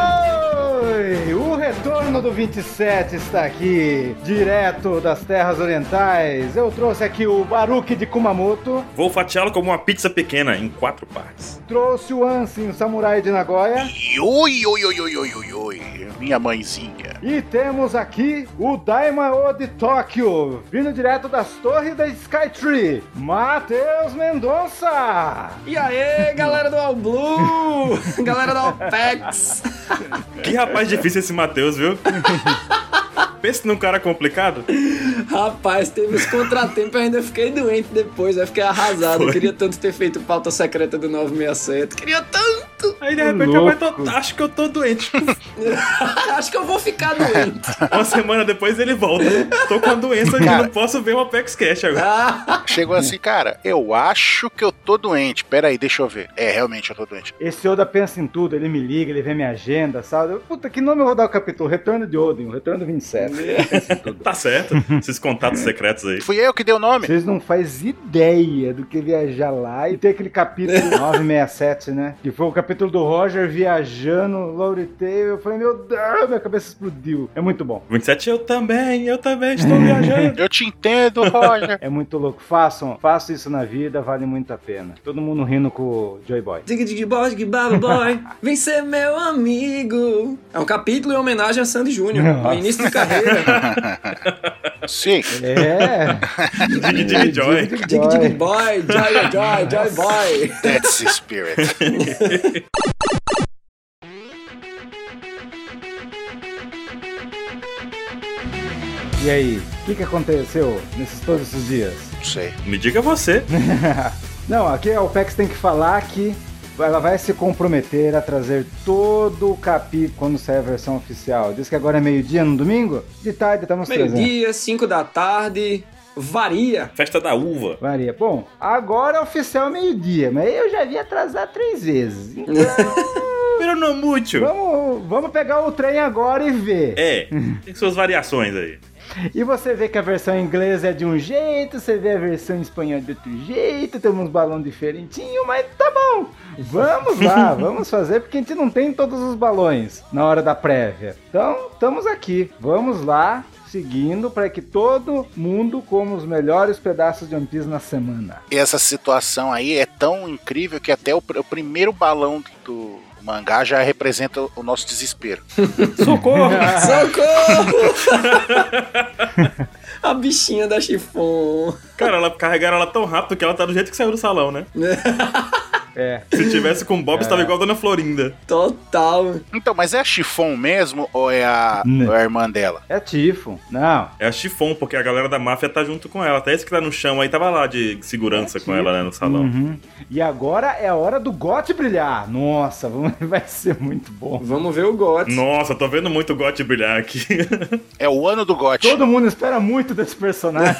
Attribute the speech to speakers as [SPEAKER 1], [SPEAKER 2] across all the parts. [SPEAKER 1] Oi! O retorno do 27 está aqui, direto das terras orientais. Eu trouxe aqui o Baruque de Kumamoto,
[SPEAKER 2] Vou fatiá-lo como uma pizza pequena em quatro partes.
[SPEAKER 1] trouxe o Ansem, o samurai de Nagoya,
[SPEAKER 3] Oi, oi, oi, oi, oi, oi, oi, minha mãezinha.
[SPEAKER 1] e temos aqui o Daima O de Tóquio, vindo direto das torres da Skytree, Matheus Mendonça!
[SPEAKER 4] E aí, galera do All Blue! galera do Alpex!
[SPEAKER 2] Que rapaz difícil esse Matheus, viu? Pensa num cara complicado.
[SPEAKER 4] Rapaz, teve os contratempos e eu ainda fiquei doente depois, eu fiquei arrasado.
[SPEAKER 2] Foi.
[SPEAKER 4] Queria tanto ter feito pauta secreta do 967. Queria tanto!
[SPEAKER 2] Aí de repente eu
[SPEAKER 1] Louco.
[SPEAKER 2] tô, acho que eu tô doente.
[SPEAKER 4] Acho que eu vou ficar doente.
[SPEAKER 2] Uma semana depois ele volta. Tô com a doença que
[SPEAKER 3] Cara.
[SPEAKER 2] não posso ver o Apex Cash agora.
[SPEAKER 4] Ah,
[SPEAKER 3] Chegou assim, cara, eu acho que eu tô doente. Pera aí, deixa eu ver. É, realmente eu tô doente.
[SPEAKER 1] Esse Oda pensa em tudo, ele me liga, ele vê minha agenda, sabe? Puta, que nome eu vou dar o capítulo? Retorno de Odin, o Retorno do 27. Ele pensa em tudo.
[SPEAKER 2] Tá certo, esses contatos secretos aí.
[SPEAKER 3] Fui eu que dei o nome.
[SPEAKER 1] Vocês não fazem ideia do que é viajar lá e ter aquele capítulo 967, né? Que foi o capítulo do Roger viajando, Lauriteio. Eu falei, meu Deus, minha cabeça explodiu. É muito bom.
[SPEAKER 2] 27, eu também, eu também estou viajando.
[SPEAKER 3] Eu te entendo, Roger.
[SPEAKER 1] É muito louco. Façam, façam isso na vida, vale muito a pena. Todo mundo rindo com o Joy Boy.
[SPEAKER 4] diga dig boy, dig baba boy, vem ser meu amigo. É um capítulo em homenagem a Sandy Júnior, ao
[SPEAKER 1] Nossa.
[SPEAKER 4] início de carreira.
[SPEAKER 3] Sim.
[SPEAKER 1] É.
[SPEAKER 2] Dig, dig, joy.
[SPEAKER 1] Dig,
[SPEAKER 4] Dig
[SPEAKER 1] dig,
[SPEAKER 4] dig
[SPEAKER 1] joy.
[SPEAKER 4] boy, joy joy, joy boy.
[SPEAKER 3] That's the spirit.
[SPEAKER 1] E aí, o que, que aconteceu nesses todos esses dias?
[SPEAKER 3] Não sei.
[SPEAKER 2] Me diga você.
[SPEAKER 1] Não, aqui a OPEX tem que falar que ela vai se comprometer a trazer todo o capítulo quando sair a versão oficial. Diz que agora é meio-dia no domingo? De tarde
[SPEAKER 4] né?
[SPEAKER 1] estamos trazendo.
[SPEAKER 4] Meio-dia, 5 da tarde, varia.
[SPEAKER 2] Festa da uva.
[SPEAKER 1] Varia. Bom, agora é oficial meio-dia, mas eu já vi atrasar três vezes. Então,
[SPEAKER 2] Pero no mútil.
[SPEAKER 1] vamos, vamos pegar o trem agora e ver.
[SPEAKER 2] É, tem suas variações aí.
[SPEAKER 1] E você vê que a versão inglesa é de um jeito, você vê a versão espanhola de outro jeito, tem uns balões diferentinhos, mas tá bom. Vamos lá, vamos fazer, porque a gente não tem todos os balões na hora da prévia. Então, estamos aqui. Vamos lá, seguindo, para que todo mundo coma os melhores pedaços de One Piece na semana.
[SPEAKER 3] E essa situação aí é tão incrível que até o, pr- o primeiro balão do mangá já representa o nosso desespero.
[SPEAKER 2] Socorro!
[SPEAKER 4] Socorro! A bichinha da chifon.
[SPEAKER 2] Cara, ela carregaram ela tão rápido que ela tá do jeito que saiu do salão, né?
[SPEAKER 1] É.
[SPEAKER 2] Se tivesse com o Bob, estava igual a Dona Florinda.
[SPEAKER 4] Total.
[SPEAKER 3] Então, mas é a Chifon mesmo ou é a,
[SPEAKER 1] Não.
[SPEAKER 3] ou é a irmã dela?
[SPEAKER 1] É tifo. Não.
[SPEAKER 2] É a Chifon, porque a galera da máfia tá junto com ela. Até esse que tá no chão aí tava lá de segurança com ela, né, no salão.
[SPEAKER 1] Uhum. E agora é a hora do gote brilhar. Nossa, vamos- vai ser muito bom.
[SPEAKER 4] Vamos ver o GOT.
[SPEAKER 2] Nossa, tô vendo muito o Gotti brilhar aqui.
[SPEAKER 3] É o ano do GOT.
[SPEAKER 1] Todo mundo espera muito desse personagem.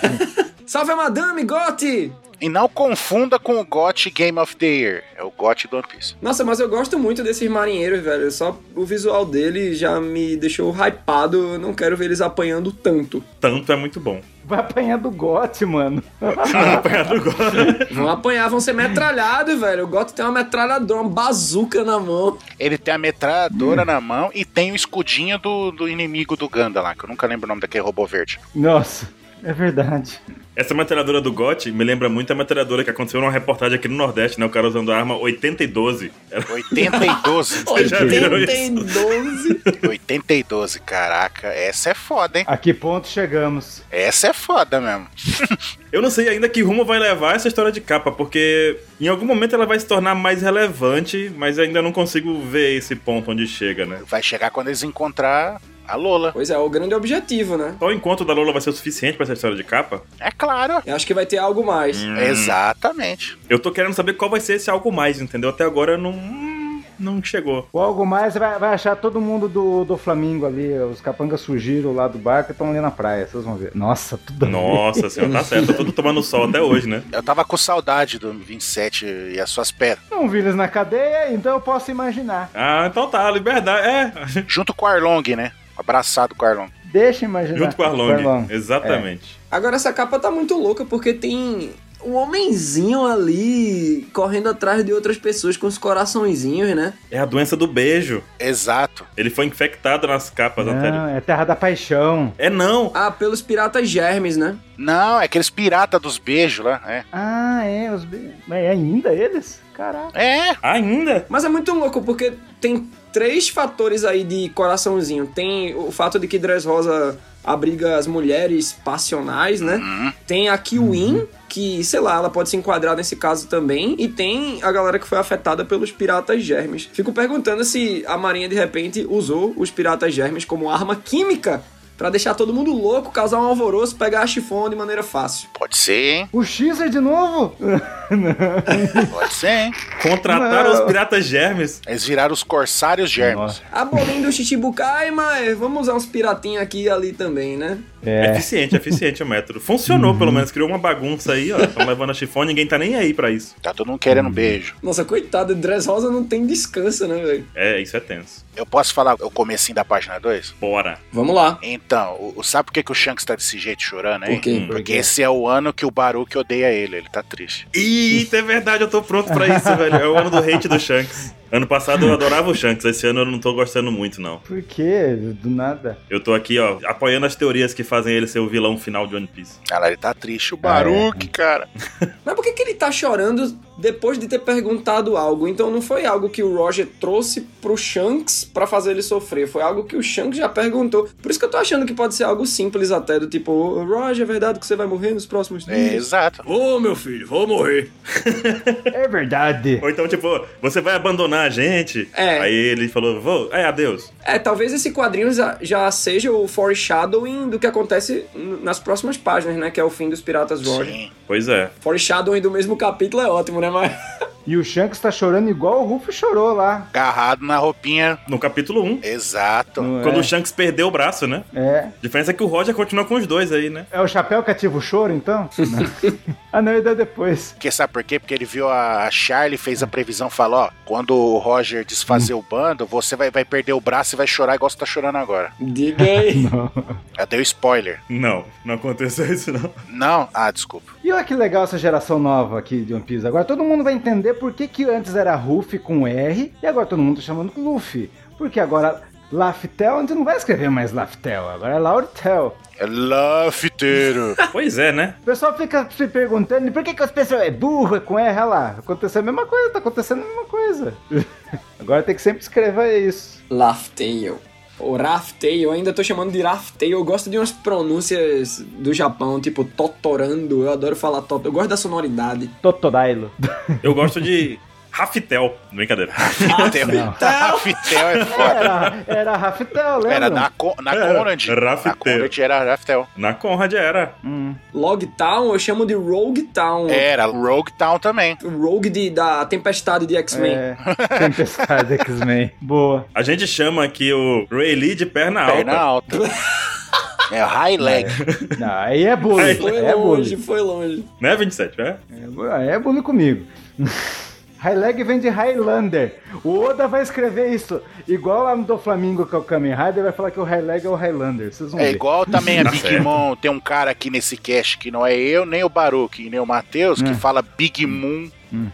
[SPEAKER 4] Salve a Madame GOT!
[SPEAKER 3] E não confunda com o GOT Game of the Year. É o GOT do One Piece.
[SPEAKER 4] Nossa, mas eu gosto muito desses marinheiros, velho. Só o visual dele já me deixou hypado. Eu não quero ver eles apanhando tanto.
[SPEAKER 2] Tanto é muito bom.
[SPEAKER 1] Vai apanhar do gote, mano.
[SPEAKER 2] Apanhado agora.
[SPEAKER 4] Vão apanhar, vão ser metralhados, velho. O GOT tem uma metralhadora, uma bazuca na mão.
[SPEAKER 3] Ele tem a metralhadora na mão e tem o escudinho do, do inimigo do Ganda lá, que eu nunca lembro o nome daquele robô verde.
[SPEAKER 1] Nossa, é verdade.
[SPEAKER 2] Essa metralhadora do Gotti me lembra muito a metralhadora que aconteceu numa reportagem aqui no Nordeste, né? O cara usando a arma 80 e 12. Era
[SPEAKER 3] 80 e 12.
[SPEAKER 2] Vocês já viram isso?
[SPEAKER 4] 12.
[SPEAKER 3] 80 e 12, caraca. Essa é foda, hein?
[SPEAKER 1] A que ponto chegamos?
[SPEAKER 3] Essa é foda mesmo.
[SPEAKER 2] Eu não sei ainda que rumo vai levar essa história de capa, porque em algum momento ela vai se tornar mais relevante, mas ainda não consigo ver esse ponto onde chega, né?
[SPEAKER 3] Vai chegar quando eles encontrar a Lola.
[SPEAKER 4] Pois é, o grande objetivo, né?
[SPEAKER 2] Só o encontro da Lola vai ser o suficiente pra essa história de capa?
[SPEAKER 3] É claro.
[SPEAKER 4] Eu acho que vai ter algo mais.
[SPEAKER 3] Exatamente.
[SPEAKER 2] Eu tô querendo saber qual vai ser esse algo mais, entendeu? Até agora não. hum, Não chegou.
[SPEAKER 1] Ou algo mais, vai, vai achar todo mundo do, do Flamingo ali. Os capangas surgiram lá do barco e estão ali na praia. Vocês vão ver. Nossa, tudo a ver.
[SPEAKER 2] Nossa senhora, tá certo. Tá tudo tomando sol até hoje, né?
[SPEAKER 3] Eu tava com saudade do 27 e as suas pedras.
[SPEAKER 1] Não vi eles na cadeia, então eu posso imaginar.
[SPEAKER 2] Ah, então tá, liberdade. É,
[SPEAKER 3] Junto com o Arlong, né? Abraçado com o Arlong.
[SPEAKER 1] Deixa eu imaginar.
[SPEAKER 2] junto com a Arlong. Exatamente.
[SPEAKER 4] Agora essa capa tá muito louca porque tem um homenzinho ali correndo atrás de outras pessoas com os coraçõezinhos, né?
[SPEAKER 2] É a doença do beijo.
[SPEAKER 3] Exato.
[SPEAKER 2] Ele foi infectado nas capas
[SPEAKER 1] Não,
[SPEAKER 2] anteriores.
[SPEAKER 1] é Terra da Paixão.
[SPEAKER 2] É não.
[SPEAKER 4] Ah, pelos piratas germes, né?
[SPEAKER 3] Não, é aqueles pirata dos beijos lá, é.
[SPEAKER 1] Ah, é, os... be- Mas ainda eles? Caraca.
[SPEAKER 3] É,
[SPEAKER 2] Ainda?
[SPEAKER 4] Mas é muito louco porque tem três fatores aí de coraçãozinho. Tem o fato de que Dressrosa abriga as mulheres passionais, né? Tem a Kiwin, que, sei lá, ela pode se enquadrar nesse caso também. E tem a galera que foi afetada pelos piratas germes. Fico perguntando se a Marinha, de repente, usou os piratas germes como arma química pra deixar todo mundo louco, causar um alvoroço, pegar a chifona de maneira fácil.
[SPEAKER 3] pode ser, hein?
[SPEAKER 1] O Xer de novo?
[SPEAKER 3] Pode ser, hein?
[SPEAKER 2] Contrataram
[SPEAKER 1] Não.
[SPEAKER 2] os piratas germes.
[SPEAKER 3] Eles viraram os corsários
[SPEAKER 4] É,
[SPEAKER 3] germes.
[SPEAKER 4] Abolindo o Chichibukai, mas vamos usar uns piratinhos aqui e ali também, né?
[SPEAKER 1] É. Uhum.
[SPEAKER 2] Eficiente, eficiente o método. Funcionou, pelo menos. Criou uma bagunça aí, ó. Estão levando a chifone, ninguém tá nem aí pra isso.
[SPEAKER 3] Tá todo mundo querendo
[SPEAKER 4] Uhum.
[SPEAKER 3] um beijo.
[SPEAKER 4] Nossa, coitado, Dress Rosa não tem descanso, né, velho?
[SPEAKER 2] É, isso é tenso.
[SPEAKER 3] Eu posso falar o comecinho da página 2?
[SPEAKER 2] Bora.
[SPEAKER 4] Vamos lá.
[SPEAKER 3] Então, o, o- sabe por que, que o Shanks tá desse jeito chorando, hein?
[SPEAKER 4] Por quê? Por
[SPEAKER 3] Porque
[SPEAKER 4] quê?
[SPEAKER 3] esse é o ano que o Baruch odeia ele, ele tá triste.
[SPEAKER 2] Eita, é verdade, eu tô pronto pra isso, velho. É o ano do hate do Shanks. Ano passado eu adorava o Shanks, esse ano eu não tô gostando muito, não.
[SPEAKER 1] Por quê? Do nada.
[SPEAKER 2] Eu tô aqui, ó, apoiando as teorias que fazem ele ser o vilão final de One Piece.
[SPEAKER 3] Ah lá, ele tá triste. O
[SPEAKER 4] É.
[SPEAKER 3] Baruch, cara.
[SPEAKER 4] Mas por que, que ele tá chorando depois de ter perguntado algo? Então não foi algo que o Roger trouxe pro Shanks pra fazer ele sofrer. Foi algo que o Shanks já perguntou. Por isso que eu tô achando que pode ser algo simples até, do tipo, "Ô, Roger, é verdade que você vai morrer nos próximos
[SPEAKER 3] É,
[SPEAKER 4] dias?
[SPEAKER 3] exato.
[SPEAKER 2] Ô, meu filho, vou morrer.
[SPEAKER 1] É verdade.
[SPEAKER 2] Ou então, tipo, você vai abandonar a gente?
[SPEAKER 4] É.
[SPEAKER 2] Aí ele falou, vou, é, adeus.
[SPEAKER 4] É, talvez esse quadrinho já, já seja o foreshadowing do que acontece n- nas próximas páginas, né? Que é o fim dos Piratas Roger.
[SPEAKER 3] Sim.
[SPEAKER 2] Pois é.
[SPEAKER 4] Foreshadowing do mesmo capítulo é ótimo, né? Mas...
[SPEAKER 1] E o Shanks tá chorando igual o Ruffy chorou lá.
[SPEAKER 3] Agarrado na roupinha.
[SPEAKER 2] No capítulo 1,
[SPEAKER 3] Exato.
[SPEAKER 1] Não
[SPEAKER 2] quando
[SPEAKER 1] é?
[SPEAKER 2] o Shanks perdeu o braço, né?
[SPEAKER 1] É.
[SPEAKER 2] A diferença é que o Roger continua com os dois aí, né?
[SPEAKER 1] É o chapéu que ativa o choro, então? Não. ah, não, ele deu depois.
[SPEAKER 3] Porque sabe por quê? Porque ele viu a Charlie,
[SPEAKER 4] É.
[SPEAKER 3] fez a previsão, falou, ó, quando o Roger
[SPEAKER 4] Hum.
[SPEAKER 3] desfazer o bando, você vai, vai perder o braço e vai chorar igual você tá chorando agora.
[SPEAKER 4] Diga aí.
[SPEAKER 3] Já deu spoiler.
[SPEAKER 2] Não, não aconteceu isso, não.
[SPEAKER 3] Não? Ah, desculpa.
[SPEAKER 1] E olha que legal essa geração nova aqui de One Piece. Agora todo mundo vai entender por que, que antes era Ruffy com R e agora todo mundo tá chamando Luffy. Porque agora Laftel, a gente não vai escrever mais Laftel, agora é Laurel.
[SPEAKER 3] É lafiteiro.
[SPEAKER 2] Pois é, né?
[SPEAKER 1] O pessoal fica se perguntando por que, que as pessoas é burro, é com R, olha lá. Aconteceu a mesma coisa, tá acontecendo a mesma coisa. agora tem que sempre escrever isso.
[SPEAKER 4] Laftail. Ou Raftail, eu ainda tô chamando de Raftail. Eu gosto de umas pronúncias do Japão, tipo Totorando. Eu adoro falar Toto. Eu gosto da sonoridade.
[SPEAKER 1] Totodailo.
[SPEAKER 2] Eu gosto de Raftel. Brincadeira.
[SPEAKER 3] Lafiteiro. Lafiteiro é foda.
[SPEAKER 1] Era, era Raftel, lembra?
[SPEAKER 3] Era na, Co- na
[SPEAKER 2] Era
[SPEAKER 3] Conrad. Na
[SPEAKER 2] Rafiteiro.
[SPEAKER 3] Conrad era Raftel.
[SPEAKER 2] Na Conrad era.
[SPEAKER 1] Hum.
[SPEAKER 4] Log Town eu chamo de Rogue Town.
[SPEAKER 3] Era Rogue Town também.
[SPEAKER 4] Rogue de, da Tempestade de X-Men.
[SPEAKER 1] É, Tempestade X-Men. Boa.
[SPEAKER 2] A gente chama aqui o Ray Lee de perna,
[SPEAKER 3] Perna
[SPEAKER 2] alta.
[SPEAKER 3] alta. É high leg.
[SPEAKER 1] Não, aí é bullying.
[SPEAKER 4] Foi
[SPEAKER 1] é
[SPEAKER 4] longe,
[SPEAKER 1] bullying.
[SPEAKER 4] foi longe.
[SPEAKER 2] Né, 27? É?
[SPEAKER 1] É bu- Aí é bullying comigo. Highleg vem de Highlander. O Oda vai escrever isso. Igual lá no do Flamingo, que é o Kamen Rider, vai falar que o Highleg é o Highlander. Vocês vão
[SPEAKER 3] É
[SPEAKER 1] ver.
[SPEAKER 3] igual também a
[SPEAKER 2] Tá
[SPEAKER 3] Big
[SPEAKER 2] certo.
[SPEAKER 3] Mom. Tem um cara aqui nesse cast que não é eu, nem o Baruque, nem o Matheus,
[SPEAKER 2] Hum.
[SPEAKER 3] que fala Big Moon.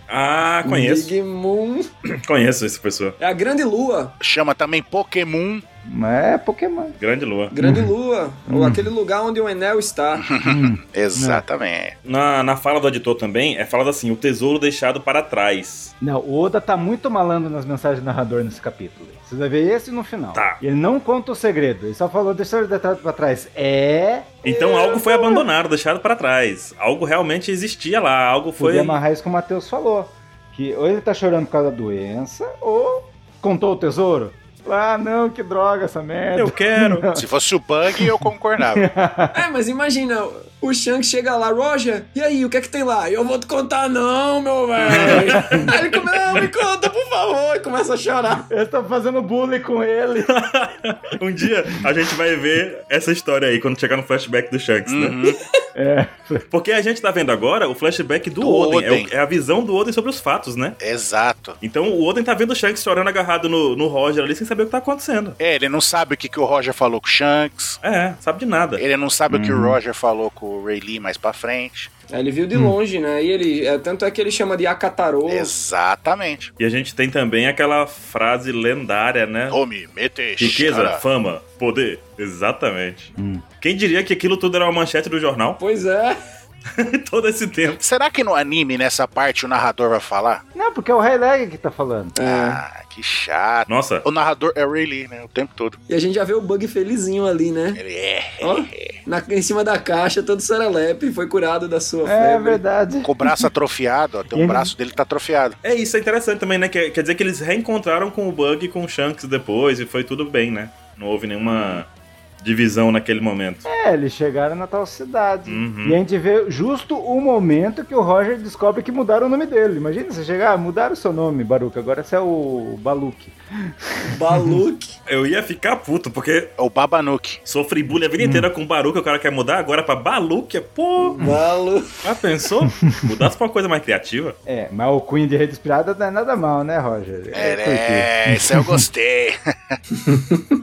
[SPEAKER 2] Ah, conheço.
[SPEAKER 4] Big Moon.
[SPEAKER 2] Conheço essa pessoa.
[SPEAKER 4] É a Grande Lua.
[SPEAKER 3] Chama também Pokémon.
[SPEAKER 1] Mas é Pokémon.
[SPEAKER 2] Grande lua.
[SPEAKER 4] Grande Lua. Ou aquele lugar onde o Enel está.
[SPEAKER 1] Hum.
[SPEAKER 3] Exatamente.
[SPEAKER 2] Na, na fala do editor também, é falado assim, o tesouro deixado para trás.
[SPEAKER 1] Não, o Oda tá muito malandro nas mensagens do narrador nesse capítulo. Você vai ver esse no final.
[SPEAKER 2] Tá.
[SPEAKER 1] Ele não conta o segredo. Ele só falou, deixa eu detalhe pra trás. É.
[SPEAKER 2] Então algo foi abandonado, deixado para trás. Algo realmente existia lá, algo foi...
[SPEAKER 1] Podia amarrar isso que o Matheus falou. Que ou ele tá chorando por causa da doença, ou contou o tesouro. Ah, não, que droga essa merda.
[SPEAKER 2] Eu quero.
[SPEAKER 3] Se fosse o Bug, eu concordava.
[SPEAKER 4] É, mas imagina, o Shanks chega lá, Roger, e aí, o que é que tem lá? Eu vou te contar não, meu velho. aí ele começa, não, me conta, por favor, e começa a chorar.
[SPEAKER 1] Eu tô fazendo bullying com ele.
[SPEAKER 2] um dia a gente vai ver essa história aí, quando chegar no flashback do Shanks,
[SPEAKER 3] Uhum.
[SPEAKER 2] né?
[SPEAKER 1] É.
[SPEAKER 2] Porque a gente tá vendo agora o flashback do,
[SPEAKER 3] Do
[SPEAKER 2] Oden. É o-
[SPEAKER 3] Oden.
[SPEAKER 2] É, a visão do Oden sobre os fatos, né?
[SPEAKER 3] Exato.
[SPEAKER 2] Então o Oden tá vendo o Shanks chorando agarrado no, no Roger ali sem saber o que tá acontecendo.
[SPEAKER 3] É, ele não sabe o que, que o Roger falou com o Shanks.
[SPEAKER 2] É, sabe de nada.
[SPEAKER 3] Ele não sabe o que o Roger falou com o Ray Lee mais pra frente.
[SPEAKER 4] Aí ele viu de longe, né? E ele. é, tanto é que ele chama de Akataro.
[SPEAKER 3] Exatamente.
[SPEAKER 2] E a gente tem também aquela frase lendária, né?
[SPEAKER 3] Homem, mete
[SPEAKER 2] Riqueza,
[SPEAKER 3] cara.
[SPEAKER 2] fama, poder. Exatamente. Quem diria que aquilo tudo era uma manchete do jornal
[SPEAKER 4] Pois é.
[SPEAKER 2] todo esse tempo?
[SPEAKER 3] Será que no anime, nessa parte, o narrador vai falar?
[SPEAKER 1] Não, porque é o Heileg que tá falando.
[SPEAKER 4] É.
[SPEAKER 3] Ah, que chato.
[SPEAKER 2] Nossa,
[SPEAKER 3] O narrador é o Ray Lee, né? O tempo todo.
[SPEAKER 4] E a gente já vê o bug felizinho ali, né?
[SPEAKER 3] Ele é.
[SPEAKER 4] Ó, na, em cima da caixa, todo serelepe, foi curado da sua
[SPEAKER 2] né?
[SPEAKER 1] É
[SPEAKER 4] febre.
[SPEAKER 1] verdade.
[SPEAKER 3] Com o braço atrofiado, ó. Tem um
[SPEAKER 1] Ele-
[SPEAKER 3] braço dele que tá atrofiado.
[SPEAKER 2] é isso, é interessante também, né? Quer, quer dizer que eles reencontraram com o Bug e com o Shanks depois e foi tudo bem, né? Não houve nenhuma divisão naquele momento.
[SPEAKER 1] É, eles chegaram na tal cidade.
[SPEAKER 2] Uhum.
[SPEAKER 1] E a gente vê justo o momento que o Roger descobre que mudaram o nome dele. Imagina você chegar, ah, mudaram o seu nome, Baruca. Agora você é o Baluque.
[SPEAKER 4] Baluque.
[SPEAKER 2] Eu ia ficar puto, porque
[SPEAKER 3] É o Babanuke.
[SPEAKER 2] sofri bullying a vida inteira com o Baruca, o cara quer mudar agora pra Baluque, pô.
[SPEAKER 4] Balu.
[SPEAKER 2] Já pensou? Mudasse pra uma coisa mais criativa?
[SPEAKER 1] É, mas o Queen de rede inspirada não é nada mal, né, Roger? porque-
[SPEAKER 2] né?
[SPEAKER 3] É, isso aí eu gostei.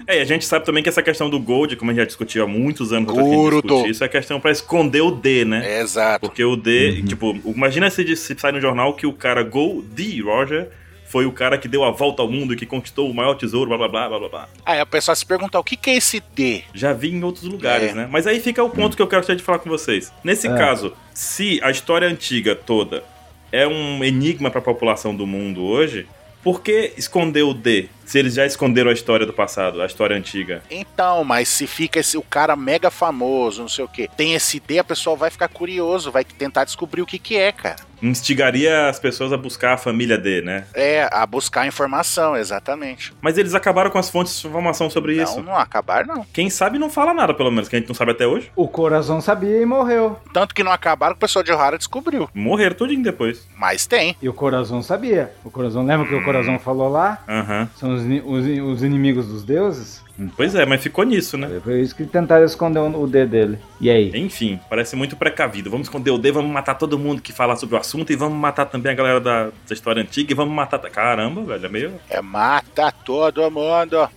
[SPEAKER 2] É, e a gente sabe também que essa questão do Gold, como a gente já discutiu há muitos anos atrás, que a gente
[SPEAKER 3] Gorudo.
[SPEAKER 2] discutiu, isso é questão pra esconder o D,
[SPEAKER 3] É.
[SPEAKER 2] né?
[SPEAKER 3] Exato.
[SPEAKER 2] Porque o D, tipo, imagina se, diz- se sai no jornal que o cara Gold D. Roger foi o cara que deu a volta ao mundo e que conquistou o maior tesouro, blá blá blá blá blá. blá.
[SPEAKER 3] Aí a pessoa se perguntar o que, que é esse D?
[SPEAKER 2] Já vi em outros lugares,
[SPEAKER 3] É.
[SPEAKER 2] né? Mas aí fica o ponto que eu quero de falar com vocês. Nesse
[SPEAKER 1] É.
[SPEAKER 2] caso, se a história antiga toda é um enigma pra população do mundo hoje, por que esconder o D? Se eles já esconderam a história do passado, a história antiga.
[SPEAKER 3] Então, mas se fica esse, o cara mega famoso, não sei o quê, tem esse D, a pessoa vai ficar curioso, vai tentar descobrir o que, que é, cara.
[SPEAKER 2] instigaria as pessoas a buscar a família D, né?
[SPEAKER 3] É, a buscar informação, exatamente.
[SPEAKER 2] Mas eles acabaram com as fontes de informação sobre
[SPEAKER 3] Não,
[SPEAKER 2] isso.
[SPEAKER 3] não acabaram, não.
[SPEAKER 2] Quem sabe não fala nada, pelo menos, que a gente não sabe até hoje.
[SPEAKER 1] O coração sabia e morreu.
[SPEAKER 3] Tanto que não acabaram, que o pessoal de Ohara descobriu.
[SPEAKER 2] Morreram tudinho depois.
[SPEAKER 3] Mas tem.
[SPEAKER 1] E o coração sabia. O coração lembra o que o coração falou lá?
[SPEAKER 2] Aham.
[SPEAKER 1] São os, ni- os in- os inimigos dos deuses?
[SPEAKER 2] Pois é, mas ficou nisso, né?
[SPEAKER 1] Foi isso que tentaram esconder o o D dele. E aí?
[SPEAKER 2] Enfim, parece muito precavido. Vamos esconder o D, vamos matar todo mundo que falar sobre o assunto e vamos matar também a galera da, da história antiga e vamos matar. Caramba, velho, é meio.
[SPEAKER 3] É, mata todo mundo.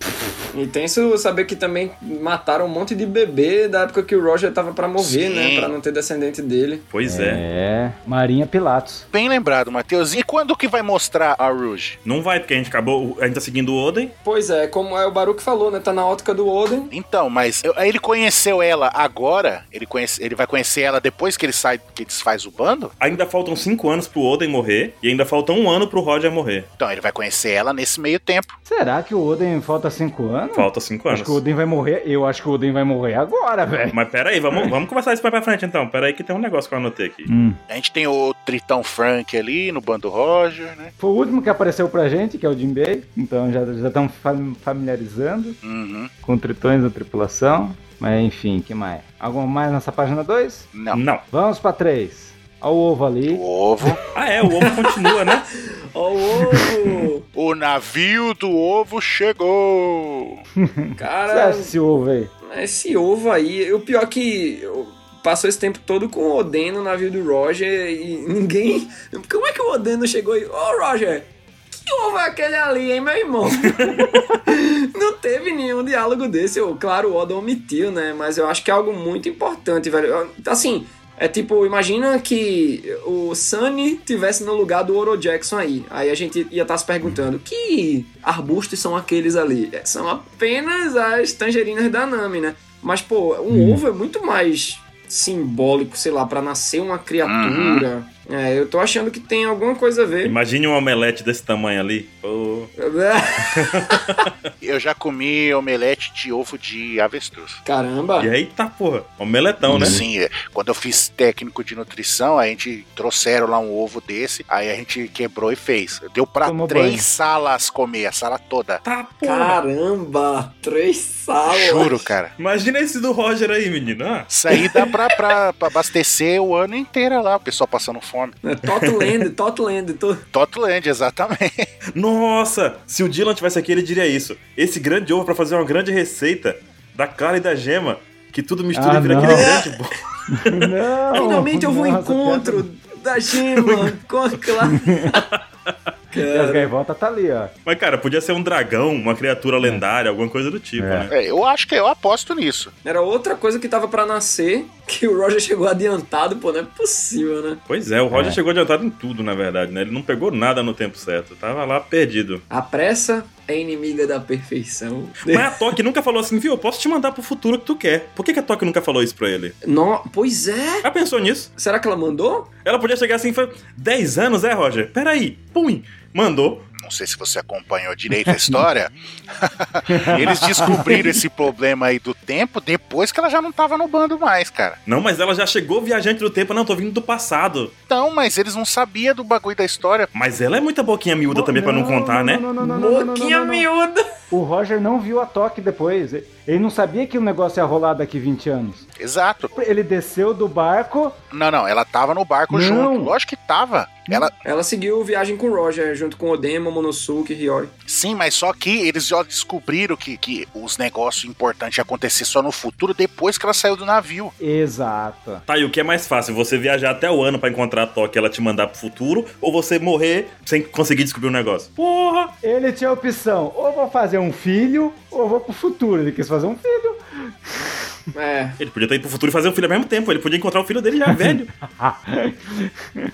[SPEAKER 4] Intenso saber que também mataram um monte de bebê da época que o Roger tava pra
[SPEAKER 3] Sim.
[SPEAKER 4] morrer, né? Pra não ter descendente dele.
[SPEAKER 2] Pois é.
[SPEAKER 1] É, Marinha Pilatos.
[SPEAKER 3] Bem lembrado, Matheus. E quando que vai mostrar a Rouge?
[SPEAKER 2] Não vai, porque a gente acabou. A gente tá seguindo o Oden.
[SPEAKER 4] Pois é, como é o Baruque falou, né? Tá na ótica do Oden.
[SPEAKER 3] Então, mas eu- aí ele conheceu ela agora? Ele, conhece, ele vai conhecer ela depois que ele sai, que desfaz o bando?
[SPEAKER 2] Ainda faltam cinco anos pro Oden morrer e ainda falta um ano pro Roger morrer.
[SPEAKER 3] Então, ele vai conhecer ela nesse meio tempo.
[SPEAKER 1] Será que o Oden falta cinco anos?
[SPEAKER 2] Falta cinco anos.
[SPEAKER 1] Acho que o Oden vai morrer. Eu acho que o Oden vai morrer agora, velho.
[SPEAKER 2] Mas pera aí,
[SPEAKER 1] É.
[SPEAKER 2] vamos, vamos conversar isso mais pra frente então. Pera aí que tem um negócio que eu anotei aqui.
[SPEAKER 3] A gente tem o Tritão Frank ali no bando Roger, né?
[SPEAKER 1] Foi o último que apareceu pra gente, que é o Jinbei. Então já já estamos fam- familiarizando
[SPEAKER 3] Uhum.
[SPEAKER 1] com tritões da tripulação. Mas enfim, que mais? Alguma mais nessa página 2?
[SPEAKER 3] Não.
[SPEAKER 1] Vamos pra 3. Olha o ovo ali.
[SPEAKER 3] O ovo.
[SPEAKER 2] Ah é, o ovo continua, né?
[SPEAKER 4] Ó, o ovo!
[SPEAKER 3] o navio do ovo chegou.
[SPEAKER 1] O que você
[SPEAKER 4] Cara,
[SPEAKER 1] acha desse ovo aí?
[SPEAKER 4] esse ovo aí. O pior é que. eu- Passou esse tempo todo com o Oden no navio do Roger e ninguém. Como é que o Oden não chegou e. Ô Roger, que ovo é aquele ali, hein, meu irmão? não teve nenhum diálogo desse. Eu, claro, o Oda omitiu, né? Mas eu acho que é algo muito importante, velho. Eu- Assim, é tipo, imagina que o Sunny tivesse no lugar do Oro Jackson aí. Aí a gente ia estar se perguntando: que arbustos são aqueles ali? É, São apenas as tangerinas da Nami, né? Mas, pô, um ovo é muito mais simbólico, sei lá, pra nascer uma criatura. É, eu tô achando que tem alguma coisa a ver.
[SPEAKER 2] Imagine um omelete desse tamanho ali. Ô,
[SPEAKER 3] Eu já comi omelete de ovo de avestruz.
[SPEAKER 4] Caramba!
[SPEAKER 2] E aí tá, porra. Omeletão, né?
[SPEAKER 3] Sim, é. quando eu fiz técnico de nutrição, a gente trouxeram lá um ovo desse, aí a gente quebrou e fez. Deu pra
[SPEAKER 1] Tomou
[SPEAKER 3] três
[SPEAKER 1] banho.
[SPEAKER 3] salas comer, a sala toda.
[SPEAKER 2] Tá, porra.
[SPEAKER 4] Caramba! Três salas!
[SPEAKER 3] Juro, cara.
[SPEAKER 2] Imagina esse do Roger aí, menino. Ah,
[SPEAKER 3] Isso aí dá pra, pra- pra abastecer o ano inteiro lá, o pessoal passando fome.
[SPEAKER 4] É Totland, Totland. To...
[SPEAKER 3] Totland, exatamente.
[SPEAKER 2] Nossa, se o Dylan tivesse aqui, ele diria isso. Esse grande ovo pra fazer uma grande receita da clara e da gema, que tudo mistura
[SPEAKER 1] Ah,
[SPEAKER 2] e vira
[SPEAKER 1] não.
[SPEAKER 2] aquele grande bolo.
[SPEAKER 1] Não!
[SPEAKER 4] Finalmente eu vou ao
[SPEAKER 1] Nossa,
[SPEAKER 4] encontro da Gema com a Clara.
[SPEAKER 1] E as gaivotas tá ali, ó.
[SPEAKER 2] Mas, cara, podia ser um dragão, uma criatura lendária, alguma coisa do tipo,
[SPEAKER 1] É.
[SPEAKER 2] né?
[SPEAKER 3] É, eu acho que eu aposto nisso.
[SPEAKER 4] Era outra coisa que tava pra nascer, que o Roger chegou adiantado, pô, não é possível, né?
[SPEAKER 2] Pois é, o Roger
[SPEAKER 1] É.
[SPEAKER 2] chegou adiantado em tudo, na verdade, né? Ele não pegou nada no tempo certo. Tava lá perdido.
[SPEAKER 4] A pressa é inimiga da perfeição.
[SPEAKER 2] Mas a Toque nunca falou assim, viu? Eu posso te mandar pro futuro que tu quer. Por que, que a Toque nunca falou isso pra ele?
[SPEAKER 4] No, pois é.
[SPEAKER 2] Já pensou nisso?
[SPEAKER 4] Será que ela mandou?
[SPEAKER 2] Ela podia chegar assim e falar: 10 anos, é, Roger? Peraí. Pum! Mandou.
[SPEAKER 3] Não sei se você acompanhou direito a história. Eles descobriram esse problema aí do tempo depois que ela já não tava no bando mais, cara.
[SPEAKER 2] Não, mas ela já chegou viajante do tempo. Não, tô vindo do passado.
[SPEAKER 3] Então, mas eles não sabiam do bagulho da história.
[SPEAKER 2] Mas ela é muita boquinha miúda também pra não contar, né?
[SPEAKER 1] Não, não, não, não, não, não,
[SPEAKER 4] Boquinha
[SPEAKER 1] não, não.
[SPEAKER 4] miúda.
[SPEAKER 1] O Roger não viu a toque depois. Ele não sabia que o negócio ia rolar daqui 20 anos.
[SPEAKER 3] Exato.
[SPEAKER 1] Ele desceu do barco.
[SPEAKER 3] Não, não, ela tava no barco
[SPEAKER 1] Não.
[SPEAKER 3] junto. Lógico que tava. Ela,
[SPEAKER 4] Ela seguiu viagem com o Roger, junto com Odema, Monosuke e Hiyori.
[SPEAKER 3] sim, mas só que eles já descobriram que, que os negócios importantes iam acontecer só no futuro depois que ela saiu do navio.
[SPEAKER 1] Exato.
[SPEAKER 2] Tá, e o que é mais fácil? Você viajar até o ano pra encontrar a Toque e ela te mandar pro futuro? Ou você morrer sem conseguir descobrir o negócio? Porra!
[SPEAKER 1] Ele tinha a opção: ou vou fazer um filho, ou vou pro futuro. Ele quis fazer um filho.
[SPEAKER 4] É.
[SPEAKER 2] Ele podia ter ido pro futuro e fazer o filho ao mesmo tempo. Ele podia encontrar o filho dele já velho.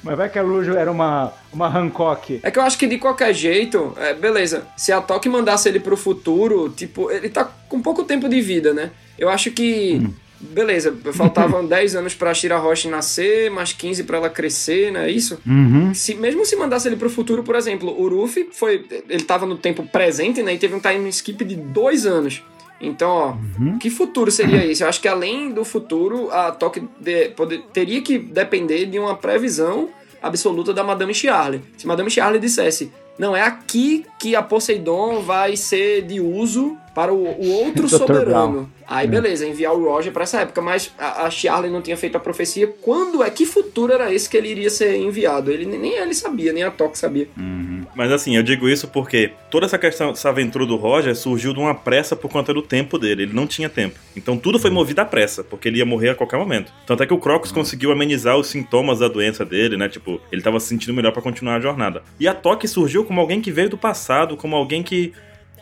[SPEAKER 1] Mas vai que a Lujo era uma, uma Hancock.
[SPEAKER 4] É que eu acho que de qualquer jeito, é, beleza. Se a Toque mandasse ele pro futuro, tipo, ele tá com pouco tempo de vida, né? Eu acho que. Beleza, faltavam 10 anos pra Shira Roche nascer, mais 15 pra ela crescer, né? Isso?
[SPEAKER 1] Uhum.
[SPEAKER 4] Se, mesmo se mandasse ele pro futuro, por exemplo, o Ruffy foi. Ele tava no tempo presente, né? E teve um time skip de dois anos. Então, ó, que futuro seria esse? Eu acho que além do futuro, a Toque de- poder- teria que depender de uma previsão absoluta da Madame Charlie. Se Madame Charlie dissesse, não, é aqui que a Poseidon vai ser de uso para o, o outro
[SPEAKER 1] Dr.
[SPEAKER 4] soberano.
[SPEAKER 2] Hum.
[SPEAKER 4] Aí, beleza, enviar o Roger pra essa época, mas a, a Charlie não tinha feito a profecia. Quando é que futuro era esse que ele iria ser enviado? Ele nem nem ele sabia, nem a Toque sabia.
[SPEAKER 2] Hum. Mas assim, eu digo isso porque toda essa questão, essa aventura do Roger surgiu de uma pressa por conta do tempo dele. Ele não tinha tempo. Então tudo foi movido à pressa, porque ele ia morrer a qualquer momento. Tanto é que o Crocus conseguiu amenizar os sintomas da doença dele, né? Tipo, ele tava se sentindo melhor pra continuar a jornada. E a Toque surgiu como alguém que veio do passado, como alguém que.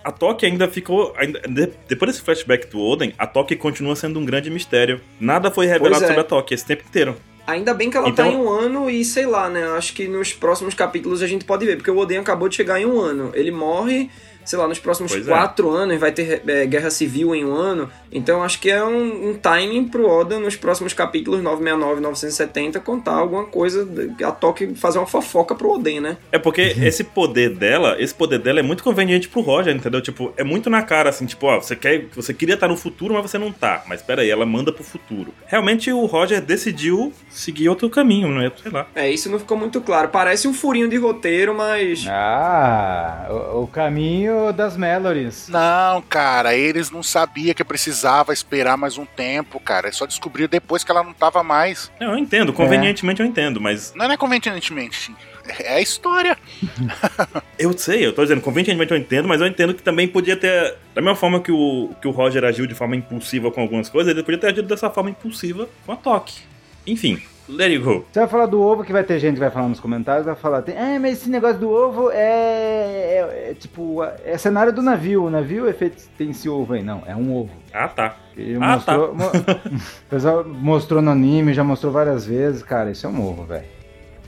[SPEAKER 2] A Toque ainda ficou. ainda- de- depois desse flashback do Oden, a Toque continua sendo um grande mistério. Nada foi revelado
[SPEAKER 4] é.
[SPEAKER 2] sobre a Toque esse tempo inteiro.
[SPEAKER 4] Ainda bem que ela
[SPEAKER 2] Então-
[SPEAKER 4] tá em um ano e sei lá, né? Acho que nos próximos capítulos a gente pode ver, porque o Oden acabou de chegar em um ano. Ele morre, sei lá, nos próximos
[SPEAKER 2] Pois é.
[SPEAKER 4] quatro anos, vai ter eh, guerra civil em um ano. Então acho que é um, um timing pro Oda nos próximos capítulos 969, 970 contar alguma coisa, a toque fazer uma fofoca pro Oden, né?
[SPEAKER 2] É porque esse poder dela, esse poder dela é muito conveniente pro Roger, entendeu? Tipo, é muito na cara, assim, tipo, ó, você quer. Você queria estar no futuro, mas você não tá. Mas peraí, ela manda pro futuro. Realmente o Roger decidiu seguir outro caminho, né? Sei lá.
[SPEAKER 4] É, isso não ficou muito claro. Parece um furinho de roteiro, mas.
[SPEAKER 1] É. Ah, o, o caminho das Melores.
[SPEAKER 3] Não, cara, eles não sabiam que precisava esperar mais um tempo, cara. Eles Só descobriram depois que ela não tava mais.
[SPEAKER 2] Não, eu entendo, convenientemente eu entendo, mas.
[SPEAKER 3] Não é convenientemente, é a história.
[SPEAKER 2] Eu sei, eu tô dizendo, convenientemente eu entendo, mas eu entendo que também podia ter. Da mesma forma que o, que o Roger agiu de forma impulsiva com algumas coisas, ele podia ter agido dessa forma impulsiva com a Toque. Enfim, let it go.
[SPEAKER 1] Você vai falar do ovo que vai ter gente que vai falar nos comentários, vai falar, tem- é, mas esse negócio do ovo é, é- é tipo, é cenário do navio, o navio é feito, tem esse ovo aí, não, é um ovo.
[SPEAKER 2] Ah, tá.
[SPEAKER 1] Ele
[SPEAKER 2] Ah,
[SPEAKER 1] mostrou, mo- o pessoal mostrou no anime, já mostrou várias vezes, cara, isso é um ovo, velho.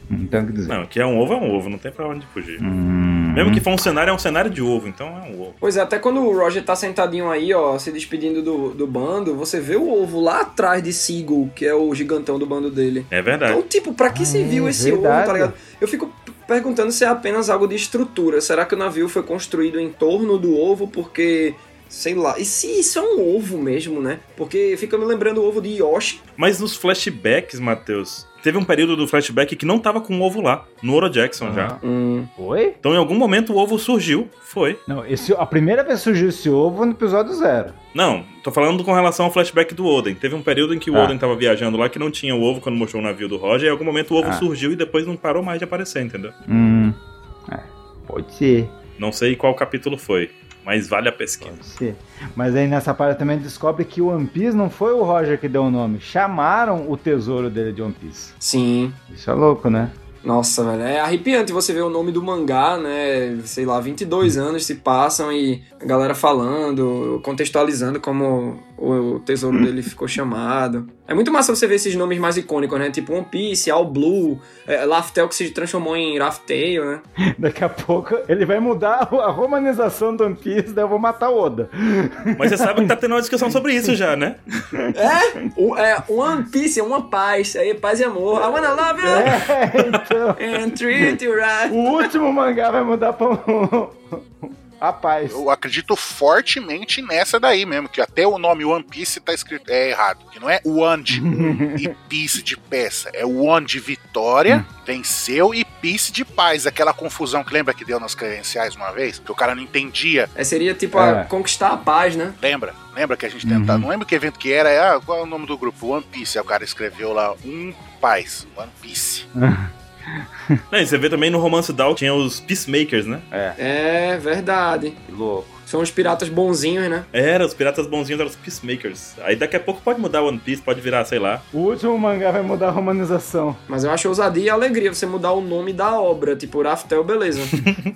[SPEAKER 1] Não tem o que dizer.
[SPEAKER 2] Não, que é um ovo é um ovo, não tem pra onde fugir.
[SPEAKER 1] Hum.
[SPEAKER 2] Mesmo que for um cenário, é um cenário de ovo, então é um ovo.
[SPEAKER 4] Pois é, até quando o Roger tá sentadinho aí, ó, se despedindo do, do bando, você vê o ovo lá atrás de Seagull, que é o gigantão do bando dele.
[SPEAKER 2] É verdade.
[SPEAKER 4] Então, tipo, pra que
[SPEAKER 1] Ah,
[SPEAKER 4] serviu
[SPEAKER 1] é
[SPEAKER 4] esse ovo,
[SPEAKER 1] verdade.
[SPEAKER 4] tá ligado? Eu fico p- perguntando se é apenas algo de estrutura. Será que o navio foi construído em torno do ovo porque. Sei lá. E se isso é um ovo mesmo, né? Porque fica me lembrando o ovo de Yoshi.
[SPEAKER 2] Mas nos flashbacks, Matheus, teve um período do flashback que não tava com o ovo lá, no Oro Jackson já.
[SPEAKER 1] Ah, Oi?
[SPEAKER 2] Então em algum momento o ovo surgiu, foi.
[SPEAKER 1] Não, esse, a primeira vez que surgiu esse ovo foi no episódio zero.
[SPEAKER 2] Não, tô falando com relação ao flashback do Oden. Teve um período em que o
[SPEAKER 1] Ah.
[SPEAKER 2] Oden tava viajando lá que não tinha o ovo quando mostrou o navio do Roger, e em algum momento o ovo
[SPEAKER 1] Ah.
[SPEAKER 2] surgiu e depois não parou mais de aparecer, entendeu?
[SPEAKER 1] Hum. É, pode ser.
[SPEAKER 2] Não sei qual capítulo foi, mas vale a pesquisa.
[SPEAKER 1] Pode ser. Mas aí nessa parte também descobre que o One Piece não foi o Roger que deu o nome. Chamaram o tesouro dele de One Piece.
[SPEAKER 4] Sim.
[SPEAKER 1] Isso é louco, né?
[SPEAKER 4] Nossa, velho, é arrepiante você ver o nome do mangá, né? Sei lá, 22 anos se passam e a galera falando, contextualizando como o tesouro dele ficou chamado. É muito massa você ver esses nomes mais icônicos, né? Tipo One Piece, All Blue, é, Laftel que se transformou em Raftail, né?
[SPEAKER 1] Daqui a pouco ele vai mudar a romanização do One Piece, daí eu vou matar o Oda.
[SPEAKER 2] Mas você sabe que tá tendo uma discussão sobre isso já, né?
[SPEAKER 4] É, o- é One Piece é uma paz, aí paz e amor. I wanna love you
[SPEAKER 1] É, então.
[SPEAKER 4] and treat you right.
[SPEAKER 1] O último mangá vai mudar pra um. A paz.
[SPEAKER 3] Eu acredito fortemente nessa daí mesmo, que até o nome One Piece tá escrito é errado, que não é One e Piece de peça, é One de vitória, venceu e Piece de paz, aquela confusão que lembra que deu nas credenciais uma vez, que o cara não entendia,
[SPEAKER 4] É, seria tipo
[SPEAKER 1] É.
[SPEAKER 4] a conquistar a paz, né?
[SPEAKER 3] lembra? Lembra que a gente tentava, não lembro que evento que era, é, ah, qual é o nome do grupo? One Piece, aí o cara escreveu lá um paz, One Piece.
[SPEAKER 2] Não, e você vê também no romance Down tinha os Peacemakers, né?
[SPEAKER 4] É verdade.
[SPEAKER 1] Que louco.
[SPEAKER 4] São os piratas bonzinhos, né?
[SPEAKER 2] Era, os piratas bonzinhos eram os Peacemakers. Aí daqui a pouco pode mudar One Piece, pode virar, sei lá.
[SPEAKER 1] O último mangá vai mudar a romanização.
[SPEAKER 4] Mas eu acho ousadia e alegria você mudar o nome da obra. Tipo, Raftel, beleza.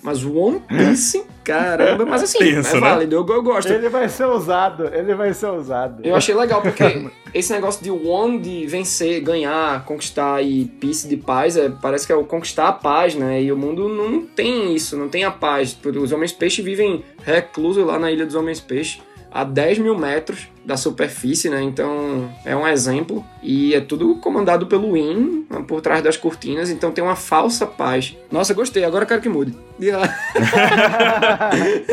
[SPEAKER 4] Mas One Piece, caramba. Mas assim,
[SPEAKER 2] Tenso,
[SPEAKER 4] é
[SPEAKER 2] né?
[SPEAKER 4] válido. Eu, eu gosto.
[SPEAKER 1] Ele vai ser usado, ele vai ser usado.
[SPEAKER 4] Eu achei legal, porque esse negócio de One de vencer, ganhar, conquistar e Peace de paz, é, parece que é o conquistar a paz, né? E o mundo não tem isso, não tem a paz. Tipo, Os homens peixes vivem reclusos lá na Ilha dos Homens Peixes. A 10 mil metros da superfície, né? Então é um exemplo. E é tudo comandado pelo Win por trás das cortinas, então tem uma falsa paz. Nossa, gostei, agora quero que mude. É.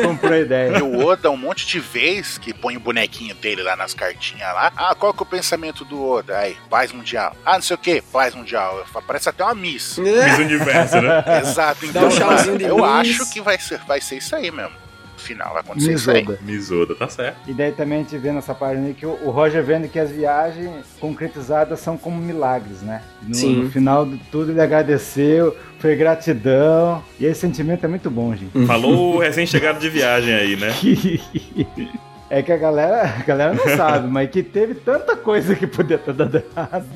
[SPEAKER 1] Comprei ideia.
[SPEAKER 3] E o Oda, um monte de vez que põe o bonequinho dele lá nas cartinhas lá. Ah, qual que é o pensamento do Oda? Aí, paz mundial. Ah, não sei o que, paz mundial. Eu falo, Parece até uma miss.
[SPEAKER 4] É.
[SPEAKER 2] Miss Universo, né?
[SPEAKER 3] Exato, então
[SPEAKER 4] um tchauzinho de
[SPEAKER 3] eu
[SPEAKER 4] miss.
[SPEAKER 3] acho que vai ser, vai ser isso aí mesmo. No final vai acontecer isso aí.
[SPEAKER 1] Misoda.
[SPEAKER 2] Misoda, tá certo.
[SPEAKER 1] E daí também a gente vê nessa página aí que o o Roger vendo que as viagens concretizadas são como milagres, né? No,
[SPEAKER 4] Sim.
[SPEAKER 1] no final de tudo ele agradeceu, foi gratidão. E esse sentimento é muito bom, gente.
[SPEAKER 2] Falou o recém-chegado de viagem aí, né?
[SPEAKER 1] É que a galera, a galera não sabe, mas que teve tanta coisa que podia ter dado errado.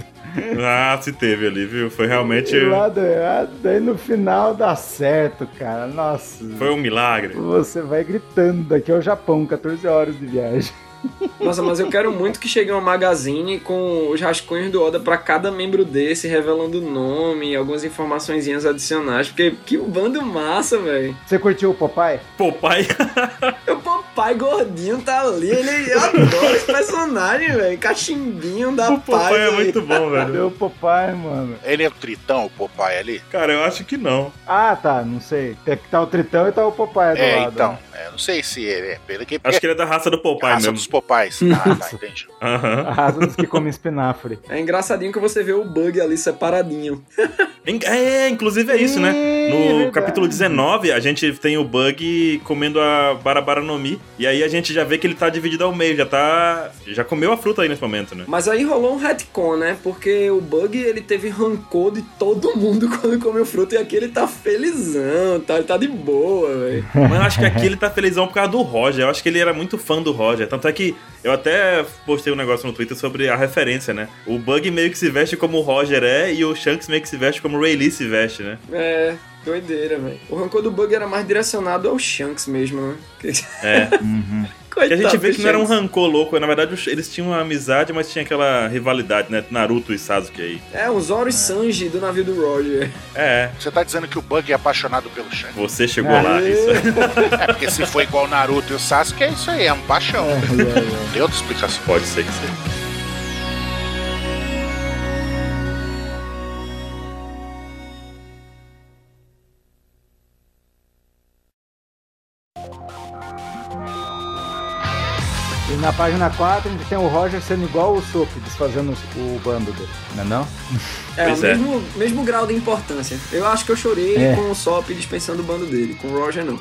[SPEAKER 2] Ah, se teve ali, viu? Foi realmente.
[SPEAKER 1] Do lado errado, daí no final dá certo, cara. Nossa.
[SPEAKER 2] Foi um milagre.
[SPEAKER 1] Você vai gritando, daqui ao Japão, 14 horas de viagem.
[SPEAKER 4] Nossa, mas eu quero muito que chegue uma magazine com os rascunhos do Oda pra cada membro desse, revelando o nome e algumas informaçõezinhas adicionais. Porque que bando massa, velho.
[SPEAKER 1] Você curtiu o Popeye?
[SPEAKER 2] Pô, pai.
[SPEAKER 4] O papai gordinho tá ali, ele adora esse personagem, velho. Cachimbinho da
[SPEAKER 2] O
[SPEAKER 4] paz.
[SPEAKER 2] papai é
[SPEAKER 4] velho.
[SPEAKER 2] muito bom, velho.
[SPEAKER 1] Cadê o Popeye, mano?
[SPEAKER 3] Ele é o tritão, o Popeye ali?
[SPEAKER 2] Cara, eu acho que não.
[SPEAKER 1] Ah, tá, não sei. Tem que tá o Tritão e tá o Popeye do
[SPEAKER 3] É,
[SPEAKER 1] lado.
[SPEAKER 3] então.
[SPEAKER 1] né?
[SPEAKER 3] é, eu não sei se ele é. Pelo que,
[SPEAKER 2] Acho que ele é da raça do
[SPEAKER 3] é a
[SPEAKER 2] Popeye
[SPEAKER 3] raça dos
[SPEAKER 2] mesmo.
[SPEAKER 3] Popeyes. Ah, tá, entendi.
[SPEAKER 2] Aham.
[SPEAKER 1] A raça dos que comem espinafre.
[SPEAKER 4] É engraçadinho que você vê o bug ali separadinho.
[SPEAKER 2] In- É, inclusive é isso, né?
[SPEAKER 1] Ih,
[SPEAKER 2] No
[SPEAKER 1] verdade.
[SPEAKER 2] capítulo 19, a gente tem o Bug comendo a Barabara no Mi. E aí a gente já vê que ele tá dividido ao meio, já tá. Já comeu a fruta aí nesse momento, né?
[SPEAKER 4] Mas aí rolou um retcon, né? Porque o Bug, ele teve rancor de todo mundo quando comeu fruta. E aqui ele tá felizão, tá? Ele tá de boa, velho.
[SPEAKER 2] Mas eu acho que aqui ele tá felizão por causa do Roger. Eu acho que ele era muito fã do Roger. Tanto é que eu até postei um negócio no Twitter sobre a referência, né? O Bug meio que se veste como o Roger é e o Shanks meio que se veste como o Ray Lee se veste, né?
[SPEAKER 4] É, doideira, velho. O rancor do bug era mais direcionado ao Shanks mesmo, né? Que-
[SPEAKER 2] É. Que a
[SPEAKER 4] Coitado
[SPEAKER 2] gente vê
[SPEAKER 4] do
[SPEAKER 2] que não era um
[SPEAKER 4] Shanks.
[SPEAKER 2] rancor louco. Na verdade, os- eles tinham uma amizade, mas tinha aquela rivalidade, né? Naruto e Sasuke aí.
[SPEAKER 4] É, um Zoro e Sanji do navio do Roger.
[SPEAKER 2] É,
[SPEAKER 3] Você tá dizendo que o Bug é apaixonado pelo Shanks?
[SPEAKER 2] você chegou lá.
[SPEAKER 1] Aê.
[SPEAKER 2] Isso
[SPEAKER 3] É, porque se for igual o Naruto e o Sasuke, é isso aí, é um paixão. Não tem outra explicação.
[SPEAKER 2] pode ser que seja.
[SPEAKER 1] E na página 4 a gente tem o Roger sendo igual o Soap, desfazendo os- o bando dele. Não é não?
[SPEAKER 4] É,
[SPEAKER 2] Pois
[SPEAKER 4] o
[SPEAKER 2] é.
[SPEAKER 4] mesmo, mesmo grau de importância. Eu acho que eu chorei
[SPEAKER 1] É.
[SPEAKER 4] com o Sop dispensando o bando dele, com o Roger não.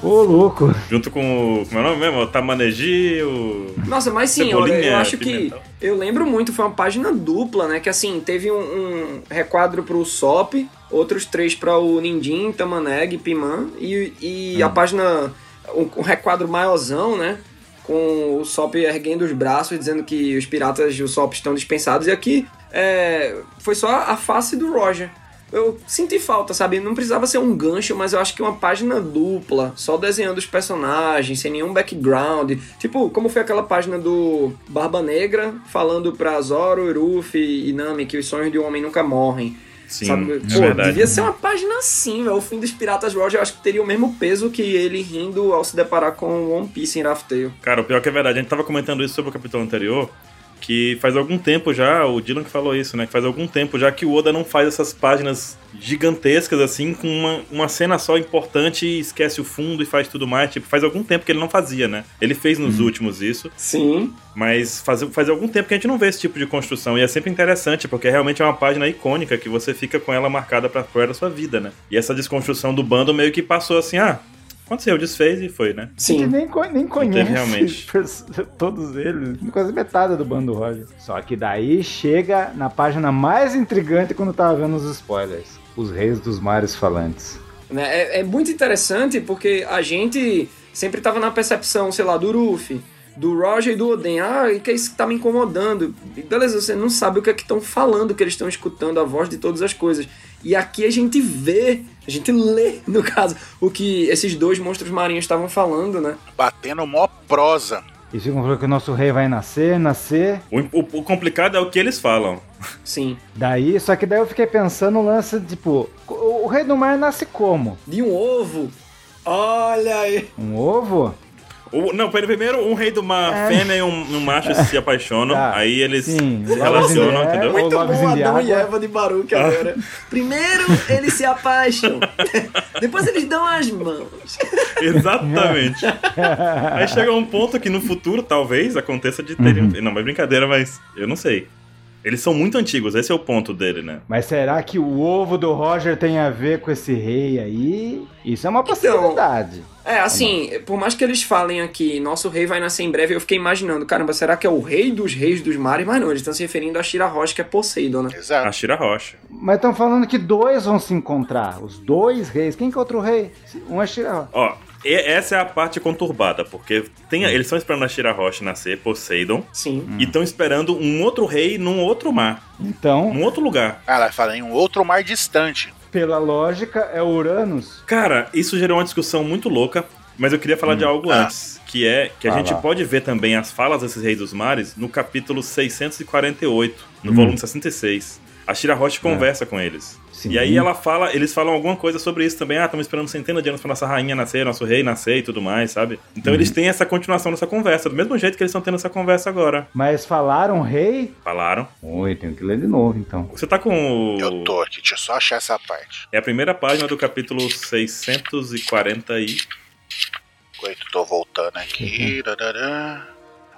[SPEAKER 1] Ô, louco.
[SPEAKER 2] Junto com o. Como é o nome mesmo? O Tamaneji, o.
[SPEAKER 4] Nossa, mas sim, olha,
[SPEAKER 2] Cebolinha,
[SPEAKER 4] eu acho que.
[SPEAKER 2] pimentão.
[SPEAKER 4] Eu lembro muito, foi uma página dupla, né? Que assim, teve um, um requadro pro Sop, outros três pra o Nindim, Tamaneg, Piman, e, e a página. Um, um requadro maiorzão, né? Com o Sop erguendo os braços, dizendo que os piratas e o Sop estão dispensados. E aqui é, foi só a face do Roger. eu senti falta, sabe? Não precisava ser um gancho, mas eu acho que uma página dupla, só desenhando os personagens, sem nenhum background. Tipo, como foi aquela página do Barba Negra falando pra Zoro, Irufi e Nami que os sonhos de um homem nunca morrem.
[SPEAKER 2] Sim,
[SPEAKER 4] Sabe?
[SPEAKER 2] é
[SPEAKER 4] Pô,
[SPEAKER 2] verdade.
[SPEAKER 4] devia ser uma página assim, velho. O fim dos Piratas Roger eu acho que teria o mesmo peso que ele rindo ao se deparar com o One Piece em Raftail.
[SPEAKER 2] Cara, o pior que é verdade. A gente tava comentando isso sobre o capítulo anterior, que faz algum tempo já, o Dylan que falou isso, né? Que faz algum tempo já que o Oda não faz essas páginas gigantescas, assim, com uma, uma cena só importante e esquece o fundo e faz tudo mais. Tipo, faz algum tempo que ele não fazia, né? Ele fez nos últimos isso.
[SPEAKER 4] Sim.
[SPEAKER 2] Mas faz, faz algum tempo que a gente não vê esse tipo de construção. E é sempre interessante, porque realmente é uma página icônica que você fica com ela marcada pra fora da sua vida, né? E essa desconstrução do bando meio que passou assim, ah, aconteceu, desfez e foi, né?
[SPEAKER 1] Que
[SPEAKER 4] Sim.
[SPEAKER 1] nem, co- nem conhece
[SPEAKER 2] realmente.
[SPEAKER 1] pers- todos eles, quase metade do bando Roger. Só que daí chega na página mais intrigante quando eu tava vendo os spoilers. Os reis dos mares falantes.
[SPEAKER 4] Né, É, é muito interessante porque a gente sempre tava na percepção, sei lá, do Ruffy, do Roger e do Oden. Ah, e que é isso que tá me incomodando? E Beleza, você não sabe o que é que estão falando, o que eles estão escutando, a voz de todas as coisas. E aqui a gente vê, a gente lê, no caso, o que esses dois monstros marinhos estavam falando, né?
[SPEAKER 3] Batendo mó prosa.
[SPEAKER 1] E ficam falando que o nosso rei vai nascer, nascer.
[SPEAKER 2] O, o- o complicado é o que eles falam.
[SPEAKER 4] Sim.
[SPEAKER 1] Daí, só que daí eu fiquei pensando no lance, tipo, o o rei do mar nasce como?
[SPEAKER 4] De um ovo. Olha aí.
[SPEAKER 1] Um ovo?
[SPEAKER 2] O- não, pera- primeiro um rei de uma
[SPEAKER 1] É.
[SPEAKER 2] fêmea e um, um macho se apaixonam,
[SPEAKER 1] Tá.
[SPEAKER 2] aí eles
[SPEAKER 1] Sim,
[SPEAKER 2] se
[SPEAKER 1] Love
[SPEAKER 2] relacionam,
[SPEAKER 1] in the Air.
[SPEAKER 2] entendeu?
[SPEAKER 1] Ou
[SPEAKER 4] Muito
[SPEAKER 1] Loves
[SPEAKER 4] bom
[SPEAKER 1] in the
[SPEAKER 4] Adão e
[SPEAKER 1] Aqua.
[SPEAKER 4] Eva de Baruch agora. Primeiro eles se apaixonam, depois eles dão as mãos.
[SPEAKER 2] Exatamente. Aí chega um ponto que no futuro talvez aconteça de terem.
[SPEAKER 1] Uhum.
[SPEAKER 2] Não, mas brincadeira, mas eu não sei. Eles são muito antigos, esse é o ponto dele, né?
[SPEAKER 1] Mas será que o ovo do Roger tem a ver com esse rei aí? Isso é uma
[SPEAKER 2] Então-
[SPEAKER 1] possibilidade.
[SPEAKER 4] É, assim, por mais que eles falem aqui, nosso rei vai nascer em breve, eu fiquei imaginando, caramba, será que é o rei dos reis dos mares? Mas não, eles estão se referindo a Shira Rocha, que é Poseidon, né?
[SPEAKER 2] A
[SPEAKER 3] Exato.
[SPEAKER 2] Shira Rocha.
[SPEAKER 1] Mas estão falando que dois vão se encontrar. Os dois reis. Quem que é outro rei? Um é Shiraho.
[SPEAKER 2] Ó, e- essa é a parte conturbada, porque tem, eles estão esperando a Shira Rocha nascer, Poseidon,
[SPEAKER 4] Sim.
[SPEAKER 2] e
[SPEAKER 1] Hum.
[SPEAKER 2] estão esperando um outro rei num outro mar,
[SPEAKER 1] Então,
[SPEAKER 2] num outro lugar.
[SPEAKER 3] Ah, ela fala em um outro mar distante.
[SPEAKER 1] pela lógica, é Uranus.
[SPEAKER 2] Cara, isso gerou uma discussão muito louca, mas eu queria falar de algo
[SPEAKER 3] Ah.
[SPEAKER 2] antes, que é que a
[SPEAKER 1] Hum. Vai
[SPEAKER 2] gente
[SPEAKER 1] lá.
[SPEAKER 2] pode ver também as falas desses reis dos mares no capítulo 648, no
[SPEAKER 1] Hum. É.
[SPEAKER 2] volume 66. A Shira Rocha conversa com eles.
[SPEAKER 1] Sim.
[SPEAKER 2] E aí ela fala, eles falam alguma coisa sobre isso também. Ah, estamos esperando centenas de anos pra nossa rainha nascer, nosso rei nascer e tudo mais, sabe? Então
[SPEAKER 1] Uhum.
[SPEAKER 2] eles têm essa continuação dessa conversa, do mesmo jeito que eles estão tendo essa conversa agora.
[SPEAKER 1] Mas falaram rei?
[SPEAKER 2] Falaram.
[SPEAKER 1] Oi, tenho que ler de novo então.
[SPEAKER 2] Você tá com o...
[SPEAKER 3] Eu tô aqui, deixa eu só achar essa parte.
[SPEAKER 2] É a primeira página do capítulo 640 e...
[SPEAKER 3] Coito, tô voltando aqui. Darará.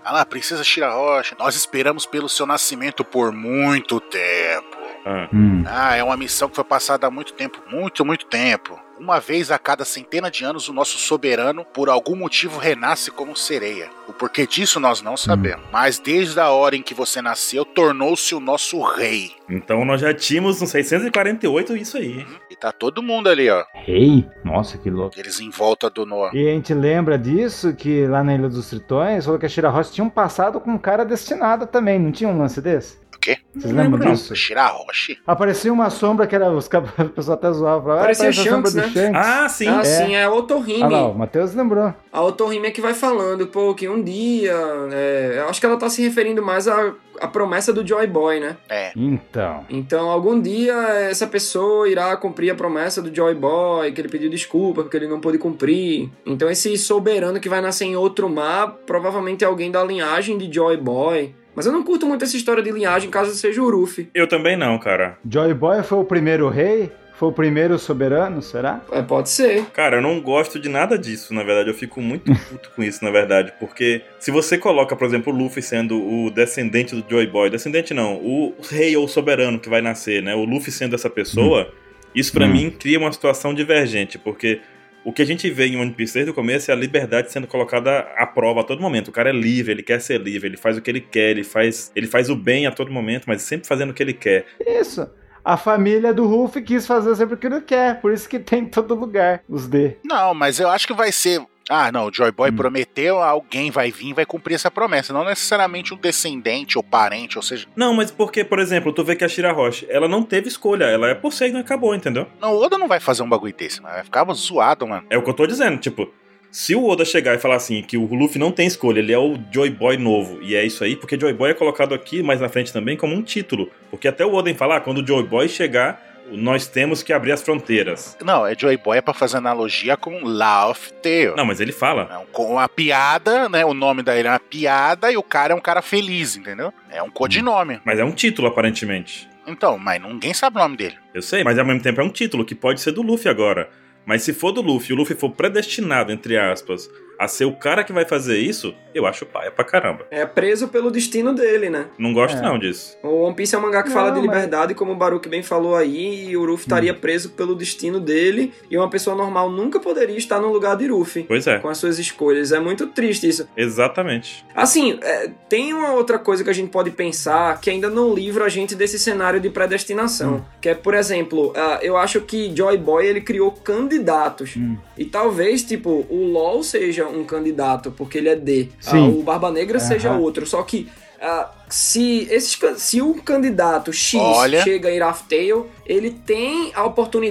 [SPEAKER 3] Ah lá, Princesa Shira Rocha, nós esperamos pelo seu nascimento por muito tempo.
[SPEAKER 2] Ah,
[SPEAKER 1] Hum.
[SPEAKER 3] Ah, é uma missão que foi passada há muito tempo, muito, muito tempo. Uma vez a cada centena de anos, o nosso soberano, por algum motivo, renasce como sereia. O porquê disso nós não sabemos. Mas desde a hora em que você nasceu, tornou-se o nosso rei.
[SPEAKER 2] então nós já tínhamos no 648 isso aí.
[SPEAKER 3] E tá todo mundo ali, ó.
[SPEAKER 1] Rei? Nossa, que louco.
[SPEAKER 3] Eles em volta do Noah.
[SPEAKER 1] E a gente lembra disso, que lá na Ilha dos Tritões, falou que a Shira Rocha tinha um passado com um cara destinado também, não tinha um lance desse?
[SPEAKER 3] O quê?
[SPEAKER 1] Vocês
[SPEAKER 2] Não lembro,
[SPEAKER 1] lembram
[SPEAKER 2] não.
[SPEAKER 1] disso?
[SPEAKER 3] Shira Rocha?
[SPEAKER 1] Aparecia uma sombra que era. Os cap- o pessoal até zoava. falava, "Ah,
[SPEAKER 4] Parecia
[SPEAKER 1] parece a sombra
[SPEAKER 4] Shanks,
[SPEAKER 1] do
[SPEAKER 4] né?
[SPEAKER 1] Shanks."
[SPEAKER 2] Ah, sim.
[SPEAKER 4] Ah,
[SPEAKER 1] É.
[SPEAKER 4] sim, é a Otorrime.
[SPEAKER 1] Ah lá, o Matheus lembrou.
[SPEAKER 4] A Otorrime é que vai falando, pô, que um dia... é, eu acho que ela tá se referindo mais à, à promessa do Joy Boy, né?
[SPEAKER 3] É.
[SPEAKER 1] Então.
[SPEAKER 4] Então, algum dia essa pessoa irá cumprir a promessa do Joy Boy, que ele pediu desculpa porque ele não pôde cumprir. Então, esse soberano que vai nascer em outro mar, provavelmente é alguém da linhagem de Joy Boy. Mas eu não curto muito essa história de linhagem, caso seja o Ruffy.
[SPEAKER 2] Eu também não, cara.
[SPEAKER 1] Joy Boy foi o primeiro rei? Foi o primeiro soberano, será?
[SPEAKER 4] É, pode ser.
[SPEAKER 2] Cara, eu não gosto de nada disso, na verdade. Eu fico muito puto com isso, na verdade. Porque se você coloca, por exemplo, o Luffy sendo o descendente do Joy Boy, descendente não, o rei ou soberano que vai nascer, né? O Luffy sendo essa pessoa, isso pra
[SPEAKER 1] Hum.
[SPEAKER 2] mim cria uma situação divergente, porque. O que a gente vê em One Piece desde o começo é a liberdade sendo colocada à prova a todo momento. O cara é livre, ele quer ser livre, ele faz o que ele quer, ele faz, ele faz o bem a todo momento, mas sempre fazendo o que ele quer.
[SPEAKER 1] Isso. A família do Ruff quis fazer sempre o que ele quer, por isso que tem em todo lugar os D.
[SPEAKER 3] Não, mas eu acho que vai ser. Ah, não, o Joy Boy
[SPEAKER 1] Hum.
[SPEAKER 3] prometeu, alguém vai vir e vai cumprir essa promessa. Não necessariamente um descendente ou parente, ou seja.
[SPEAKER 2] Não, mas porque, por exemplo, tu vê que a Shira Roche, ela não teve escolha, ela é Poseidon e acabou, entendeu?
[SPEAKER 3] Não, o Oda não vai fazer um bagulho desse, mano. Vai ficar zoado, mano.
[SPEAKER 2] É o que eu tô dizendo, tipo, se o Oda chegar e falar assim, que o Luffy não tem escolha, ele é o Joy Boy novo, e é isso aí, porque Joy Boy é colocado aqui, mais na frente também, como um título. Porque até o Oden falar, quando o Joy Boy chegar, nós temos que abrir as fronteiras.
[SPEAKER 3] Não, é Joy Boy é pra fazer analogia com Laugh Tale.
[SPEAKER 2] Não, mas ele fala.
[SPEAKER 3] É um- com uma piada, né? O nome dele é uma piada e o cara é um cara feliz, entendeu? É um codinome.
[SPEAKER 2] Mas é um título, aparentemente.
[SPEAKER 3] Então, mas ninguém sabe o nome dele.
[SPEAKER 2] Eu sei, mas ao mesmo tempo é um título que pode ser do Luffy agora. Mas se for do Luffy e o Luffy for predestinado, entre aspas, a ser o cara que vai fazer isso, eu acho paia pra caramba.
[SPEAKER 4] É preso pelo destino dele, né?
[SPEAKER 2] Não gosto
[SPEAKER 1] É.
[SPEAKER 2] não disso.
[SPEAKER 4] O One Piece é um mangá que fala
[SPEAKER 1] Não,
[SPEAKER 4] de
[SPEAKER 1] mas-
[SPEAKER 4] liberdade, como o Baruch bem falou aí, e o Ruffy estaria preso pelo destino dele, e uma pessoa normal nunca poderia estar no lugar de Ruffy.
[SPEAKER 2] Pois é,
[SPEAKER 4] Com as suas escolhas. É muito triste isso.
[SPEAKER 2] exatamente.
[SPEAKER 4] Assim, é, tem uma outra coisa que a gente pode pensar que ainda não livra a gente desse cenário de
[SPEAKER 1] Hum.
[SPEAKER 4] predestinação. Que é, por exemplo, ah, eu acho que Joy Boy ele criou candidatos.
[SPEAKER 1] Hum.
[SPEAKER 4] E talvez, tipo, o LOL seja um candidato, porque ele é D. Ah,
[SPEAKER 1] Sim.
[SPEAKER 4] o Barba Negra seja
[SPEAKER 1] Aham.
[SPEAKER 4] outro. Só que. ah, se, esses, can- se o candidato X
[SPEAKER 3] Olha.
[SPEAKER 4] chega em Rough Tale, ele tem a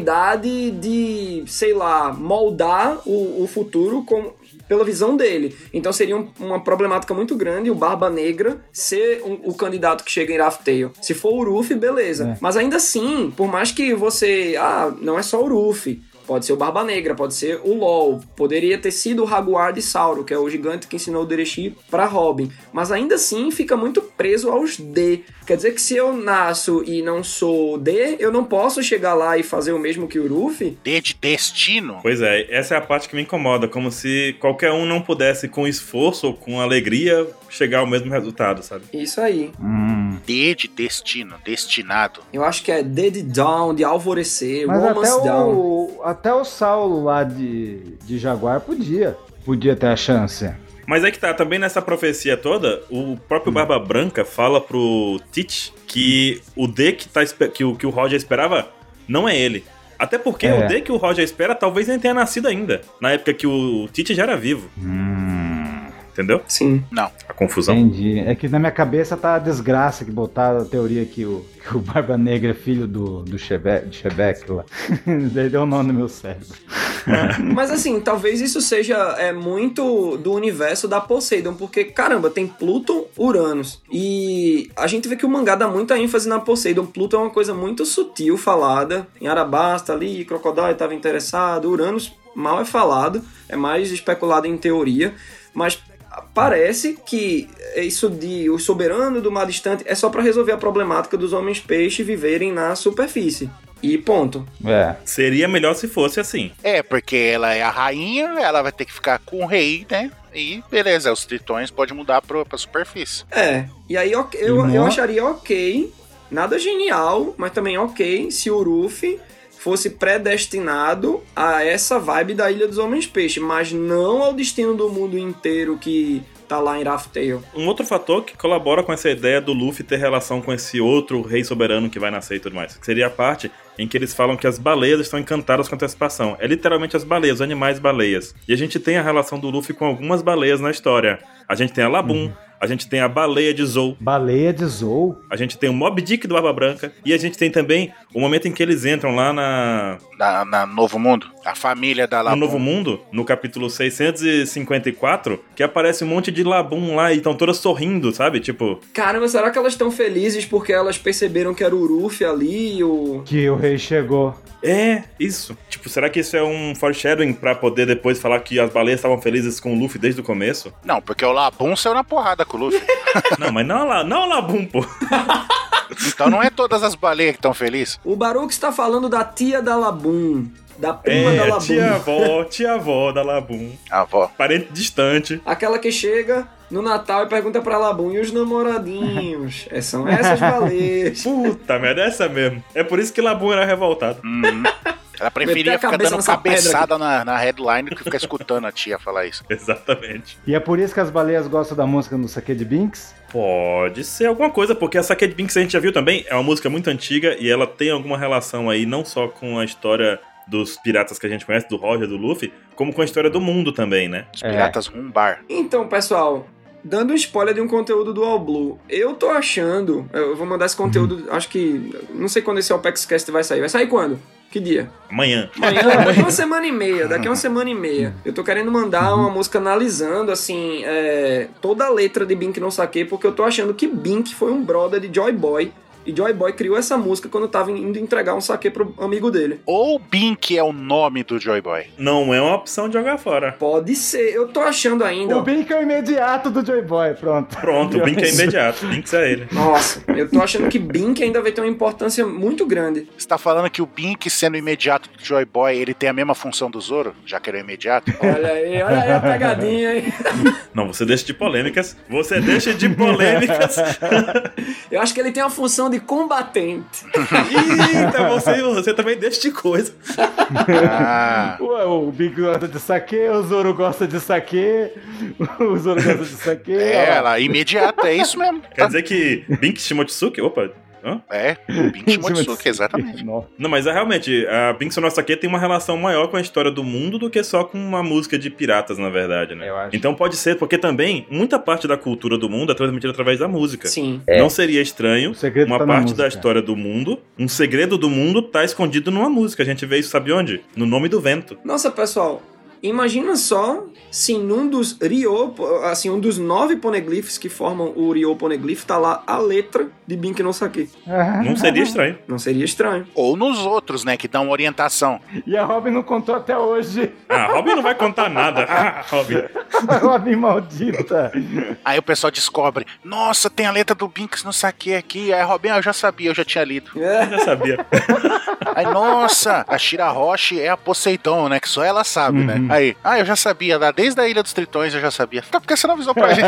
[SPEAKER 4] oportunidade de, sei lá, moldar o, o futuro com, pela visão dele. Então seria um- uma problemática muito grande o Barba Negra ser um- o candidato que chega em Rough Tale. Se for o Ruffy, beleza.
[SPEAKER 1] É.
[SPEAKER 4] Mas ainda assim, por mais que você... Ah, não é só o Ruffy. Pode ser o Barba Negra, pode ser o LOL. Poderia ter sido o Raguar de Sauro, que é o gigante que ensinou o Derechi pra Robin. Mas ainda assim fica muito preso aos D. Quer dizer que se eu nasço e não sou D, eu não posso chegar lá e fazer o mesmo que o Ruffy?
[SPEAKER 3] D de destino.
[SPEAKER 2] Pois é, essa é a parte que me incomoda, como se qualquer um não pudesse, com esforço ou com alegria, chegar ao mesmo resultado, sabe?
[SPEAKER 4] Isso aí.
[SPEAKER 1] Hum.
[SPEAKER 3] D de destino, destinado.
[SPEAKER 4] Eu acho que é Dead Dawn, de Alvorecer,
[SPEAKER 1] Mas até
[SPEAKER 4] Romance Dawn.
[SPEAKER 1] o, até o Saulo lá de, de Jaguar podia. Podia ter a chance.
[SPEAKER 2] Mas é que tá, também nessa profecia toda, o próprio Barba Branca fala pro Tite que o D que, tá, espe- que, o, que o Roger esperava não é ele. Até porque
[SPEAKER 1] É.
[SPEAKER 2] o D que o Roger espera talvez nem tenha nascido ainda, na época que o Tite já era vivo,
[SPEAKER 1] Hum,
[SPEAKER 2] entendeu?
[SPEAKER 4] Sim.
[SPEAKER 2] A confusão.
[SPEAKER 1] entendi. É que na minha cabeça tá a desgraça que botaram a teoria que o, que o Barba Negra é filho do, do Chebec, de Chebec lá. Daí deu um nó no meu cérebro.
[SPEAKER 4] Mas assim, talvez isso seja é, muito do universo da Poseidon, porque, caramba, tem Pluton, Uranus. E a gente vê que o mangá dá muita ênfase na Poseidon. Pluton é uma coisa muito sutil falada. Em Arabasta ali, Crocodile estava interessado, Uranus mal é falado, é mais especulado em teoria. Mas parece que isso de o soberano do mar distante é só para resolver a problemática dos homens peixe viverem na superfície. E ponto.
[SPEAKER 1] É.
[SPEAKER 2] Seria melhor se fosse assim.
[SPEAKER 3] É, porque ela é a rainha, ela vai ter que ficar com o rei, né? E beleza, os tritões podem mudar pro, pra superfície.
[SPEAKER 4] É, e aí ok- eu,
[SPEAKER 1] E
[SPEAKER 4] eu
[SPEAKER 1] mo-
[SPEAKER 4] acharia ok, nada genial, mas também ok se o Ruffy fosse predestinado a essa vibe da Ilha dos Homens Peixe, mas não ao destino do mundo inteiro que tá lá em Rough Tale.
[SPEAKER 2] Um outro fator que colabora com essa ideia do Luffy ter relação com esse outro rei soberano que vai nascer e tudo mais, que seria a parte em que eles falam que as baleias estão encantadas com a antecipação. É literalmente as baleias, os animais baleias. E a gente tem a relação do Luffy com algumas baleias na história. A gente tem a Labum, a gente tem a baleia de Zou,
[SPEAKER 1] Baleia de Zou.
[SPEAKER 2] a gente tem o Mob Dick do Barba Branca, e a gente tem também o momento em que eles entram lá na,
[SPEAKER 3] Na, na Novo Mundo, a família da
[SPEAKER 2] no
[SPEAKER 3] Labum.
[SPEAKER 2] Novo Mundo, no capítulo 654, que aparece um monte de Labum lá e estão todas sorrindo, sabe? Tipo,
[SPEAKER 4] Caramba, será que elas estão felizes porque elas perceberam que era o Ruffy ali e o...
[SPEAKER 1] Que o rei chegou.
[SPEAKER 2] É, isso. Tipo, será que isso é um foreshadowing pra poder depois falar que as baleias estavam felizes com o Luffy desde o começo?
[SPEAKER 3] Não, porque o Labum saiu na porrada com o Luffy.
[SPEAKER 2] Não, mas não lá, não lá, Bum, pô.
[SPEAKER 3] então não é todas as baleias que estão felizes.
[SPEAKER 4] O Baruch está falando da tia da Labum, da prima da
[SPEAKER 2] É,
[SPEAKER 4] Labum.
[SPEAKER 2] tia-avó, tia-avó da Labum.
[SPEAKER 3] A avó.
[SPEAKER 2] Parente distante.
[SPEAKER 4] Aquela que chega no Natal e pergunta pra Labum, e os namoradinhos? É, são essas baleias.
[SPEAKER 2] Puta merda, é essa mesmo. É por isso que Labum era revoltado.
[SPEAKER 3] Uhum. Ela preferia
[SPEAKER 4] a
[SPEAKER 3] ficar
[SPEAKER 4] cabeça
[SPEAKER 3] dando
[SPEAKER 4] nessa pedra
[SPEAKER 3] cabeçada na, na headline do que ficar escutando a tia falar isso.
[SPEAKER 2] Exatamente.
[SPEAKER 1] E é por isso que as baleias gostam da música no Saque de Binks?
[SPEAKER 2] Pode ser alguma coisa, porque a Saked Binks a gente já viu também, é uma música muito antiga e ela tem alguma relação aí não só com a história dos piratas que a gente conhece, do Roger, do Luffy, como com a história do mundo também, né?
[SPEAKER 3] Os
[SPEAKER 1] É.
[SPEAKER 3] piratas rumbar.
[SPEAKER 4] Então, pessoal, dando um spoiler de um conteúdo do All Blue, eu tô achando. Eu vou mandar esse conteúdo, acho que. Não sei quando esse Apex Cast vai sair. Vai sair quando? Que dia?
[SPEAKER 2] Amanhã.
[SPEAKER 4] Amanhã, daqui a uma semana e meia, daqui a uma semana e meia. Eu tô querendo mandar uma música analisando, assim, é, toda a letra de Bink Não Saquei, porque eu tô achando que Bink foi um brother de Joy Boy. E Joy Boy criou essa música quando tava indo entregar um saque pro amigo dele.
[SPEAKER 3] Ou Bink é o nome do Joy Boy.
[SPEAKER 2] Não é uma opção de jogar fora.
[SPEAKER 4] Pode ser, eu tô achando ainda.
[SPEAKER 1] O
[SPEAKER 4] ó.
[SPEAKER 1] Bink é o imediato do Joy Boy, pronto.
[SPEAKER 2] Então. Pronto, o Bink é imediato. Binks é ele.
[SPEAKER 4] Nossa, eu tô achando que Bink ainda vai ter uma importância muito grande.
[SPEAKER 3] Você tá falando que o Bink, sendo imediato do Joy Boy, ele tem a mesma função do Zoro? Já que ele é imediato?
[SPEAKER 4] Olha aí, olha aí a pegadinha, hein?
[SPEAKER 2] Não, você deixa de polêmicas. Você deixa de polêmicas.
[SPEAKER 4] Eu acho que ele tem uma função de combatente.
[SPEAKER 2] Eita, você, você também deixa de coisa.
[SPEAKER 3] Ah,
[SPEAKER 1] Ué, o Bink gosta de saque, o Zoro gosta de saque, o Zoro gosta de saque.
[SPEAKER 3] é,
[SPEAKER 1] ó lá.
[SPEAKER 3] ela, imediata, é isso mesmo.
[SPEAKER 2] Quer dizer que Bink Shimotsuki? Opa. Hã?
[SPEAKER 3] É, o Bink Shimotsuki, exatamente.
[SPEAKER 1] Nossa.
[SPEAKER 2] Não, mas é realmente, a Bink Sonosaki tem uma relação maior com a história do mundo do que só com uma música de piratas, na verdade, né?
[SPEAKER 1] Eu acho.
[SPEAKER 2] Então pode ser, porque também muita parte da cultura do mundo é transmitida através da música.
[SPEAKER 4] Sim.
[SPEAKER 2] Não seria estranho
[SPEAKER 1] O segredo
[SPEAKER 2] uma
[SPEAKER 1] tá na
[SPEAKER 2] parte da
[SPEAKER 1] música.
[SPEAKER 2] história do mundo, um segredo do mundo tá escondido numa música. A gente vê isso, sabe onde? No nome do vento.
[SPEAKER 4] Nossa, pessoal, imagina só se num dos Ryo, assim, um dos nove poneglyphs que formam o Ryo Poneglyph, tá lá a letra de Bink no Saki.
[SPEAKER 1] Ah,
[SPEAKER 2] Não seria estranho.
[SPEAKER 4] Não seria estranho.
[SPEAKER 3] Ou nos outros, né, que dão orientação.
[SPEAKER 1] E a Robin não contou até hoje.
[SPEAKER 2] Ah, Robin não vai contar nada. Ah, Robin.
[SPEAKER 1] A Robin maldita.
[SPEAKER 3] Aí o pessoal descobre, nossa, tem a letra do Binks no saque aqui. Aí, Robin, ah, eu já sabia, eu já tinha lido.
[SPEAKER 4] É.
[SPEAKER 2] Já sabia.
[SPEAKER 3] Aí, nossa, a Shira Roche é a Poseidon, né, que só ela sabe, né.
[SPEAKER 2] Uhum.
[SPEAKER 3] Aí, ah, eu já sabia, lá desde a Ilha dos Tritões eu já sabia. Tá, por que você não avisou pra gente?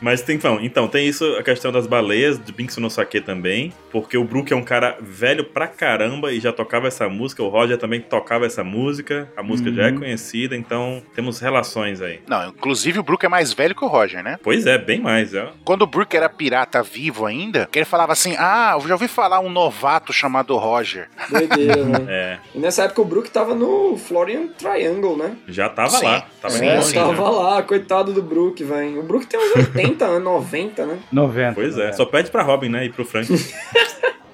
[SPEAKER 2] Mas tem, então, então, tem isso, a questão das baleias, de Binks no Saque também, porque o Brook é um cara velho pra caramba e já tocava essa música, o Roger também tocava essa música, a música já é conhecida, então temos relações aí.
[SPEAKER 3] não, inclusive o Brook é mais velho que o Roger, né.
[SPEAKER 2] Pois é, bem mais, é.
[SPEAKER 3] Quando o Brook era pirata vivo ainda, que ele falava assim, ah, eu já ouvi falar um novato chamado Roger.
[SPEAKER 4] Doideira, né?
[SPEAKER 2] é
[SPEAKER 4] E nessa época o Brook tava no Florian Triangle, né?
[SPEAKER 2] já tava
[SPEAKER 3] Sim.
[SPEAKER 2] lá, tava
[SPEAKER 3] Sim,
[SPEAKER 2] em
[SPEAKER 4] é,
[SPEAKER 2] Londres, né?
[SPEAKER 4] tava lá, coitado do Brook, velho. O Brook tem uns 80 anos, 90, né?
[SPEAKER 1] 90.
[SPEAKER 2] Pois é,
[SPEAKER 1] 90.
[SPEAKER 2] só pede pra Robin, né, e pro Frank.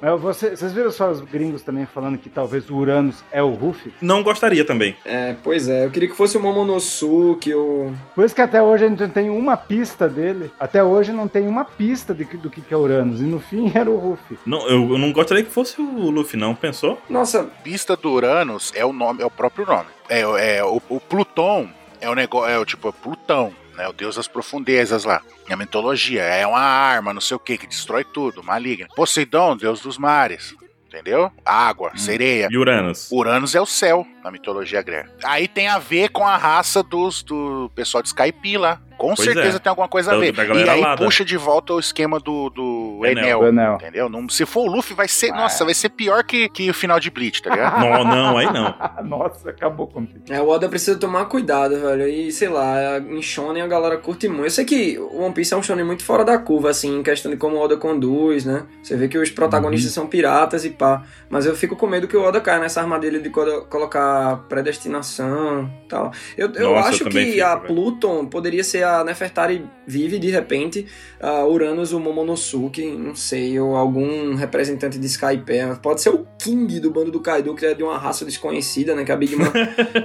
[SPEAKER 1] Mas você- vocês viram só os gringos também falando que talvez o Uranus é o Ruffy?
[SPEAKER 2] Não gostaria também.
[SPEAKER 4] É, pois é. Eu queria que fosse o Momonosuke, o...
[SPEAKER 1] Por isso que até hoje a gente não tem uma pista dele. Até hoje não tem uma pista de que- do que que é Uranus. E no fim era o Ruffy.
[SPEAKER 2] Não, eu, eu não gostaria que fosse o Luffy, não, pensou?
[SPEAKER 4] Nossa,
[SPEAKER 3] Pista do Uranus é o nome, é o próprio nome. É, é o, o Plutão é o negócio, é o tipo é Plutão, né? O deus das profundezas lá. É a mitologia, é uma arma, não sei o que, que destrói tudo, maligna. Poseidon, deus dos mares, entendeu?
[SPEAKER 2] Hum.
[SPEAKER 3] Água, sereia.
[SPEAKER 2] E Uranus.
[SPEAKER 3] Uranus é o céu na mitologia grega. Aí tem a ver com a raça dos do pessoal de Skype lá. Com
[SPEAKER 2] Pois
[SPEAKER 3] certeza
[SPEAKER 2] é.
[SPEAKER 3] tem alguma coisa a
[SPEAKER 2] Da-
[SPEAKER 3] ver.
[SPEAKER 2] da
[SPEAKER 3] e
[SPEAKER 2] galera
[SPEAKER 3] aí
[SPEAKER 2] lá, né?
[SPEAKER 3] puxa de volta o esquema do, do
[SPEAKER 2] Enel.
[SPEAKER 3] Enel.
[SPEAKER 1] Do Enel.
[SPEAKER 3] Entendeu? Não- se for o Luffy, vai ser. Nossa, vai ser pior que, que o final de Bleach, tá ligado?
[SPEAKER 2] Não, não, aí não.
[SPEAKER 1] Ah, nossa, acabou com tudo.
[SPEAKER 4] É, o Oda precisa tomar cuidado, velho. E sei lá, em Shonen a galera curte muito. Eu sei que o One Piece é um Shonen muito fora da curva, assim, em questão de como o Oda conduz, né? Você vê que os protagonistas
[SPEAKER 2] Uhum.
[SPEAKER 4] são piratas e pá. Mas eu fico com medo que o Oda caia nessa armadilha de co- colocar predestinação e tal. Eu, eu
[SPEAKER 2] Nossa, eu
[SPEAKER 4] acho
[SPEAKER 2] também
[SPEAKER 4] que
[SPEAKER 2] fico,
[SPEAKER 4] a
[SPEAKER 2] velho.
[SPEAKER 4] Pluton poderia ser a Nefertari vive de repente, a Uranus, o Momonosuke, não sei, ou algum representante de Skype. Pode ser o King do bando do Kaido, que é de uma raça desconhecida, né? Que a Big Man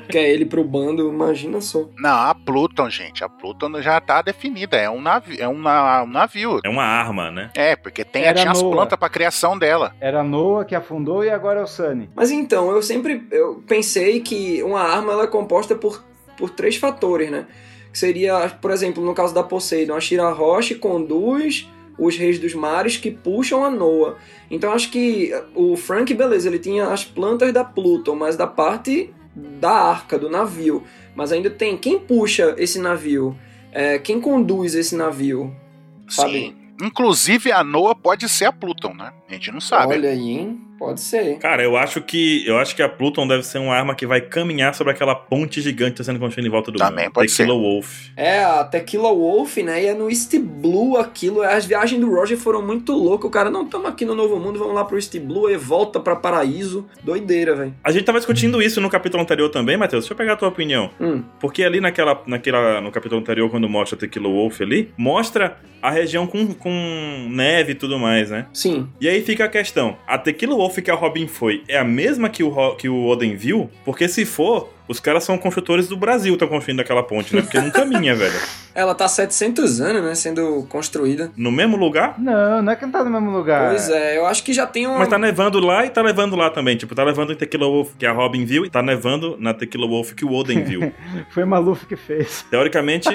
[SPEAKER 4] quer é ele pro bando, imagina só.
[SPEAKER 3] Não, a Pluton, gente. A Pluton já tá definida. É um navio. É um, na- um navio.
[SPEAKER 2] É uma arma, né?
[SPEAKER 3] É, porque tem,
[SPEAKER 1] Era
[SPEAKER 3] tinha as
[SPEAKER 1] Noah.
[SPEAKER 3] plantas pra criação dela.
[SPEAKER 1] Era a Noah que afundou e agora é o Sunny.
[SPEAKER 4] Mas então, eu sempre eu pensei que uma arma ela é composta por, por três fatores, né? Que seria, por exemplo, no caso da Poseidon, a Shira Roche conduz os reis dos mares que puxam a Noa. Então acho que o Frank, beleza, ele tinha as plantas da Pluton, mas da parte da arca, do navio. Mas ainda tem quem puxa esse navio, É, quem conduz esse navio, sabe?
[SPEAKER 3] Sim. Inclusive, a Noa pode ser a Pluton, né? A gente não sabe.
[SPEAKER 4] Olha aí, hein? Pode ser.
[SPEAKER 2] Cara, eu acho que eu acho que a Pluton deve ser uma arma que vai caminhar sobre aquela ponte gigante que tá sendo construída em volta do
[SPEAKER 3] Também
[SPEAKER 2] mundo.
[SPEAKER 3] pode
[SPEAKER 2] Tequila Wolf.
[SPEAKER 4] É, a Tequila Wolf, né? E é no East Blue aquilo. É, As viagens do Roger foram muito loucas. O cara, não, tamo aqui no Novo Mundo, vamos lá pro East Blue e volta pra Paraíso. Doideira, velho.
[SPEAKER 2] A gente tava discutindo isso no capítulo anterior também, Matheus. Deixa eu pegar a tua opinião.
[SPEAKER 4] Hum.
[SPEAKER 2] Porque ali naquela, naquela, no capítulo anterior, quando mostra Tequila Wolf ali, mostra a região com, com neve e tudo mais, né?
[SPEAKER 4] Sim.
[SPEAKER 2] E aí fica a questão: a Tequila Wolf que a Robin foi é a mesma que o, Ro- que o Oden viu? Porque se for, os caras são construtores do Brasil que estão construindo aquela ponte, né? Porque não caminha, velho.
[SPEAKER 4] Ela tá há 700 anos, né? Sendo construída.
[SPEAKER 2] No mesmo lugar,
[SPEAKER 1] Não, não é que não tá no mesmo lugar.
[SPEAKER 4] Pois é, eu acho que já tem uma.
[SPEAKER 2] mas tá nevando lá e tá levando lá também. Tipo, tá levando em Tequila Wolf que a Robin viu e tá nevando na Tequila Wolf que o Oden viu.
[SPEAKER 1] Foi Maluf que fez.
[SPEAKER 2] Teoricamente,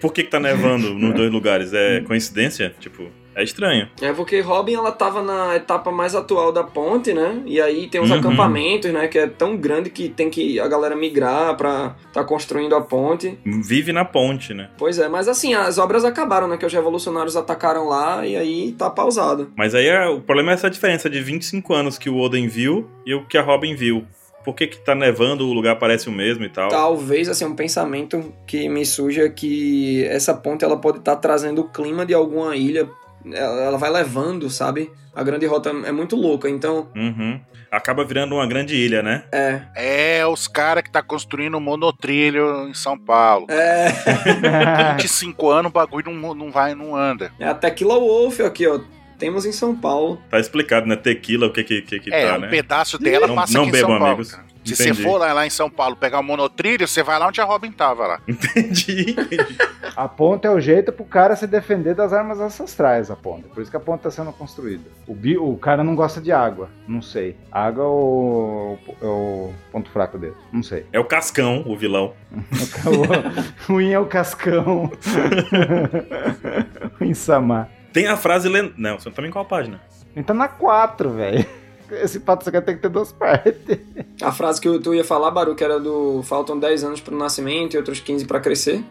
[SPEAKER 2] por que, que tá nevando nos dois lugares?
[SPEAKER 3] Hum.
[SPEAKER 2] É coincidência? Tipo, é estranho.
[SPEAKER 4] É porque Robin ela tava na etapa mais atual da ponte, né? E aí tem os
[SPEAKER 2] Uhum.
[SPEAKER 4] acampamentos, né? Que é tão grande que tem que a galera migrar pra tá construindo a ponte.
[SPEAKER 2] Vive na ponte, né?
[SPEAKER 4] Pois é, mas assim, as obras acabaram, né? Que os revolucionários atacaram lá e aí tá pausado.
[SPEAKER 2] Mas aí é- o problema é essa diferença de 25 anos que o Oden viu e o que a Robin viu. Por que, que tá nevando, o lugar parece o mesmo e tal?
[SPEAKER 4] Talvez, assim, um pensamento que me surge é que essa ponte ela pode estar trazendo o clima de alguma ilha. Ela ela vai levando, sabe? A grande rota é muito louca, então.
[SPEAKER 2] Uhum. Acaba virando uma grande ilha, né?
[SPEAKER 4] É.
[SPEAKER 3] É os caras que tá construindo um monotrilho em São Paulo.
[SPEAKER 4] É.
[SPEAKER 3] 25 anos o bagulho não, não vai, não anda.
[SPEAKER 4] É a Tequila Wolf aqui, ó. Temos em São Paulo.
[SPEAKER 2] Tá explicado, né? Tequila, o que que, que, que
[SPEAKER 3] é,
[SPEAKER 2] tá,
[SPEAKER 3] um
[SPEAKER 2] né?
[SPEAKER 3] pedaço dela
[SPEAKER 2] Não-
[SPEAKER 3] passa
[SPEAKER 2] não
[SPEAKER 3] aqui em
[SPEAKER 2] bebam,
[SPEAKER 3] São Paulo.
[SPEAKER 2] amigos.
[SPEAKER 3] cara. Se
[SPEAKER 2] Entendi.
[SPEAKER 3] você for lá, lá em São Paulo pegar o monotrilho, você vai lá onde a Robin tava lá.
[SPEAKER 2] Entendi.
[SPEAKER 1] A ponta é o jeito pro cara se defender das armas ancestrais, a ponta. Por isso que a ponta tá sendo construída. O, bi- o cara não gosta de água, não sei. Água é o, é o ponto fraco dele, não sei.
[SPEAKER 2] É o Cascão, o vilão.
[SPEAKER 1] O ruim é o cascão. o Insamar.
[SPEAKER 2] Tem a frase... Len... Não, você não tá em qual página?
[SPEAKER 1] Ele tá na 4, velho. Esse pato você quer ter que ter duas partes.
[SPEAKER 4] A frase que eu- tu ia falar, Baru, que era do faltam 10 anos pro nascimento e outros 15 pra crescer.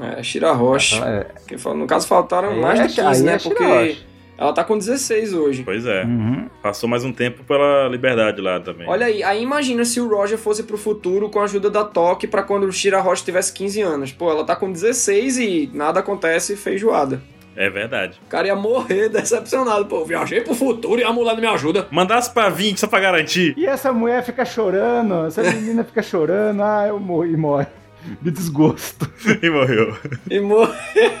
[SPEAKER 4] É, Shira Roche.
[SPEAKER 1] É,
[SPEAKER 4] Que fala- no caso, faltaram
[SPEAKER 1] aí
[SPEAKER 4] mais
[SPEAKER 1] é-
[SPEAKER 4] de 15,
[SPEAKER 1] aí
[SPEAKER 4] né?
[SPEAKER 1] é
[SPEAKER 4] Porque
[SPEAKER 1] Shirahoshi.
[SPEAKER 4] ela tá com 16 hoje.
[SPEAKER 2] Pois é.
[SPEAKER 1] Uhum.
[SPEAKER 2] Passou mais um tempo pela liberdade lá também.
[SPEAKER 4] Olha aí, aí imagina se o Roger fosse pro futuro com a ajuda da Toque pra quando o Shira Roche tivesse 15 anos. Pô, ela tá com 16 e nada acontece, feijoada.
[SPEAKER 2] É verdade.
[SPEAKER 4] O cara ia morrer decepcionado. Pô, viajei pro futuro e a mulher não me ajuda.
[SPEAKER 2] Mandasse pra 20 só pra garantir.
[SPEAKER 1] E essa mulher fica chorando, essa menina fica chorando, ah, eu morri, morre. De desgosto.
[SPEAKER 2] e morreu.
[SPEAKER 4] E morre.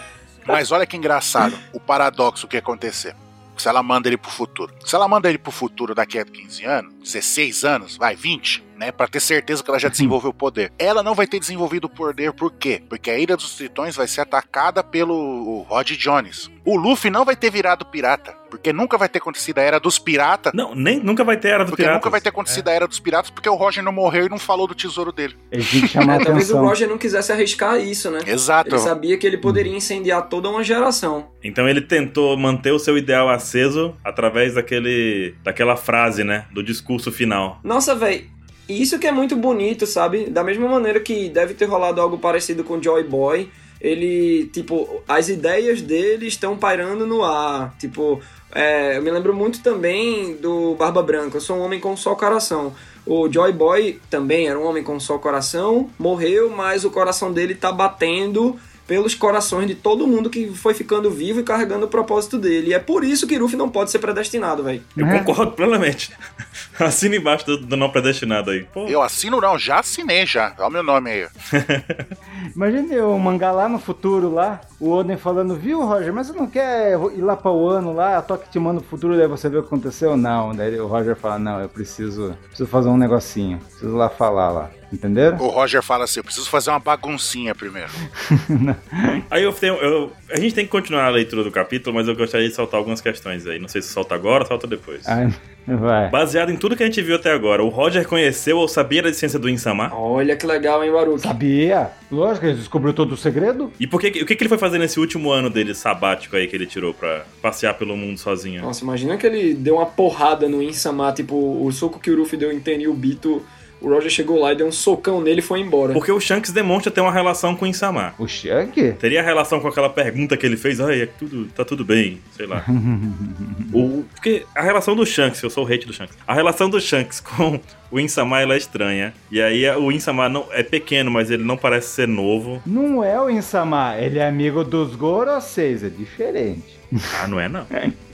[SPEAKER 3] Mas olha que engraçado o paradoxo que ia acontecer. Se ela manda ele pro futuro. Se ela manda ele pro futuro daqui a 15 anos, 16 anos, vai, 20, né? Pra ter certeza que ela já desenvolveu o poder. Ela não vai ter desenvolvido o poder por quê? Porque a Ilha dos Tritões vai ser atacada pelo o Rod Jones. O Luffy não vai ter virado pirata, porque nunca vai ter acontecido a Era dos Piratas.
[SPEAKER 2] Não, nem, nunca vai ter Era do
[SPEAKER 3] Porque
[SPEAKER 2] Piratas.
[SPEAKER 3] nunca vai ter acontecido a Era dos Piratas, porque o Roger não morreu e não falou do tesouro dele.
[SPEAKER 1] Ele tinha que chamar
[SPEAKER 4] É, talvez o
[SPEAKER 1] atenção.
[SPEAKER 4] Roger não quisesse arriscar isso, né?
[SPEAKER 3] Exato.
[SPEAKER 4] Ele sabia que ele poderia incendiar toda uma geração.
[SPEAKER 2] Então ele tentou manter o seu ideal aceso através daquele daquela frase, né, do discurso final.
[SPEAKER 4] Nossa, velho, isso que é muito bonito, sabe? Da mesma maneira que deve ter rolado algo parecido com Joy Boy, ele, tipo, as ideias dele estão pairando no ar. Tipo, é, eu me lembro muito também do Barba Branca, eu sou um homem com um só coração. O Joy Boy também era um homem com um só coração, morreu, mas o coração dele tá batendo pelos corações de todo mundo que foi ficando vivo e carregando o propósito dele. E é por isso que Ruffy não pode ser predestinado, velho.
[SPEAKER 2] Eu
[SPEAKER 1] É.
[SPEAKER 2] concordo plenamente. Assina embaixo do, do não predestinado aí. Pô,
[SPEAKER 3] Eu assino não, já assinei já. Olha o meu nome aí.
[SPEAKER 1] Imagine o um mangá lá no futuro, lá, o Oden falando, viu, Roger, mas você não quer ir lá para o ano lá, a Toque te manda o futuro, daí você vê o que aconteceu? Não, daí o Roger fala, não, eu preciso, preciso fazer um negocinho, preciso lá falar lá, entenderam?
[SPEAKER 3] O Roger fala assim: eu preciso fazer uma baguncinha primeiro.
[SPEAKER 2] Aí eu tenho. eu- a gente tem que continuar a leitura do capítulo, mas eu gostaria de soltar algumas questões aí. Não sei se solta agora ou solta depois.
[SPEAKER 1] Aí, vai.
[SPEAKER 2] Baseado em tudo que a gente viu até agora, o Roger conheceu ou sabia da licença do Insama?
[SPEAKER 4] Olha que legal, hein, Baruque?
[SPEAKER 1] Sabia? Lógico, ele descobriu todo o segredo.
[SPEAKER 2] E por que, o que, que ele foi fazer nesse último ano dele sabático aí que ele tirou pra passear pelo mundo sozinho?
[SPEAKER 4] Nossa, imagina que ele deu uma porrada no Insama, tipo, o soco que o Ruffy deu em Tenryubito O Roger chegou lá e deu um socão nele e foi embora.
[SPEAKER 2] Porque o Shanks demonstra ter uma relação com o Insama.
[SPEAKER 1] O Shank?
[SPEAKER 2] Teria relação com aquela pergunta que ele fez, ai, é tudo, tá tudo bem, sei lá. o, porque a relação do Shanks, eu sou o hate do Shanks, a relação do Shanks com o Insama ela é estranha. E aí o Insama não, é pequeno, mas ele não parece ser novo.
[SPEAKER 1] Não é o Insama, ele é amigo dos Goroseis, é diferente.
[SPEAKER 2] Ah, não é não.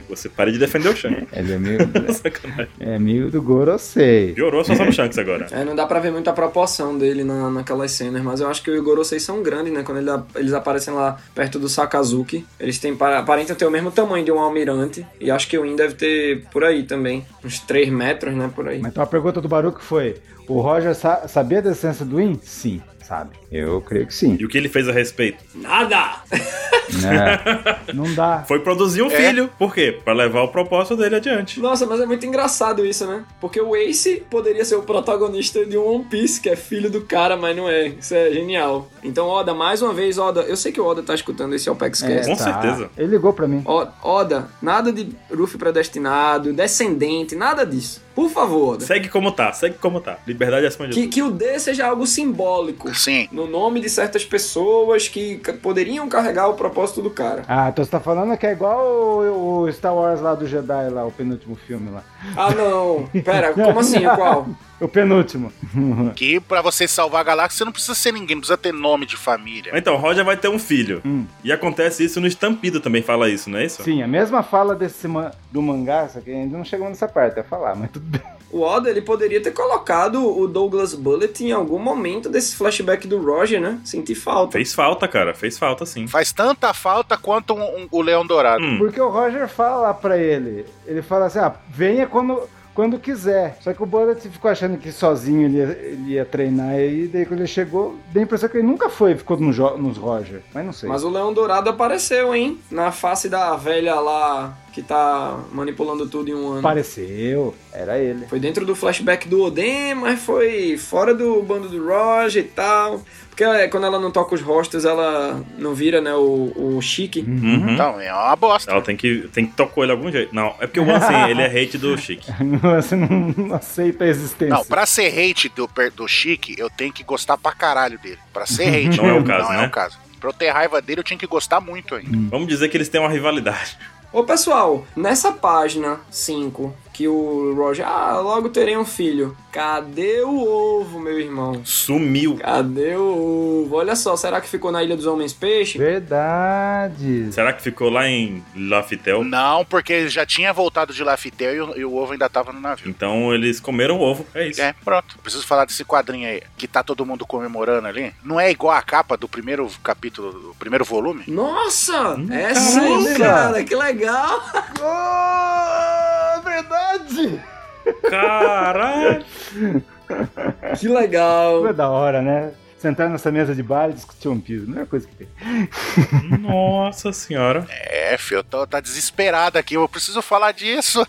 [SPEAKER 2] Você para de defender o Shanks.
[SPEAKER 1] Ele é amigo,
[SPEAKER 2] Sacanagem.
[SPEAKER 1] é amigo do Gorosei.
[SPEAKER 2] Piorou a situação do Shanks agora.
[SPEAKER 4] É, não dá pra ver muita proporção dele na, naquelas cenas, mas eu acho que o Gorosei são grandes, né? Quando ele a- eles aparecem lá perto do Sakazuki, eles têm, pa- aparentam ter o mesmo tamanho de um almirante, e acho que o In deve ter por aí também, uns 3 metros, né? Por aí.
[SPEAKER 1] Mas então a pergunta do Baruco foi: o Roger sa- sabia da essência do Win? Sim, sabe. Eu creio que sim.
[SPEAKER 2] E o que ele fez a respeito?
[SPEAKER 4] Nada!
[SPEAKER 1] né? Não dá.
[SPEAKER 2] Foi produzir um
[SPEAKER 3] É.
[SPEAKER 2] filho. Por quê? Pra levar o propósito dele adiante.
[SPEAKER 4] Nossa, mas é muito engraçado isso, né? Porque o Ace poderia ser o protagonista de um One Piece, que é filho do cara, mas não é. Isso é genial. Então, Oda, mais uma vez, Oda, eu sei que o Oda tá escutando esse Opex
[SPEAKER 1] É,
[SPEAKER 2] Com certeza.
[SPEAKER 1] Ele ligou pra mim.
[SPEAKER 4] Ó- Oda, nada de Luffy predestinado, descendente, nada disso. Por favor, Oda.
[SPEAKER 2] Segue como tá, segue como tá. Liberdade acima de tudo.
[SPEAKER 4] Que, que o D seja algo simbólico.
[SPEAKER 3] Sim.
[SPEAKER 4] No nome de certas pessoas que ca- poderiam carregar o propósito do cara.
[SPEAKER 1] Ah, então você tá falando que é igual o, o Star Wars lá do Jedi, lá, o penúltimo filme lá.
[SPEAKER 4] Ah, não. Pera, como assim? Qual?
[SPEAKER 1] O penúltimo.
[SPEAKER 2] Então.
[SPEAKER 3] Que pra você salvar a galáxia, você não precisa ser ninguém, não precisa ter nome de família.
[SPEAKER 2] Então, Roger vai ter um filho.
[SPEAKER 1] Hum.
[SPEAKER 2] E acontece isso no Estampido também, fala isso, não é isso?
[SPEAKER 1] Sim, a mesma fala desse ma- do mangá, só que ainda não chegamos nessa parte, é falar, mas tudo bem.
[SPEAKER 4] O Oda, ele poderia ter colocado o Douglas Bullet em algum momento desse flashback do Roger, né? Senti falta.
[SPEAKER 2] Fez falta, cara. Fez falta, sim.
[SPEAKER 3] Faz tanta falta quanto um- um- o Leão Dourado.
[SPEAKER 2] Hum.
[SPEAKER 1] Porque o Roger fala lá pra ele. Ele fala assim: ah, venha quando, quando quiser. Só que o Bullet ficou achando que sozinho ele ia, ele ia treinar. E daí quando ele chegou, deu a impressão que ele nunca foi, ficou no jo- nos Roger. Mas não sei.
[SPEAKER 4] Mas o Leão Dourado apareceu, hein? Na face da velha lá que tá manipulando tudo em um ano.
[SPEAKER 1] Apareceu, era ele.
[SPEAKER 4] Foi dentro do flashback do Oden, mas foi fora do bando do Roger e tal. Porque é, quando ela não toca os rostos, ela não vira, né, o, o chique.
[SPEAKER 2] Uhum.
[SPEAKER 3] Então, é uma bosta.
[SPEAKER 2] Ela tem que, tem que tocar ele de algum jeito. Não, é porque o Ansem, ele é hate do Chique.
[SPEAKER 1] Você não, não aceita a existência.
[SPEAKER 3] Não, pra ser hate do, per- do Chique, eu tenho que gostar pra caralho dele. Pra ser hate.
[SPEAKER 2] Não é o caso,
[SPEAKER 3] Não
[SPEAKER 2] né? Uhum.
[SPEAKER 3] é o caso. Pra eu ter raiva dele, eu tinha que gostar muito ainda.
[SPEAKER 2] Vamos dizer que eles têm uma rivalidade.
[SPEAKER 4] Ô pessoal, nessa página 5, que o Roger, ah, logo terei um filho. Cadê o ovo, meu irmão?
[SPEAKER 2] Sumiu.
[SPEAKER 4] Cadê o ovo? Olha só, será que ficou na Ilha dos Homens Peixe?
[SPEAKER 1] Verdade.
[SPEAKER 2] Será que ficou lá em Lafitel?
[SPEAKER 3] Não, porque ele já tinha voltado de Laftel e, o- e o ovo ainda tava no navio.
[SPEAKER 2] Então eles comeram o ovo. É isso.
[SPEAKER 3] É, pronto. Preciso falar desse quadrinho aí, que tá todo mundo comemorando ali. Não é igual a capa do primeiro capítulo, do primeiro volume?
[SPEAKER 4] Nossa!
[SPEAKER 2] Hum,
[SPEAKER 4] Essa aí,
[SPEAKER 2] né,
[SPEAKER 1] nossa!
[SPEAKER 4] cara, que legal!
[SPEAKER 1] Oh, verdade!
[SPEAKER 2] Caralho!
[SPEAKER 4] Que legal!
[SPEAKER 1] Foi da hora, né? Sentar nessa mesa de bar e discutir um piso. Não é coisa que tem.
[SPEAKER 2] Nossa senhora.
[SPEAKER 3] É, filho, eu tô, tá desesperado aqui. Eu preciso falar disso.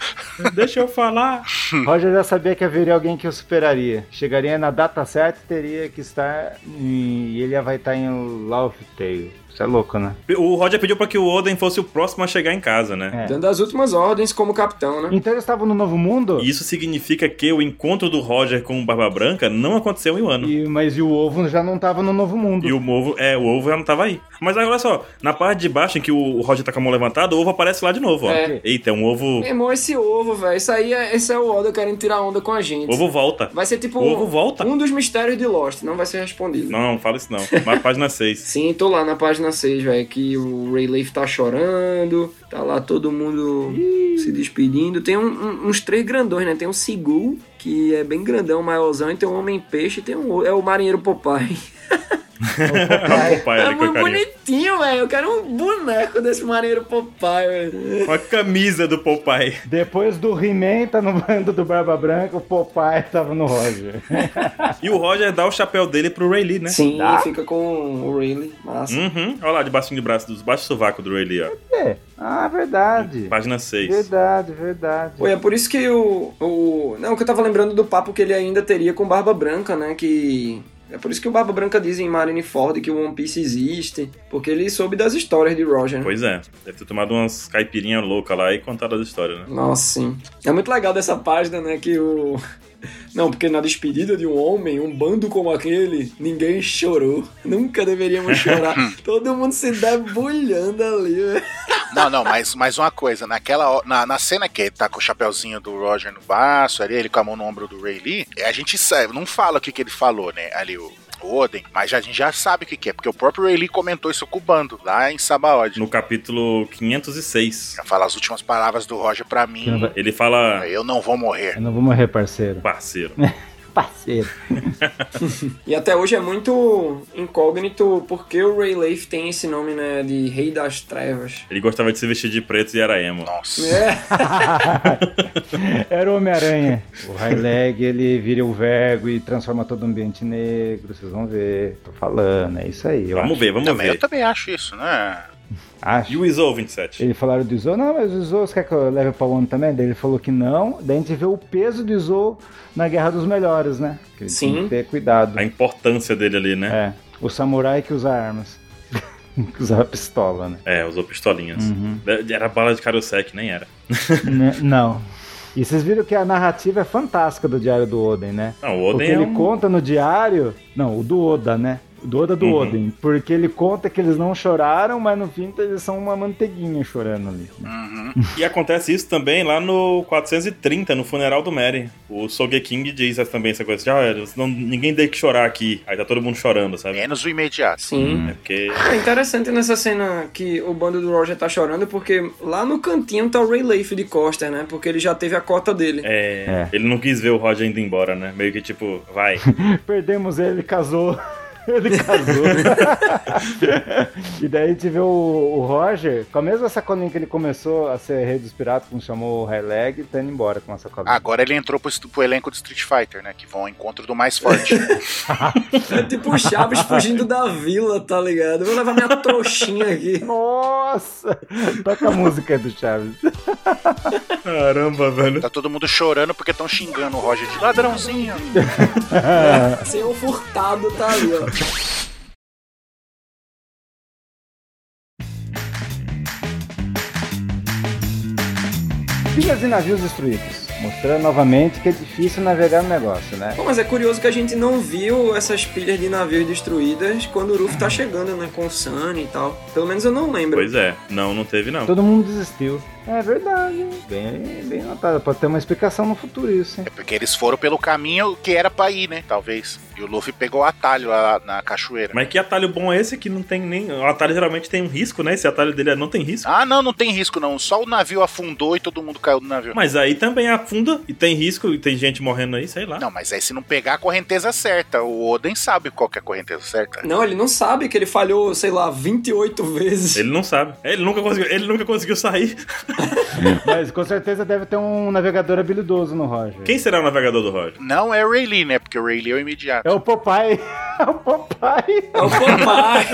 [SPEAKER 2] Deixa eu falar.
[SPEAKER 1] Roger já sabia que haveria alguém que o superaria. Chegaria na data certa e teria que estar. em- E ele já vai estar em Love Tale. Isso é louco, né?
[SPEAKER 2] O Roger pediu pra que o Oden fosse o próximo a chegar em casa, né?
[SPEAKER 1] É.
[SPEAKER 4] Dando as últimas ordens como capitão, né?
[SPEAKER 1] Então eles estavam no Novo
[SPEAKER 4] É.
[SPEAKER 1] Mundo?
[SPEAKER 2] E isso significa que o encontro do Roger com o Barba Branca não aconteceu em um ano.
[SPEAKER 1] E- mas e o ovo já não tava no Novo Mundo.
[SPEAKER 2] E o ovo, é, o ovo já não tava aí. Mas agora olha só, na parte de baixo em que o Roger tá com a mão levantada, o ovo aparece lá de novo, ó.
[SPEAKER 4] É.
[SPEAKER 2] Eita, é um ovo.
[SPEAKER 4] Meu irmão, esse ovo, velho. Isso aí é, esse é o Oda querendo tirar onda com a gente.
[SPEAKER 2] Ovo volta.
[SPEAKER 4] Vai ser tipo
[SPEAKER 2] O ovo volta?
[SPEAKER 4] um dos mistérios de Lost, não vai ser respondido.
[SPEAKER 2] Não, não fala isso não. Mas página 6.
[SPEAKER 4] Sim, tô lá na página 6, velho, que o Ray Leaf tá chorando, tá lá todo mundo se despedindo. Tem um- um- uns três grandões, né? Tem um Sigul, que é bem grandão, maiorzão, e tem um Homem-Peixe, e tem um... é o Marinheiro Popeye.
[SPEAKER 2] Pra Popeye
[SPEAKER 4] É
[SPEAKER 2] ali,
[SPEAKER 4] muito
[SPEAKER 2] coitadinho.
[SPEAKER 4] bonitinho, velho, eu quero um boneco desse Marinheiro Popeye, velho.
[SPEAKER 2] Com a camisa do Popeye.
[SPEAKER 1] Depois do He-Man tá no bando do Barba Branca, o Popeye tava no Roger.
[SPEAKER 2] E o Roger dá o chapéu dele pro Rayleigh, né?
[SPEAKER 4] Sim,
[SPEAKER 1] Dá?
[SPEAKER 4] fica com o Rayleigh, massa.
[SPEAKER 2] Uhum. Olha lá, debaixo do braço, dos baixos sovaco do Rayleigh, ó.
[SPEAKER 1] é. Ah, verdade.
[SPEAKER 2] Página 6.
[SPEAKER 1] Verdade, verdade.
[SPEAKER 4] Pô, é por isso que o, o. Não, que eu tava lembrando do papo que ele ainda teria com Barba Branca, né? Que. É por isso que o Barba Branca diz em Marineford que o One Piece existe, porque ele soube das histórias de
[SPEAKER 3] Uhum.
[SPEAKER 4] Roger. né?
[SPEAKER 2] Pois é. Deve ter tomado umas caipirinha louca lá e contado as histórias, né?
[SPEAKER 4] Nossa, sim. É muito legal dessa página, né? Que o, Não, porque na despedida de um homem, um bando como aquele, ninguém chorou. Nunca deveríamos chorar. Todo mundo se debulhando ali, né? velho.
[SPEAKER 3] Não, não, mas, mas uma coisa, naquela ho- na, na cena que ele tá com o chapéuzinho do Roger no baço, ali, ele com a mão no ombro do Ray Lee, é, a gente sabe, não fala o que, que ele falou, né? Ali o. o Oden, mas já- a gente já sabe o que, que é, porque o próprio Ray Lee comentou isso com o bando lá em Sabaody.
[SPEAKER 2] No capítulo 506.
[SPEAKER 3] Pra falar as últimas palavras do Roger pra
[SPEAKER 1] Que não
[SPEAKER 3] mim,
[SPEAKER 1] vai-
[SPEAKER 2] Ele fala.
[SPEAKER 3] eu não vou morrer.
[SPEAKER 1] Eu não vou morrer, parceiro.
[SPEAKER 2] Parceiro.
[SPEAKER 1] Parceiro.
[SPEAKER 4] E até hoje é muito incógnito porque o Ray Leif tem esse nome, né, de Rei das Trevas.
[SPEAKER 2] Ele gostava de se vestir de preto e era emo.
[SPEAKER 3] Nossa.
[SPEAKER 4] É,
[SPEAKER 1] Era o Homem-Aranha. O Highleg, ele vira o vergo e transforma todo o ambiente negro. Vocês vão ver. Tô falando, é isso aí. Eu
[SPEAKER 2] Vamos ver, vamos
[SPEAKER 3] Também, eu
[SPEAKER 2] ver.
[SPEAKER 3] também acho isso, né?
[SPEAKER 1] acho.
[SPEAKER 2] E o ISO 27?
[SPEAKER 1] Eles falaram do Izo, não, mas o Izo, você quer que eu leve pra ONU também? Daí ele falou que não. Daí a gente vê o peso do Izo na Guerra dos Melhores, né? Que ele
[SPEAKER 4] Sim.
[SPEAKER 1] Tem que ter cuidado.
[SPEAKER 2] A importância dele ali, né?
[SPEAKER 1] É, o samurai que usa armas. que usava pistola, né?
[SPEAKER 2] É, usou pistolinhas.
[SPEAKER 1] Uhum.
[SPEAKER 2] Era bala de Karosek, nem era.
[SPEAKER 1] Né? não. E vocês viram que a narrativa é fantástica do Diário do Oden, né?
[SPEAKER 2] Não, o
[SPEAKER 1] Porque
[SPEAKER 2] Oden é
[SPEAKER 1] ele
[SPEAKER 2] um...
[SPEAKER 1] conta no diário. Não, o do Oda, né? O do Oda do
[SPEAKER 2] Uhum.
[SPEAKER 1] Oden. Porque ele conta que eles não choraram, mas no fim eles são uma manteiguinha chorando ali.
[SPEAKER 3] Uhum.
[SPEAKER 2] E acontece isso também lá no 430, no funeral do Mary. O Sogeking diz essa- também essa coisa. Já, não, ninguém tem que chorar aqui. Aí tá todo mundo chorando, sabe?
[SPEAKER 3] Menos o imediato.
[SPEAKER 4] sim.
[SPEAKER 2] É porque...
[SPEAKER 4] É interessante nessa cena que o bando do Roger tá chorando porque lá no cantinho tá o Ray Leif de Costa, né? Porque ele já teve a cota dele.
[SPEAKER 2] é,
[SPEAKER 1] É.
[SPEAKER 2] Ele não quis ver o Roger indo embora, né? Meio que tipo, vai.
[SPEAKER 1] Perdemos ele, ele casou. Ele casou. e daí a gente vê o, o Roger, com a mesma sacolinha que ele começou a ser rei dos piratas, como chamou o High Leg, tá indo embora com a sacolinha.
[SPEAKER 3] Agora ele entrou pro, est- pro elenco do Street Fighter, né? Que vão ao encontro do mais forte.
[SPEAKER 4] É tipo o Chaves fugindo da vila, tá ligado? Vou levar minha trouxinha aqui.
[SPEAKER 1] Nossa! Toca a música aí do Chaves.
[SPEAKER 2] Caramba, velho.
[SPEAKER 3] tá todo mundo chorando porque estão xingando o Roger de ladrãozinho.
[SPEAKER 2] É.
[SPEAKER 4] Senhor Furtado tá ali, ó.
[SPEAKER 1] Pilhas e navios destruídos. Mostrando novamente que é difícil navegar no negócio, né?
[SPEAKER 4] Pô, mas é curioso que a gente não viu essas pilhas de navios destruídas quando o Ruff tá chegando, né? Com o Sunny e tal. Pelo menos eu não lembro.
[SPEAKER 2] Pois é. Não, não teve não.
[SPEAKER 1] Todo mundo desistiu. É verdade. Bem, bem notado. Pode ter uma explicação no futuro isso, hein?
[SPEAKER 3] É porque eles foram pelo caminho que era pra ir, né? Talvez. E o Luffy pegou o atalho lá na cachoeira.
[SPEAKER 2] Mas que atalho bom é esse que não tem nem... O atalho geralmente tem um risco, né? Esse atalho dele não tem risco.
[SPEAKER 3] Ah, não, não tem risco não. Só o navio afundou e todo mundo caiu do navio.
[SPEAKER 2] Mas aí também afunda e tem risco e tem gente morrendo aí, sei lá.
[SPEAKER 3] Não, mas aí se não pegar a correnteza certa, o Oden sabe qual que é a correnteza certa.
[SPEAKER 4] Não, ele não sabe que ele falhou, sei lá, 28 vezes.
[SPEAKER 2] Ele não sabe. Ele nunca conseguiu, ele nunca conseguiu sair.
[SPEAKER 1] Mas com certeza deve ter um navegador habilidoso no Roger.
[SPEAKER 2] Quem será o navegador do Roger?
[SPEAKER 3] Não é o Rayleigh, né? Porque o Rayleigh é o imediato.
[SPEAKER 1] É o Popeye. É o Popeye.
[SPEAKER 4] É o papai.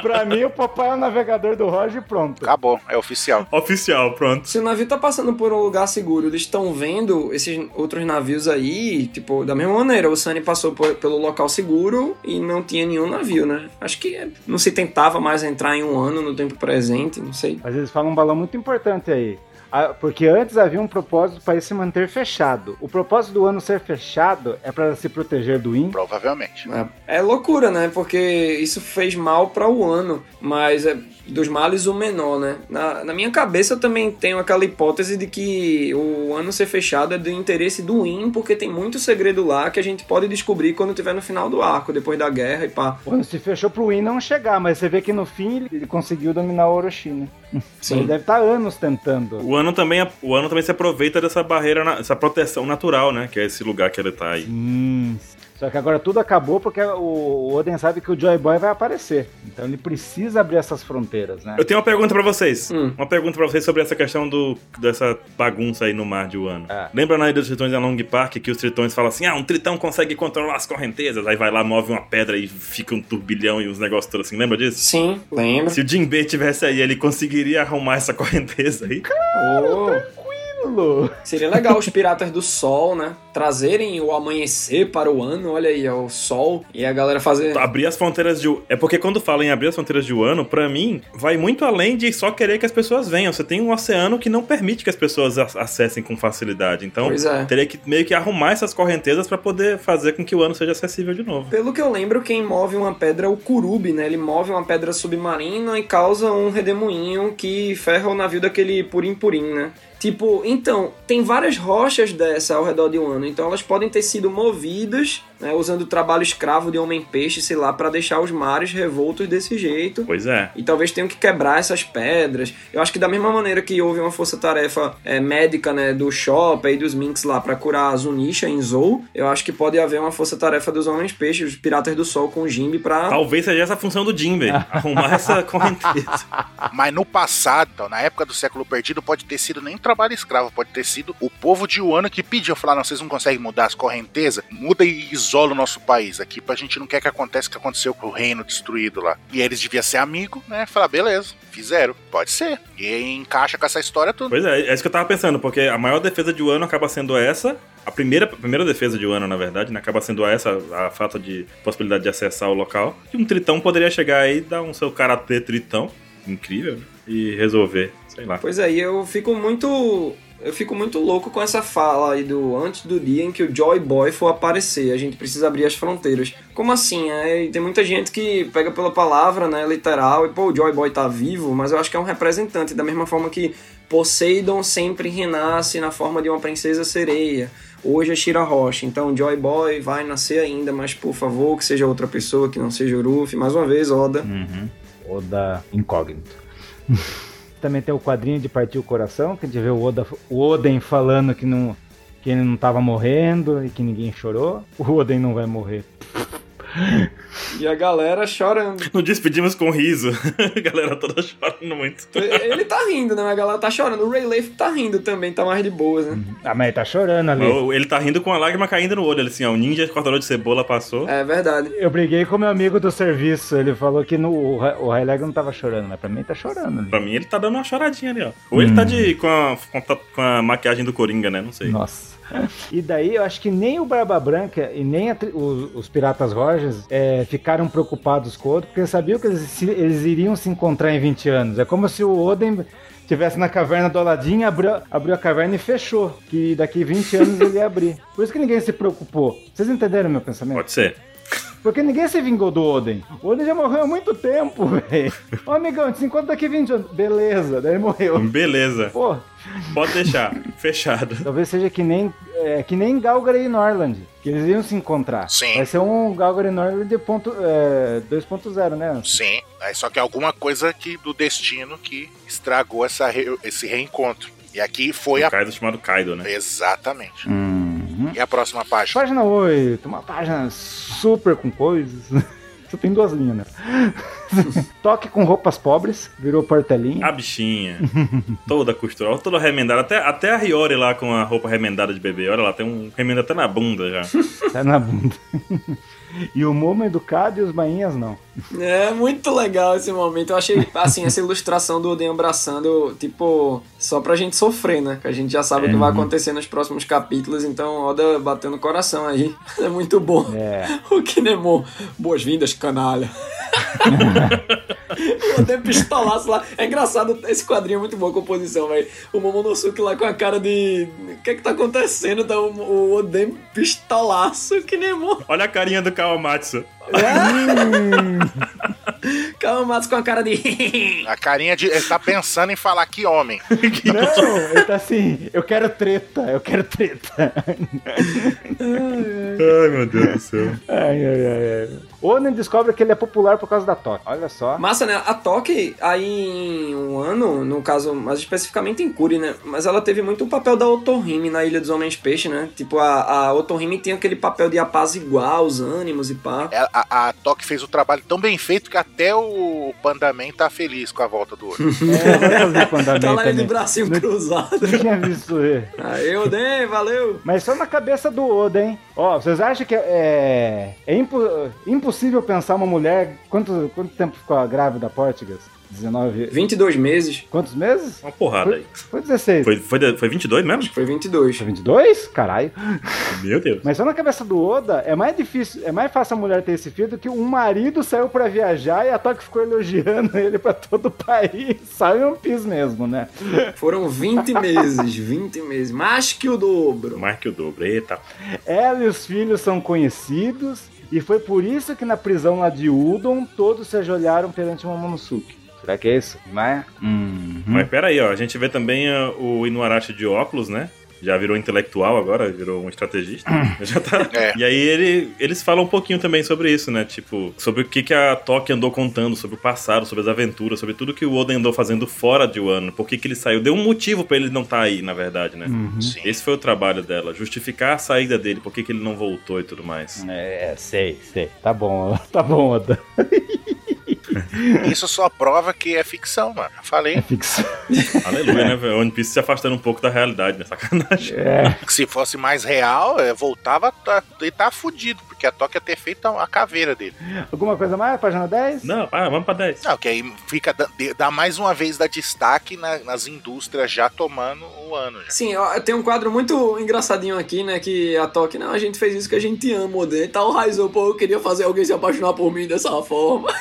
[SPEAKER 1] pra mim, o papai é o navegador do Roger e pronto.
[SPEAKER 3] Acabou, é oficial.
[SPEAKER 2] Oficial, pronto.
[SPEAKER 4] Se o navio tá passando por um lugar seguro, eles estão vendo esses outros navios aí, tipo, da mesma maneira. O Sunny passou por- pelo local seguro e não tinha nenhum navio, né? Acho que é- não se tentava mais entrar em um ano no tempo presente, não sei.
[SPEAKER 1] Mas eles falam um balão muito importante aí. Ah, Porque antes havia um propósito para se manter fechado. O propósito do ano ser fechado é para se proteger do IN.
[SPEAKER 3] Provavelmente.
[SPEAKER 4] É, é loucura, né? Porque isso fez mal pra o ano, mas é dos males o menor, né? Na, na minha cabeça eu também tenho aquela hipótese de que o ano ser fechado é do interesse do IN, porque tem muito segredo lá que a gente pode descobrir quando tiver no final do arco, depois da guerra e pá.
[SPEAKER 1] O ano se fechou pro IN não chegar, mas você vê que no fim ele- ele conseguiu dominar o Orochi, né? Ele deve estar anos tentando.
[SPEAKER 2] O ano também, o ano também se aproveita dessa barreira, na- dessa proteção natural, né? Que é esse lugar que ele tá aí.
[SPEAKER 1] Sim. Hum. Só que agora tudo acabou porque o- o Oden sabe que o Joy Boy vai aparecer. Então ele precisa abrir essas fronteiras, né?
[SPEAKER 2] Eu tenho uma pergunta pra vocês.
[SPEAKER 4] Hum.
[SPEAKER 2] Uma pergunta pra vocês sobre essa questão do, dessa bagunça aí no mar de Wano.
[SPEAKER 1] É.
[SPEAKER 2] Lembra na Ilha dos Tritões da Long Park que os tritões falam assim: ah, um tritão consegue controlar as correntezas. Aí vai lá, move uma pedra e fica um turbilhão e uns negócios todos assim. Lembra disso?
[SPEAKER 4] Sim, lembra?
[SPEAKER 2] Se o Jinbei tivesse aí, ele conseguiria arrumar essa correnteza aí?
[SPEAKER 4] Oh,
[SPEAKER 1] Murilo.
[SPEAKER 4] Seria legal os Piratas do Sol, né? Trazerem o amanhecer para o ano, olha aí, ó, o sol. E a galera fazer.
[SPEAKER 2] Abrir as fronteiras de. É porque quando falam em abrir as fronteiras de Wano, pra mim, vai muito além de só querer que as pessoas venham. Você tem um oceano que não permite que as pessoas a- acessem com facilidade. Então,
[SPEAKER 4] Pois é.
[SPEAKER 2] teria que meio que arrumar essas correntezas pra poder fazer com que o ano seja acessível de novo.
[SPEAKER 4] Pelo que eu lembro, quem move uma pedra é o Kurubi, né? Ele move uma pedra submarina e causa um redemoinho que ferra o navio daquele purim-purim, né? Tipo, então, tem várias rochas dessa ao redor de um ano, então elas podem ter sido movidas, né, usando o trabalho escravo de homem-peixe, sei lá, pra deixar os mares revoltos desse jeito.
[SPEAKER 2] Pois é.
[SPEAKER 4] E talvez tenham que quebrar essas pedras. Eu acho que da mesma maneira que houve uma força-tarefa é, médica, né, do Chopper e dos Minks lá pra curar a Zunisha em Zou, eu acho que pode haver uma força-tarefa dos Homens-Peixes, os Piratas do Sol com o Jimbe pra...
[SPEAKER 2] Talvez seja essa a função do Jinbei, arrumar essa correnteza.
[SPEAKER 3] Mas no passado, então, na época do século perdido, pode ter sido nem trabalho escravo, pode ter sido o povo de Wano que pediu, falar, não, vocês não conseguem mudar as correntezas, muda e isola o nosso país aqui, pra gente não quer que aconteça o que aconteceu com o reino destruído lá. E eles deviam ser amigo, né, falar, beleza, fizeram, pode ser. E aí encaixa com essa história tudo.
[SPEAKER 2] Pois é, é isso que eu tava pensando, porque a maior defesa de Wano acaba sendo essa. A primeira, a primeira defesa de Wano, na verdade, né, acaba sendo essa, a falta de possibilidade de acessar o local. E um tritão poderia chegar aí, dar um seu karatê tritão, incrível, né, e resolver, sei lá.
[SPEAKER 4] Pois é, e eu fico muito... Eu fico muito louco com essa fala aí do antes do dia em que o Joy Boy for aparecer. A gente precisa abrir as fronteiras. Como assim? É, e tem muita gente que pega pela palavra, né, literal, e pô, o Joy Boy tá vivo, mas eu acho que é um representante, da mesma forma que Poseidon sempre renasce na forma de uma princesa sereia. Hoje é Shira Rocha, então Joy Boy vai nascer ainda, mas por favor, que seja outra pessoa, que não seja Uruf. Mais uma vez, Oda.
[SPEAKER 2] Uhum.
[SPEAKER 1] Oda incógnito. Também tem o quadrinho de Partir o Coração, que a gente vê o, Oda, o Oden falando que, não, que ele não tava morrendo e que ninguém chorou. O Oden não vai morrer.
[SPEAKER 4] E a galera chorando.
[SPEAKER 2] Nos despedimos com riso. a galera toda chorando muito.
[SPEAKER 4] Ele tá rindo, né? A galera tá chorando. O Ray Leif tá rindo também, tá mais de boas, né?
[SPEAKER 1] Ah, mas ele tá chorando ali.
[SPEAKER 2] Mas Ele tá rindo com a lágrima caindo no olho, ele assim, ó, o ninja cortador de cebola passou.
[SPEAKER 4] É verdade.
[SPEAKER 1] Eu briguei com meu amigo do serviço, ele falou que no, o Ra- o Raileg não tava chorando, mas pra mim tá chorando ali.
[SPEAKER 2] Pra mim, ele tá dando uma choradinha ali, ó. Ou ele tá de, com, a, com a- com a maquiagem do Coringa, né? Não sei.
[SPEAKER 1] Nossa. E daí eu acho que nem o Barba Branca e nem a tri- os, os Piratas Rogers é, ficaram preocupados com o outro, porque sabiam que eles, se- eles iriam se encontrar em 20 anos. É como se o Oden tivesse na caverna do Aladdin, abriu, abriu a caverna e fechou. Que daqui 20 anos ele ia abrir. Por isso que ninguém se preocupou. Vocês entenderam meu pensamento?
[SPEAKER 2] Pode ser.
[SPEAKER 1] Porque ninguém se vingou do Oden. O Oden já morreu há muito tempo, velho. Ô amigão, te encontro daqui 20 anos. Beleza, daí ele morreu.
[SPEAKER 2] Beleza.
[SPEAKER 1] Pô,
[SPEAKER 2] Pode deixar. Fechado.
[SPEAKER 1] Talvez seja que nem, é, que nem Galgary e Norland, que eles iam se encontrar.
[SPEAKER 3] Sim.
[SPEAKER 1] Vai ser um Galgary e Norland de ponto, é, 2.0, né?
[SPEAKER 3] Sim, aí só que é alguma coisa que, do destino que estragou essa re- esse reencontro. E aqui foi
[SPEAKER 2] O
[SPEAKER 3] a.
[SPEAKER 2] Kaido Um chamado Kaido, né?
[SPEAKER 3] Exatamente.
[SPEAKER 1] Uhum.
[SPEAKER 3] E a próxima página?
[SPEAKER 1] Página 8, uma página super com coisas. Só tem duas linhas, né? Toque com roupas pobres, virou portelinha.
[SPEAKER 2] A bichinha. toda costurada, toda remendada. Até, até a Riori lá com a roupa remendada de bebê. Olha lá, tem um remendo até na bunda já.
[SPEAKER 3] Ah.
[SPEAKER 1] Tá na bunda. e o Momo educado e os bainhas não.
[SPEAKER 4] É muito legal esse momento. Eu achei, assim, essa ilustração do Odin abraçando, tipo, só pra gente sofrer, né? Que a gente já sabe o que vai acontecer nos próximos capítulos, então Oda bateu no coração aí. É muito bom.
[SPEAKER 1] É.
[SPEAKER 4] O Kinemon, boas-vindas, canalha. Eu dei pistolaço lá. É engraçado, esse quadrinho é muito boa a composição, velho. O Momonosuke lá com a cara de. O que é que tá acontecendo? Tá o, o Oden pistolaço, Kinemon.
[SPEAKER 2] Olha a carinha do Kawamatsu.
[SPEAKER 4] Kawamatsu com a cara de.
[SPEAKER 3] A carinha de. Ele tá pensando em falar que homem.
[SPEAKER 1] Não, ele tá assim, eu quero treta, eu quero treta.
[SPEAKER 2] Ai, meu Deus do céu.
[SPEAKER 1] Ai, ai, ai, ai. Onen descobre que ele é popular por causa da Toque. Olha só.
[SPEAKER 4] Massa, né? A Toque, aí em um ano, no caso, mais especificamente em Curi, né? Mas ela teve muito o papel da Otorrime na Ilha dos Homens Peixe, né? Tipo, a, a Otorrime tinha aquele papel de apaziguar os ânimos e pá.
[SPEAKER 3] Ela- É, A, a Toque fez o trabalho tão bem feito que até o Pandaman tá feliz com a volta do ouro.
[SPEAKER 1] É, vai fazer com andamento
[SPEAKER 4] Tá lá ele de
[SPEAKER 1] também.
[SPEAKER 4] bracinho cruzado.
[SPEAKER 1] Não tinha visto ele.
[SPEAKER 4] Aí, Oden, valeu!
[SPEAKER 1] Mas só na cabeça do Oda, hein? Ó, vocês acham que é, é impo- impossível pensar uma mulher. Quanto, quanto tempo ficou a grávida Portugas? 19.
[SPEAKER 4] 22 meses.
[SPEAKER 1] Quantos meses?
[SPEAKER 2] Uma porrada aí.
[SPEAKER 1] Foi 16.
[SPEAKER 2] Foi, foi, de- foi 22 mesmo?
[SPEAKER 4] Foi 22.
[SPEAKER 1] Foi 22? Caralho.
[SPEAKER 2] Meu Deus.
[SPEAKER 1] Mas só na cabeça do Oda, é mais difícil, é mais fácil a mulher ter esse filho do que um marido saiu pra viajar e a Toque ficou elogiando ele pra todo o país. Sabe um pis mesmo, né?
[SPEAKER 4] Foram 20 meses. 20 meses. Mais que o dobro.
[SPEAKER 2] Mais que o dobro. Eita.
[SPEAKER 1] Ela e os filhos são conhecidos e foi por isso que na prisão lá de Udon todos se ajoelharam perante uma Momonosuke. Será que é isso? Não é? Hum.
[SPEAKER 2] Mas pera aí, ó. A gente vê também ó, o Inuarashi de óculos, né? Já virou intelectual agora, virou um estrategista. Já tá.
[SPEAKER 3] É.
[SPEAKER 2] E aí ele, eles falam um pouquinho também sobre isso, né? Tipo, sobre o que, que a Toque andou contando, sobre o passado, sobre as aventuras, sobre tudo que o Oden andou fazendo fora de Wano. Por que, que ele saiu? Deu um motivo pra ele não estar aí, na verdade, né?
[SPEAKER 1] Hum. Uhum.
[SPEAKER 3] Sim.
[SPEAKER 2] Esse foi o trabalho dela, justificar a saída dele, por que, que ele não voltou e tudo mais.
[SPEAKER 1] É, sei, sei. Tá bom, tá bom, Oda.
[SPEAKER 3] Isso só prova que é ficção, mano. Eu Falei
[SPEAKER 1] Fixo.
[SPEAKER 2] Aleluia, né, velho? One Piece se afastando um pouco da realidade, né? Sacanagem.
[SPEAKER 1] É.
[SPEAKER 3] que se fosse mais real, eh, voltava a- e tá fudido, porque a Toca ia ter feito a a caveira dele.
[SPEAKER 1] Alguma coisa mais? Página 10?
[SPEAKER 2] Não, ah, vamos pra 10.
[SPEAKER 3] Não, que aí fica da- de- dá mais uma vez da destaque na- nas indústrias já tomando o ano já.
[SPEAKER 4] Sim, ó, tem um quadro muito engraçadinho aqui, né? Que a Toque, não, a gente fez isso que a gente ama, Oden. E tal, Raizou, pô, eu queria fazer alguém se apaixonar por mim dessa forma.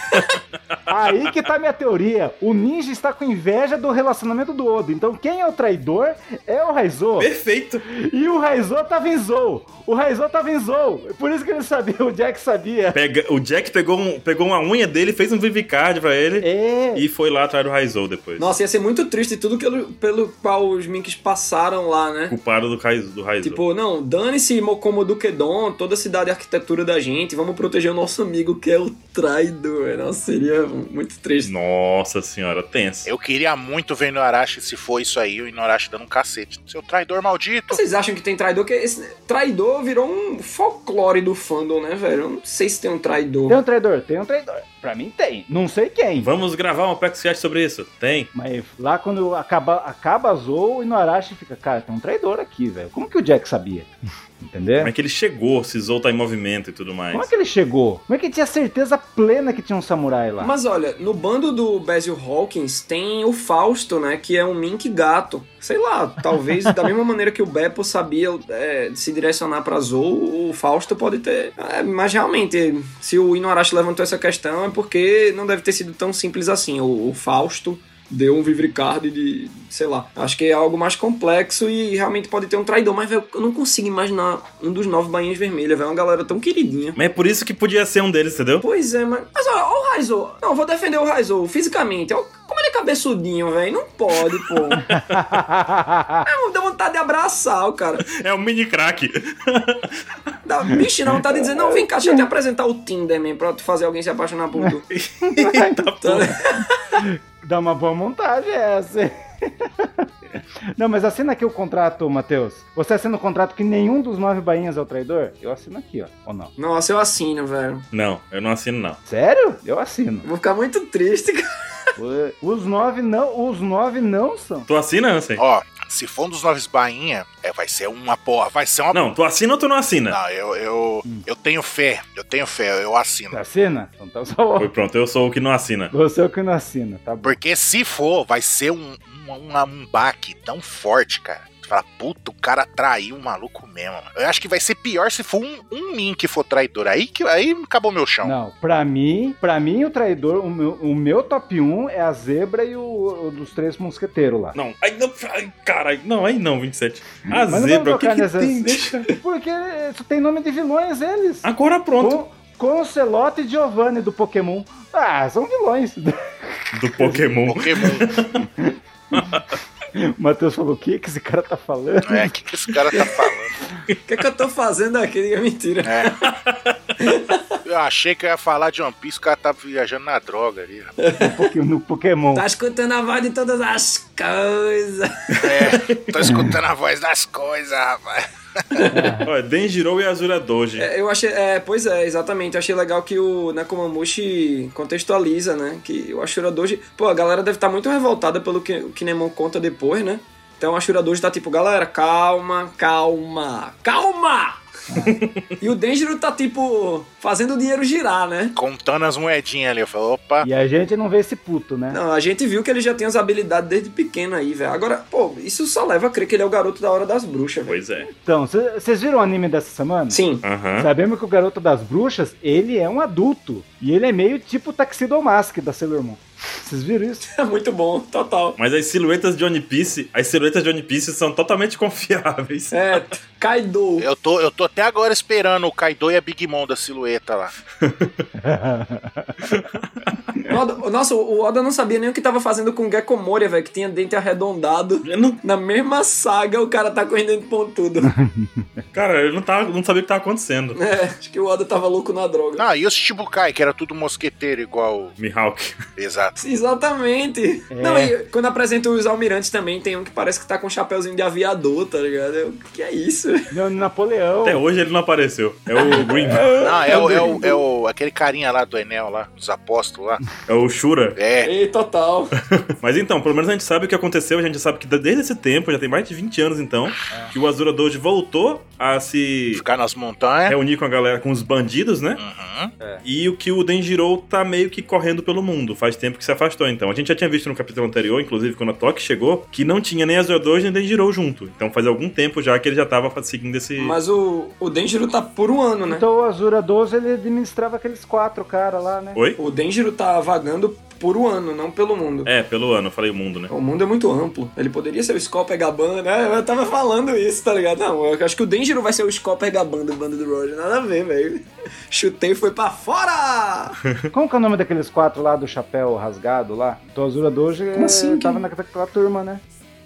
[SPEAKER 1] Aí que tá minha teoria. O ninja está com inveja do relacionamento do Odo. Então quem é o traidor é o Raizou.
[SPEAKER 2] Perfeito!
[SPEAKER 1] E o Raizou tava em Zou. O Raizou tava em Zou. Por isso que ele sabia, o Jack sabia.
[SPEAKER 2] Pega, o Jack pegou, um, pegou uma unha dele, fez um vivicard pra ele
[SPEAKER 1] É.
[SPEAKER 2] e foi lá atrás do Raizou depois.
[SPEAKER 4] Nossa, ia ser muito triste tudo pelo, pelo qual os Minks passaram lá, né?
[SPEAKER 2] Culpado do Raizou. Do Raizou.
[SPEAKER 4] Tipo, não, dane-se Mocomo Duquedon, toda a cidade e arquitetura da gente, vamos proteger o nosso amigo que é o traidor. Nossa, seria muito triste.
[SPEAKER 2] Nossa senhora, tenso.
[SPEAKER 3] Eu queria muito ver no Arashi se for isso aí, o Inuarashi dando um cacete. Seu traidor maldito!
[SPEAKER 4] Vocês acham que tem traidor? Que esse traidor virou um folclore do fandom, né, velho? Eu não sei se tem um traidor.
[SPEAKER 1] Tem um traidor? Tem um traidor. Pra mim tem. Não sei quem.
[SPEAKER 2] Vamos gravar um podcast sobre isso? Tem.
[SPEAKER 1] Mas lá quando acaba, acaba Zou e no Arashi fica, cara, tem um traidor aqui, velho. Como que o Jack sabia? Entendeu?
[SPEAKER 2] Como é que ele chegou, se Zou tá em movimento e tudo mais.
[SPEAKER 1] Como é que ele chegou? Como é que ele tinha certeza plena que tinha um samurai lá?
[SPEAKER 4] Mas olha, no bando do Basil Hawkins tem o Fausto, né? Que é um mink gato. Sei lá, talvez da mesma maneira que o Beppo sabia é, se direcionar pra Zou, o Fausto pode ter. É, mas realmente, se o Inuarashi levantou essa questão é porque não deve ter sido tão simples assim. O, o Fausto deu um vivricard de. sei lá. Acho que é algo mais complexo e realmente pode ter um traidor. Mas, velho, eu não consigo imaginar um dos nove bainhas vermelhas, velho. É uma galera tão queridinha.
[SPEAKER 2] Mas é por isso que podia ser um deles, entendeu?
[SPEAKER 4] Pois é, mas. Mas olha, ó, o Raizou. Não, vou defender o Raizou fisicamente. Ó, como ele é cabeçudinho, velho. Não pode, pô. É, dá vontade de abraçar o cara.
[SPEAKER 2] É um mini crack.
[SPEAKER 4] Dá, bicho, dá vontade de dizer: não, vem cá, deixa eu te apresentar o Tinder, man, pra tu fazer alguém se apaixonar por tu. Então,
[SPEAKER 1] Dá uma boa montagem essa. hein? Não, mas assina aqui o contrato, Matheus. Você assina o contrato que nenhum dos nove bainhas é o traidor? Eu assino aqui, ó. Ou não?
[SPEAKER 4] Nossa, eu assino, velho.
[SPEAKER 2] Não, eu não assino, não.
[SPEAKER 1] Sério? Eu assino.
[SPEAKER 4] Vou ficar muito triste, cara.
[SPEAKER 1] O- Os nove não, os nove não são.
[SPEAKER 2] Tu assina, Ansem?
[SPEAKER 3] Ó, se for um dos novos Bainha, é, vai ser uma porra, vai ser uma.
[SPEAKER 2] Não, tu assina ou tu não assina?
[SPEAKER 3] Não, eu, eu, eu tenho fé, eu tenho fé, eu assino.
[SPEAKER 1] Você assina? Então tá só
[SPEAKER 2] Foi pronto, eu sou o que não assina.
[SPEAKER 1] você é o que não assina, tá bom.
[SPEAKER 3] Porque se for, vai ser um, um, um, um baque tão forte, cara. Tu fala, puta, o cara traiu o maluco mesmo, mano. Eu acho que vai ser pior se for um, um Min que for traidor. Aí, que, aí acabou meu chão.
[SPEAKER 1] Não, pra mim, pra mim o traidor, o meu, o meu top 1 é a zebra e o, o dos três mosqueteiros lá.
[SPEAKER 2] Não, aí não. Ai, caralho. Não, aí não, 27. A
[SPEAKER 1] Mas não
[SPEAKER 2] zebra,
[SPEAKER 1] vamos
[SPEAKER 2] o que, que
[SPEAKER 1] tocar nessas-
[SPEAKER 2] tem? Ah, Deixa.
[SPEAKER 1] Porque isso tem nome de vilões eles.
[SPEAKER 2] Agora pronto.
[SPEAKER 1] Com, Concelote e Giovanni do Pokémon. Ah, são vilões.
[SPEAKER 2] Do Pokémon.
[SPEAKER 3] Pokémon.
[SPEAKER 1] O Matheus falou: o que, que esse cara tá falando?
[SPEAKER 3] É, o que, que esse cara tá falando?
[SPEAKER 4] O que é que eu tô fazendo aqui? Diga mentira.
[SPEAKER 3] É. Eu achei que eu ia falar de One Piece, o cara tá viajando na droga ali. rapaz.
[SPEAKER 1] Pok- No Pokémon.
[SPEAKER 4] Tá escutando a voz de todas as coisas.
[SPEAKER 3] É, tô escutando a voz das coisas, rapaz.
[SPEAKER 2] Olha, Denjiro e Azura Doji.
[SPEAKER 4] É, Eu achei, é, pois é, exatamente. Eu achei legal que o Nekomamushi contextualiza, né? Que o Ashura Doji. Pô, a galera deve estar muito revoltada pelo que o Kinemon conta depois, né? Então o Ashura Doji tá tipo, galera, calma, calma, calma! E o Denjiro tá, tipo, fazendo o dinheiro girar, né?
[SPEAKER 3] Contando as moedinhas ali. Eu falo, opa.
[SPEAKER 1] E a gente não vê esse puto, né?
[SPEAKER 4] Não, a gente viu que ele já tem as habilidades desde pequeno aí, velho. Agora, pô, isso só leva a crer que ele é o garoto da hora das bruxas, velho.
[SPEAKER 2] Pois é.
[SPEAKER 1] Então, vocês viram o anime dessa semana?
[SPEAKER 4] Sim.
[SPEAKER 2] Aham.
[SPEAKER 1] Sabemos que o garoto das bruxas, ele é um adulto. E ele é meio tipo o Taxido Mask da Sailor Moon. Vocês viram isso?
[SPEAKER 4] É muito bom, total.
[SPEAKER 2] Mas as silhuetas de One Piece, as silhuetas de One Piece são totalmente confiáveis.
[SPEAKER 4] É, Kaido.
[SPEAKER 3] Eu tô, eu tô até agora esperando o Kaido e a Big Mom da silhueta lá.
[SPEAKER 4] Oda- Nossa, o Oda não sabia nem o que tava fazendo com o Gekko Moria, velho, que tinha dente arredondado. Na mesma saga, o cara tá com os dentes pontudo.
[SPEAKER 2] Cara, eu não, tava, não sabia o que tava acontecendo.
[SPEAKER 4] é, acho que o Oda tava louco na droga.
[SPEAKER 3] Não, Ah, e os Shibukai, que era tudo mosqueteiro igual.
[SPEAKER 4] É.
[SPEAKER 2] Mihawk.
[SPEAKER 3] Exato.
[SPEAKER 4] Exatamente. Não, e quando apresenta os almirantes também, tem um que parece que tá com um chapéuzinho de aviador, tá ligado? Eu, que é isso?
[SPEAKER 1] Não, Napoleão.
[SPEAKER 2] Até hoje ele não apareceu. É o Green.
[SPEAKER 3] Não, é o, é o, é o- aquele carinha lá do Enel, lá, dos apóstolos lá.
[SPEAKER 2] É o Shura.
[SPEAKER 3] É.
[SPEAKER 4] Ei, total.
[SPEAKER 2] Mas então, pelo menos a gente sabe o que aconteceu, a gente sabe que desde esse tempo, já tem mais de 20 anos então,
[SPEAKER 4] Ah.
[SPEAKER 2] que o Azura Doji voltou a se
[SPEAKER 3] Ficar nas montanhas.
[SPEAKER 2] É. reunir com a galera, com os bandidos, né?
[SPEAKER 3] Uhum.
[SPEAKER 2] E o que o Denjiro tá meio que correndo pelo mundo, faz tempo que se afastou então. A gente já tinha visto no capítulo anterior, inclusive quando a Toque chegou, que não tinha nem Azura Doji nem Denjiro junto. Então faz algum tempo já que ele já tava seguindo esse...
[SPEAKER 4] Mas o, o Denjiro tá por um ano, né?
[SPEAKER 1] Então o Azura 12, ele administrava aqueles quatro caras lá, né?
[SPEAKER 2] Oi?
[SPEAKER 4] O Denjiro tá vagando por um ano, não pelo mundo.
[SPEAKER 2] É, pelo ano, eu falei o mundo, né?
[SPEAKER 4] O mundo é muito amplo. Ele poderia ser o Scopper Gaban, né? Eu tava falando isso, tá ligado? Não, eu acho que o Denjiro vai ser o Scopper Gaban do bando do Roger. Nada a ver, velho. Chutei e foi pra fora!
[SPEAKER 1] Como que é o nome daqueles quatro lá do chapéu rasgado lá? Então o Azura 12
[SPEAKER 4] Como assim,
[SPEAKER 1] tava
[SPEAKER 4] quem?
[SPEAKER 1] naquela turma, né?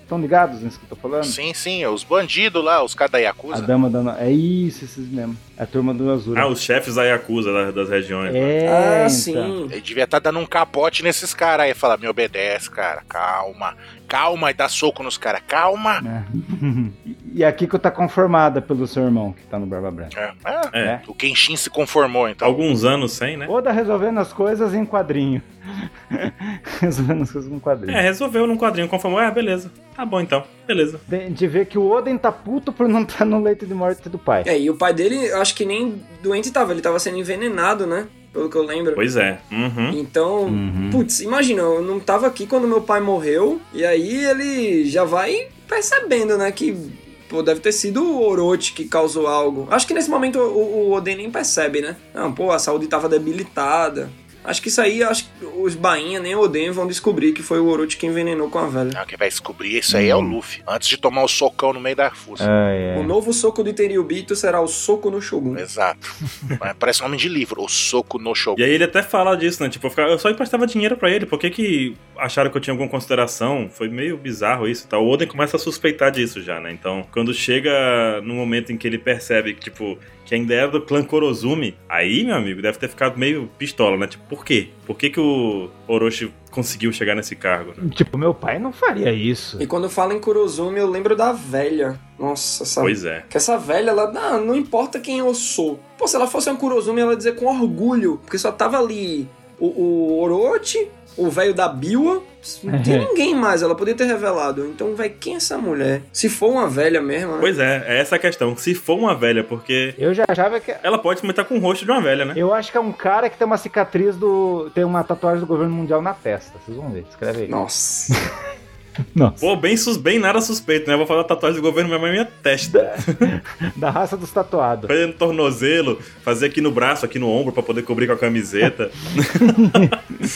[SPEAKER 1] Estão ligados nisso que eu tô falando?
[SPEAKER 3] Sim, sim, os bandidos lá, os caras da
[SPEAKER 1] A
[SPEAKER 3] Yakuza.
[SPEAKER 1] dama da... no- É isso, esses mesmo. É a turma do Azura.
[SPEAKER 2] Ah, os chefes da Yakuza da- das regiões. né?
[SPEAKER 1] É,
[SPEAKER 4] ah,
[SPEAKER 1] então.
[SPEAKER 4] sim.
[SPEAKER 3] Ele devia estar dando um capote nesses caras aí. Falar, me obedece, cara, calma. Calma e dá soco nos caras, calma.
[SPEAKER 1] É. E a Kiko tá conformada pelo seu irmão que tá no Barba Branca.
[SPEAKER 3] É. Ah,
[SPEAKER 2] É.
[SPEAKER 1] É.
[SPEAKER 3] O Kenshin se conformou, então.
[SPEAKER 2] Alguns anos sem, né?
[SPEAKER 1] Oda tá resolvendo as coisas em quadrinho. resolvendo as coisas com quadrinho.
[SPEAKER 2] É, resolveu num quadrinho, confirmou. É, beleza. Tá bom então. Beleza.
[SPEAKER 1] De- A gente vê que o Oden tá puto por não estar no leito de morte do pai.
[SPEAKER 4] É, e o pai dele, eu acho que nem doente tava. Ele tava sendo envenenado, né? Pelo que eu lembro.
[SPEAKER 2] Pois é. Uhum.
[SPEAKER 4] Então, putz, imagina, eu não tava aqui quando meu pai morreu, e aí ele já vai percebendo, né, que pô, deve ter sido o Orochi que causou algo. Acho que nesse momento o, o Oden nem percebe, né? Não, pô, a saúde tava debilitada. Acho que isso aí, acho que os Bainha nem o Oden vão descobrir que foi o Orochi que envenenou com a velha.
[SPEAKER 3] Não, quem vai descobrir isso aí é o Luffy. Antes de tomar o socão no meio da fuça.
[SPEAKER 1] Ai,
[SPEAKER 4] O
[SPEAKER 1] ai.
[SPEAKER 4] novo soco de Teriubito será o soco no Shogun.
[SPEAKER 3] Exato. Mas Parece nome de livro, o soco no
[SPEAKER 2] E
[SPEAKER 3] Shogun.
[SPEAKER 2] aí ele até fala disso, né? Tipo, eu ficava- eu só emprestava dinheiro pra ele. Por que que acharam que eu tinha alguma consideração? Foi meio bizarro isso e tal. O Oden começa a suspeitar disso já, né? Então, quando chega no momento em que ele percebe que, tipo, que ainda era do clã Korozumi, aí, meu amigo, deve ter ficado meio pistola, né? Tipo, por quê? Por que que o Orochi conseguiu chegar nesse cargo, né?
[SPEAKER 1] Tipo, meu pai não faria isso.
[SPEAKER 4] E quando fala em Kurozumi, eu lembro da velha. Nossa, essa
[SPEAKER 2] Pois é.
[SPEAKER 4] Que essa velha, ela, não, não importa quem eu sou. Pô, se ela fosse um Kurozumi, ela ia dizer com orgulho, porque só tava ali o, o Orochi, o velho da Biwa, não tinha ninguém mais, ela podia ter revelado. Então, velho, quem é essa mulher? Se for uma velha mesmo, né?
[SPEAKER 2] Pois é, é essa a questão. Se for uma velha, porque
[SPEAKER 1] Eu já achava que.
[SPEAKER 2] ela pode comentar com o rosto de uma velha, né?
[SPEAKER 1] Eu acho que é um cara que tem uma cicatriz do. Tem uma tatuagem do governo mundial na testa. Vocês vão ver,
[SPEAKER 2] é.
[SPEAKER 1] escreve aí.
[SPEAKER 4] Nossa.
[SPEAKER 1] Nossa.
[SPEAKER 2] Pô, bem, sus, bem nada suspeito, né? Eu vou fazer a tatuagem do governo, minha mãe minha testa.
[SPEAKER 1] Da raça dos tatuados.
[SPEAKER 2] Fazer no tornozelo, fazer aqui no braço, aqui no ombro, pra poder cobrir com a camiseta.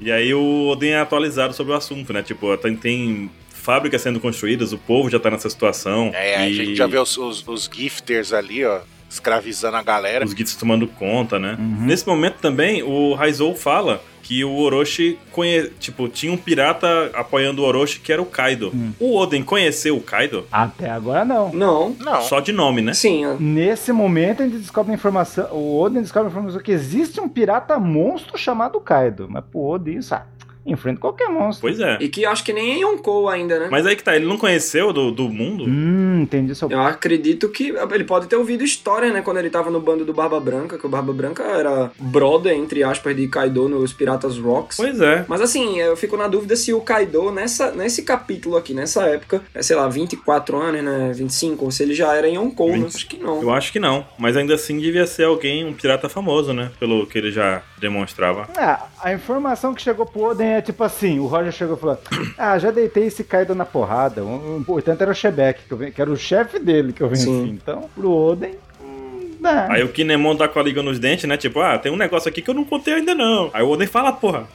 [SPEAKER 2] e aí o Oden é atualizado sobre o assunto, né? Tipo, tem, tem fábricas sendo construídas, o povo já tá nessa situação.
[SPEAKER 3] É,
[SPEAKER 2] e
[SPEAKER 3] a gente já vê os, os- os gifters ali, ó, escravizando a galera.
[SPEAKER 2] Os guides tomando conta, né?
[SPEAKER 1] Uhum.
[SPEAKER 2] Nesse momento também, o Raizou fala que o Orochi conhe... tipo, tinha um pirata apoiando o Orochi que era o Kaido. O Oden conheceu o Kaido
[SPEAKER 1] Até agora não.
[SPEAKER 4] não.
[SPEAKER 3] Não.
[SPEAKER 2] só de nome, né?
[SPEAKER 4] Sim, ó.
[SPEAKER 1] Nesse momento a gente descobre a informação. O Oden descobre a informação que existe um pirata monstro chamado Kaido. Mas pro Oden isso. Ah, enfrenta qualquer monstro.
[SPEAKER 2] Pois é.
[SPEAKER 4] E que acho que nem Yonkou ainda, né?
[SPEAKER 2] Mas aí que tá, ele não conheceu do, do mundo?
[SPEAKER 1] Hum, entendi seu
[SPEAKER 4] Eu acredito que ele pode ter ouvido história, né? Quando ele tava no bando do Barba Branca, que o Barba Branca era brother, entre aspas, de Kaido nos Piratas Rocks.
[SPEAKER 2] Pois é.
[SPEAKER 4] Mas assim, eu fico na dúvida se o Kaido, nessa, nesse capítulo aqui, nessa época, é, sei lá, 24 anos, né? 25, ou se ele já era em Yonkou, né?
[SPEAKER 2] 20.
[SPEAKER 4] Acho que não.
[SPEAKER 2] Eu acho que não. Mas ainda assim devia ser alguém, um pirata famoso, né? Pelo que ele já demonstrava.
[SPEAKER 1] Ah, a informação que chegou pro Oden é tipo assim: o Roger chegou e falou, ah, já deitei esse Kaido na porrada. O importante era o Shebeck, que, eu ven- que era o chefe dele que eu venci.
[SPEAKER 4] Sim.
[SPEAKER 1] Então, pro Oden. hum, dá.
[SPEAKER 2] Aí o Kinemon tá com a liga nos dentes, né? Tipo, ah, tem um negócio aqui que eu não contei ainda não. Aí o Oden fala, porra,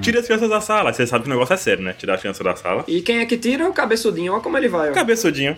[SPEAKER 2] tira as crianças da sala. Aí Você sabe que o negócio é sério, né? Tirar as crianças da sala.
[SPEAKER 4] E quem é que tira? O cabeçudinho, olha como ele vai, ó.
[SPEAKER 2] Cabeçudinho.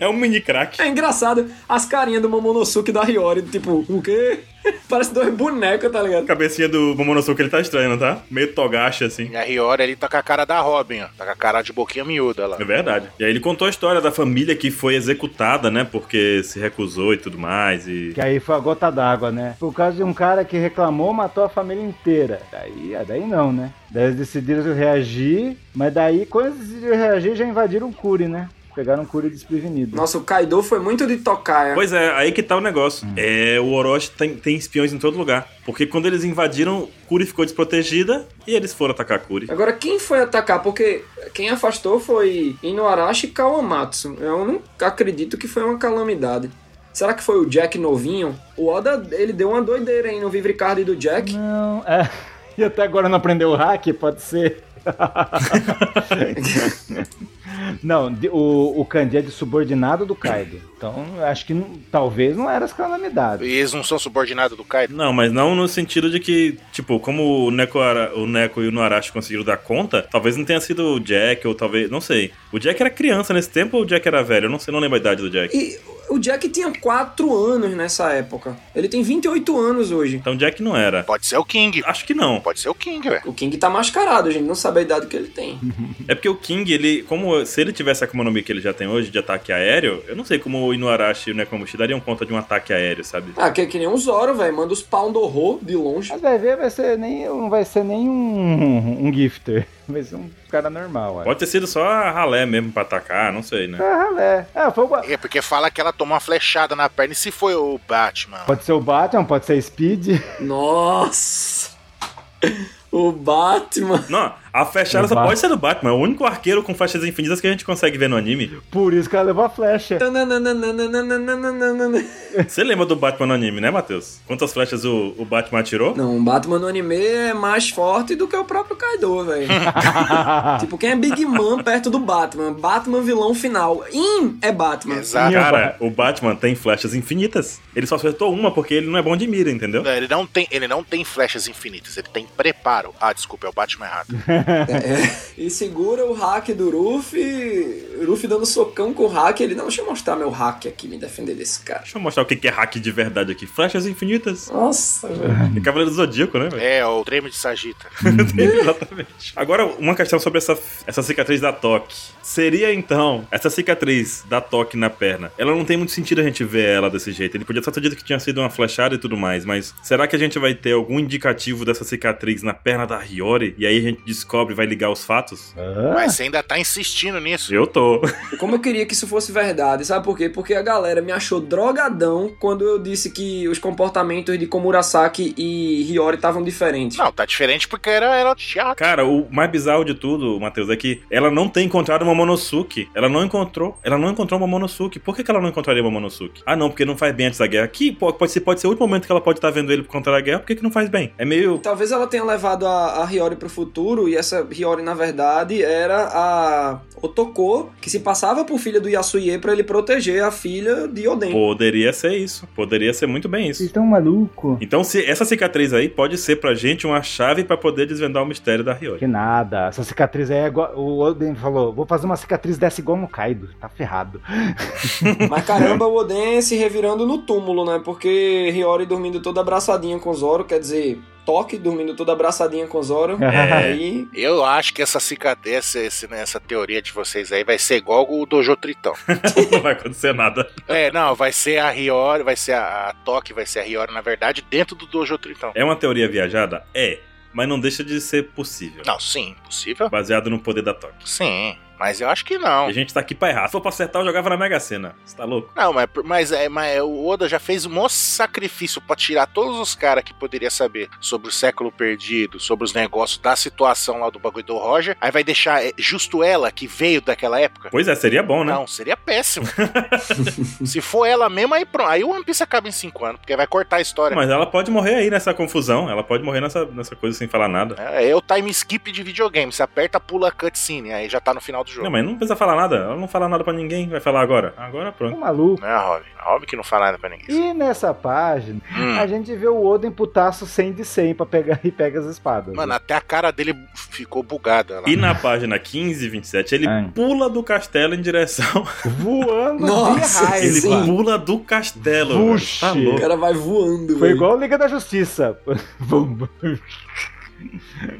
[SPEAKER 2] é um mini crack.
[SPEAKER 4] É engraçado as carinhas do Momonosuke e da Hiyori, tipo, o quê? Parece dois bonecos, tá ligado?
[SPEAKER 2] Cabecinha do Momonosuke, ele tá estranho, não tá? Meio togashi, assim.
[SPEAKER 3] E a Riora ali tá com a cara da Robin, ó. Tá com a cara de boquinha miúda lá.
[SPEAKER 2] É verdade. E aí ele contou a história da família que foi executada, né? Porque se recusou e tudo mais. E.
[SPEAKER 1] Que aí foi a gota d'água, né? Por causa de um cara que reclamou, matou a família inteira. Daí, ah, daí não, né? Daí eles decidiram reagir, mas daí, quando eles decidiram reagir, já invadiram o Curi, né? Pegaram o Curi desprevenido.
[SPEAKER 4] Nossa, o Kaido foi muito de tocaia.
[SPEAKER 2] Pois é, aí que tá o negócio. É, o Orochi tem, tem espiões em todo lugar. Porque quando eles invadiram, Kuri ficou desprotegida e eles foram atacar Kuri.
[SPEAKER 4] Agora, quem foi atacar? Porque quem afastou foi Inuarashi e Kawamatsu. Eu não acredito que foi uma calamidade. Será que foi o Jack novinho? O Oda, ele deu uma doideira aí no Vivre Card do Jack.
[SPEAKER 1] Não, é. E até agora não aprendeu o hack, pode ser. não, de- o, o Kandi é de subordinado do Kaido. Então, eu acho que não- talvez não era as calamidades.
[SPEAKER 3] E eles não são subordinados do Kaido?
[SPEAKER 2] Não, mas não no sentido de que, tipo, como o Neko, Ara- o Neko e o Noarashi conseguiram dar conta, talvez não tenha sido o Jack, ou talvez. Não sei. O Jack era criança nesse tempo ou o Jack era velho? Eu não sei, não lembro a idade do Jack.
[SPEAKER 4] E o Jack tinha 4 anos nessa época. Ele tem 28 anos hoje.
[SPEAKER 2] Então o Jack não era.
[SPEAKER 3] Pode ser o King.
[SPEAKER 2] Acho que não.
[SPEAKER 3] Pode ser o King, velho.
[SPEAKER 4] O King tá mascarado, a gente não sabe a idade que ele tem.
[SPEAKER 2] É porque o King, ele, como se ele tivesse a Akuma no Mi que ele já tem hoje de ataque aéreo, eu não sei como o Inuarashi e o Nekomushi dariam conta de um ataque aéreo, sabe?
[SPEAKER 4] Ah, que é que nem um Zoro, velho. Manda os pau do horror de longe.
[SPEAKER 1] Mas vai ver, vai ser nem, não vai ser nem um, um gifter. Vai ser um cara normal, acho.
[SPEAKER 2] Pode ter sido só a ralé mesmo pra atacar, não sei, né?
[SPEAKER 1] Ah, é. É, foi o-
[SPEAKER 3] É porque fala que ela tomou uma flechada na perna e se foi o Batman.
[SPEAKER 1] Pode ser o Batman, pode ser Speed.
[SPEAKER 4] Nossa! O Batman.
[SPEAKER 2] Não, a flechada
[SPEAKER 1] O
[SPEAKER 2] só
[SPEAKER 1] Batman.
[SPEAKER 2] pode ser do Batman, é o único arqueiro com flechas infinitas que a gente consegue ver no anime.
[SPEAKER 1] Por isso que ela levou a flecha.
[SPEAKER 4] Tananananananananananana.
[SPEAKER 2] Você lembra do Batman no anime, né, Matheus? Quantas flechas o, o Batman atirou?
[SPEAKER 4] Não, o Batman no anime é mais forte do que o próprio Kaido, velho. tipo, quem é Big Man perto do Batman? Batman vilão final. In é Batman.
[SPEAKER 3] Exato.
[SPEAKER 2] Cara, o Batman tem flechas infinitas. Ele só acertou uma porque ele não é bom de mira, entendeu?
[SPEAKER 3] Não, Ele não, tem, ele não tem flechas infinitas, ele tem preparo. Ah, desculpa, é o Batman errado.
[SPEAKER 4] É. E segura o hack do Ruffy. Ruffy dando socão com o hack. Ele, não, deixa eu mostrar meu hack aqui, me defender desse cara.
[SPEAKER 2] Deixa eu mostrar o que que é hack de verdade aqui. Flechas infinitas.
[SPEAKER 4] Nossa, velho.
[SPEAKER 2] É Cavaleiro do Zodíaco, né, velho?
[SPEAKER 3] É, o Treme de Sagita.
[SPEAKER 2] Uhum. Exatamente. Agora, uma questão sobre essa, essa cicatriz da Toque. Seria então, essa cicatriz da Toque na perna, ela não tem muito sentido a gente ver ela desse jeito. Ele podia só ter dito que tinha sido uma flechada e tudo mais, mas será que a gente vai ter algum indicativo dessa cicatriz na perna da Hiyori? E aí a gente descobre, vai ligar os fatos?
[SPEAKER 1] Ah,
[SPEAKER 3] Mas você ainda tá insistindo nisso.
[SPEAKER 2] Eu tô.
[SPEAKER 4] Como eu queria que isso fosse verdade, sabe por quê? Porque a galera me achou drogadão quando eu disse que os comportamentos de Komurasaki e Hiyori estavam diferentes.
[SPEAKER 3] Não, tá diferente porque era, era teatro.
[SPEAKER 2] Cara, o mais bizarro de tudo, Matheus, é que ela não tem encontrado uma Momonosuke. Ela não encontrou. Ela não encontrou uma Momonosuke. Por que, que ela não encontraria uma Momonosuke? Ah, não, porque não faz bem antes da guerra. Que po- pode ser, pode ser o último momento que ela pode estar vendo ele por conta da guerra. Por que, que não faz bem? É meio.
[SPEAKER 4] Talvez ela tenha levado a, a Hiyori pro futuro e essa Hiyori, na verdade, era a Otoko, que se passava por filha do Yasuye pra ele proteger a filha de Oden.
[SPEAKER 2] Poderia ser isso. Poderia ser muito bem
[SPEAKER 1] vocês
[SPEAKER 2] isso.
[SPEAKER 1] estão malucos?
[SPEAKER 2] Então, se essa cicatriz aí pode ser pra gente uma chave pra poder desvendar o mistério da Hiyori.
[SPEAKER 1] Que nada, essa cicatriz aí é igual. O Oden falou: vou fazer uma cicatriz dessa igual no Kaido. Tá ferrado.
[SPEAKER 4] Mas caramba, o Oden é se revirando no túmulo, né? Porque Hiyori dormindo toda abraçadinha com Zoro, quer dizer, Toque dormindo toda abraçadinha com Zoro.
[SPEAKER 1] É.
[SPEAKER 4] Aí
[SPEAKER 3] Eu acho que essa cicatriz, essa, esse- né, essa teoria de vocês aí vai ser igual o Dojo Tritão.
[SPEAKER 2] não vai acontecer nada.
[SPEAKER 3] é, não, vai ser a Riori, vai ser a, a Toque, vai ser a Riori, na verdade, dentro do Dojo Tritão.
[SPEAKER 2] É uma teoria viajada? É. mas não deixa de ser possível.
[SPEAKER 3] Não, sim, possível.
[SPEAKER 2] Baseado no poder da Toque.
[SPEAKER 3] Sim, mas eu acho que não.
[SPEAKER 2] E a gente tá aqui pra errar. Se for pra acertar, eu jogava na Mega Sena. Você tá louco?
[SPEAKER 3] Não, mas, mas, é, mas o Oda já fez um monte de sacrifício pra tirar todos os caras que poderia saber sobre o século perdido, sobre os negócios da situação lá do bagulho do Roger. Aí vai deixar é, justo ela que veio daquela época.
[SPEAKER 2] Pois é, seria bom, né?
[SPEAKER 3] Não, seria péssimo. Se for ela mesma, aí pronto. Aí o One Piece acaba em 5 anos, porque vai cortar a história.
[SPEAKER 2] Mas ela pode morrer aí nessa confusão. Ela pode morrer nessa, nessa coisa sem falar nada.
[SPEAKER 3] É, é o time skip de videogame. Você aperta, pula cutscene, aí já tá no final do jogo.
[SPEAKER 2] Não, mas não precisa falar nada. Ela não fala nada pra ninguém. Vai falar agora. Agora
[SPEAKER 1] Ô,
[SPEAKER 2] pronto.
[SPEAKER 1] Tá maluco.
[SPEAKER 3] Não é, Rob? Rob que não fala nada pra ninguém.
[SPEAKER 1] E nessa página,
[SPEAKER 3] Hum.
[SPEAKER 1] a gente vê o Oden putaço 100 de 100 pra pegar e pega as espadas.
[SPEAKER 3] Mano, até a cara dele ficou bugada lá.
[SPEAKER 2] E na página 15 e 27, ele
[SPEAKER 1] É.
[SPEAKER 2] pula do castelo em direção.
[SPEAKER 1] Voando
[SPEAKER 4] Nossa,
[SPEAKER 1] de raiva.
[SPEAKER 2] ele
[SPEAKER 4] sim.
[SPEAKER 2] pula do castelo. velho.
[SPEAKER 1] Puxa.
[SPEAKER 2] Tá
[SPEAKER 4] O
[SPEAKER 2] louco.
[SPEAKER 4] cara vai voando,
[SPEAKER 1] Foi
[SPEAKER 4] velho.
[SPEAKER 1] igual Liga da Justiça. Bum, bum.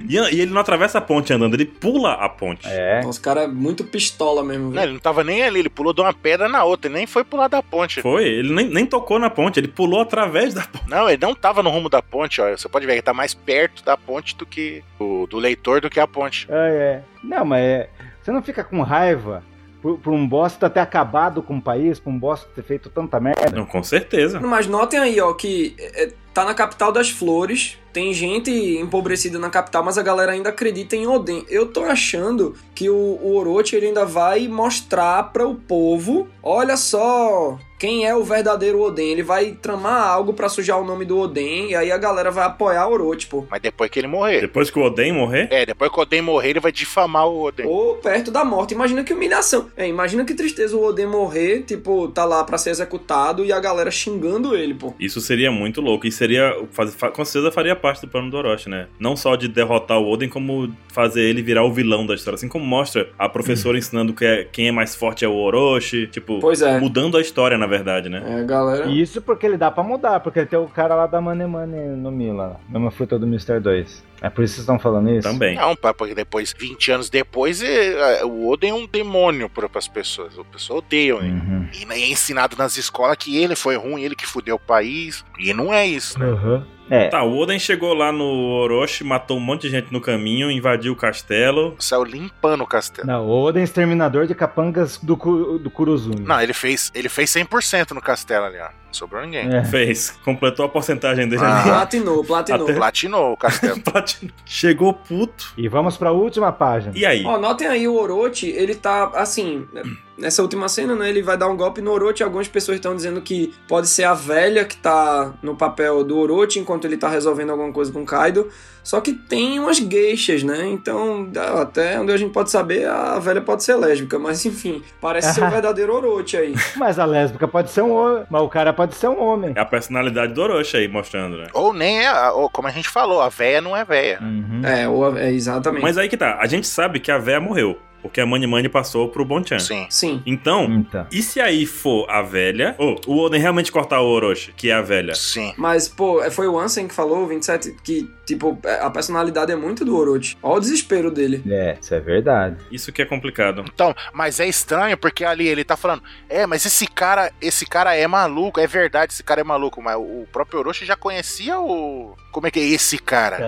[SPEAKER 2] E, e ele não atravessa a ponte andando, ele pula a ponte.
[SPEAKER 1] é.
[SPEAKER 4] Os caras muito pistola mesmo,
[SPEAKER 3] Não,
[SPEAKER 4] velho.
[SPEAKER 3] Né, ele não tava nem ali, ele pulou de uma pedra na outra, ele nem foi pular da ponte.
[SPEAKER 2] Foi, ele nem, nem tocou na ponte, ele pulou através da ponte.
[SPEAKER 3] Não, ele não tava no rumo da ponte, ó. Você pode ver que tá mais perto da ponte do que. Do, do leitor do que a ponte.
[SPEAKER 1] Ah, é. Não, mas é. Você não fica com raiva por, por um boss ter até acabado com o país, por um boss ter feito tanta merda?
[SPEAKER 2] Não, com certeza.
[SPEAKER 4] Mas notem aí, ó, que é, é, tá na capital das flores, tem gente empobrecida na capital, mas a galera ainda acredita em Oden. Eu tô achando que o, o Orochi ele ainda vai mostrar para o povo, olha só, quem é o verdadeiro Oden. Ele vai tramar algo pra sujar o nome do Oden, e aí a galera vai apoiar o Orochi, pô.
[SPEAKER 3] Mas depois que ele morrer.
[SPEAKER 2] Depois que o Oden morrer,
[SPEAKER 3] É, depois que o Oden morrer, ele vai difamar o Oden.
[SPEAKER 4] Ou perto da morte. Imagina que humilhação. É, imagina que tristeza o Oden morrer, tipo, tá lá pra ser executado e a galera xingando ele, pô.
[SPEAKER 2] Isso seria muito louco. E seria. faz- fa- Com certeza faria parte do plano do Orochi, né? Não só de derrotar o Oden, como fazer ele virar o vilão da história. Assim como mostra a professora ensinando que é- quem é mais forte é o Orochi. Tipo,
[SPEAKER 4] Pois é.
[SPEAKER 2] mudando a história, na verdade, né?
[SPEAKER 4] É, galera.
[SPEAKER 1] E Isso porque ele dá pra mudar, porque tem o cara lá da Money Money no Mila, mesma fruta do Mr. 2. É por isso que vocês estão falando isso?
[SPEAKER 2] Também.
[SPEAKER 3] Não, pá, porque um depois, 20 anos depois, é, é, o Oden é um demônio pra- pras pessoas. O pessoal odeia ele.
[SPEAKER 1] Uhum.
[SPEAKER 3] E é ensinado nas escolas que ele foi ruim, ele que fudeu o país. E não é isso, né?
[SPEAKER 1] Uhum. É.
[SPEAKER 2] Tá, o Oden chegou lá no Orochi, matou um monte de gente no caminho, invadiu o castelo.
[SPEAKER 3] Saiu limpando o castelo.
[SPEAKER 1] Não, o Oden exterminador de capangas do, Ku- do Kuruzumi.
[SPEAKER 3] Não, ele fez, ele fez 100% no castelo ali, ó. Não sobrou ninguém.
[SPEAKER 1] É.
[SPEAKER 2] Fez. Completou a porcentagem dele
[SPEAKER 3] Ah.
[SPEAKER 2] ali.
[SPEAKER 4] Platinou, platinou.
[SPEAKER 2] Até-
[SPEAKER 3] Platinou o castelo.
[SPEAKER 2] Platinou. Chegou puto.
[SPEAKER 1] E vamos pra última página.
[SPEAKER 2] E aí?
[SPEAKER 4] Ó, notem aí o Orochi, ele tá assim, né, nessa última cena, né? Ele vai dar um golpe no Orochi. Algumas pessoas estão dizendo que pode ser a velha que tá no papel do Orochi enquanto ele tá resolvendo alguma coisa com o Kaido. Só que tem umas gueixas, né? Então, dá- até onde a gente pode saber, a velha pode ser lésbica, mas enfim, parece ser o verdadeiro Orochi aí.
[SPEAKER 1] Mas a lésbica pode ser um homem, mas o cara pode ser um homem.
[SPEAKER 2] É a personalidade do Orochi aí mostrando, né?
[SPEAKER 3] ou nem é, a- ou como a gente falou, a véia não é véia.
[SPEAKER 1] Uhum.
[SPEAKER 4] É, ou a- é exatamente.
[SPEAKER 2] Mas aí que tá, a gente sabe que a véia morreu, porque a Mani Mani passou pro Bonchan.
[SPEAKER 3] Sim.
[SPEAKER 4] Sim.
[SPEAKER 2] Então,
[SPEAKER 1] Então.
[SPEAKER 2] e se aí for a velha, ou o Oden realmente cortar o Orochi, que é a velha?
[SPEAKER 3] Sim.
[SPEAKER 4] Mas, pô, é- foi o Ansem que falou, o 27, que, tipo, é- a personalidade é muito do Orochi. Olha o desespero dele.
[SPEAKER 1] É, isso é verdade.
[SPEAKER 2] Isso que é complicado.
[SPEAKER 3] Então, mas é estranho porque ali ele tá falando, é, mas esse cara, esse cara é maluco, é verdade, esse cara é maluco, mas o próprio Orochi já conhecia o como é que é esse cara?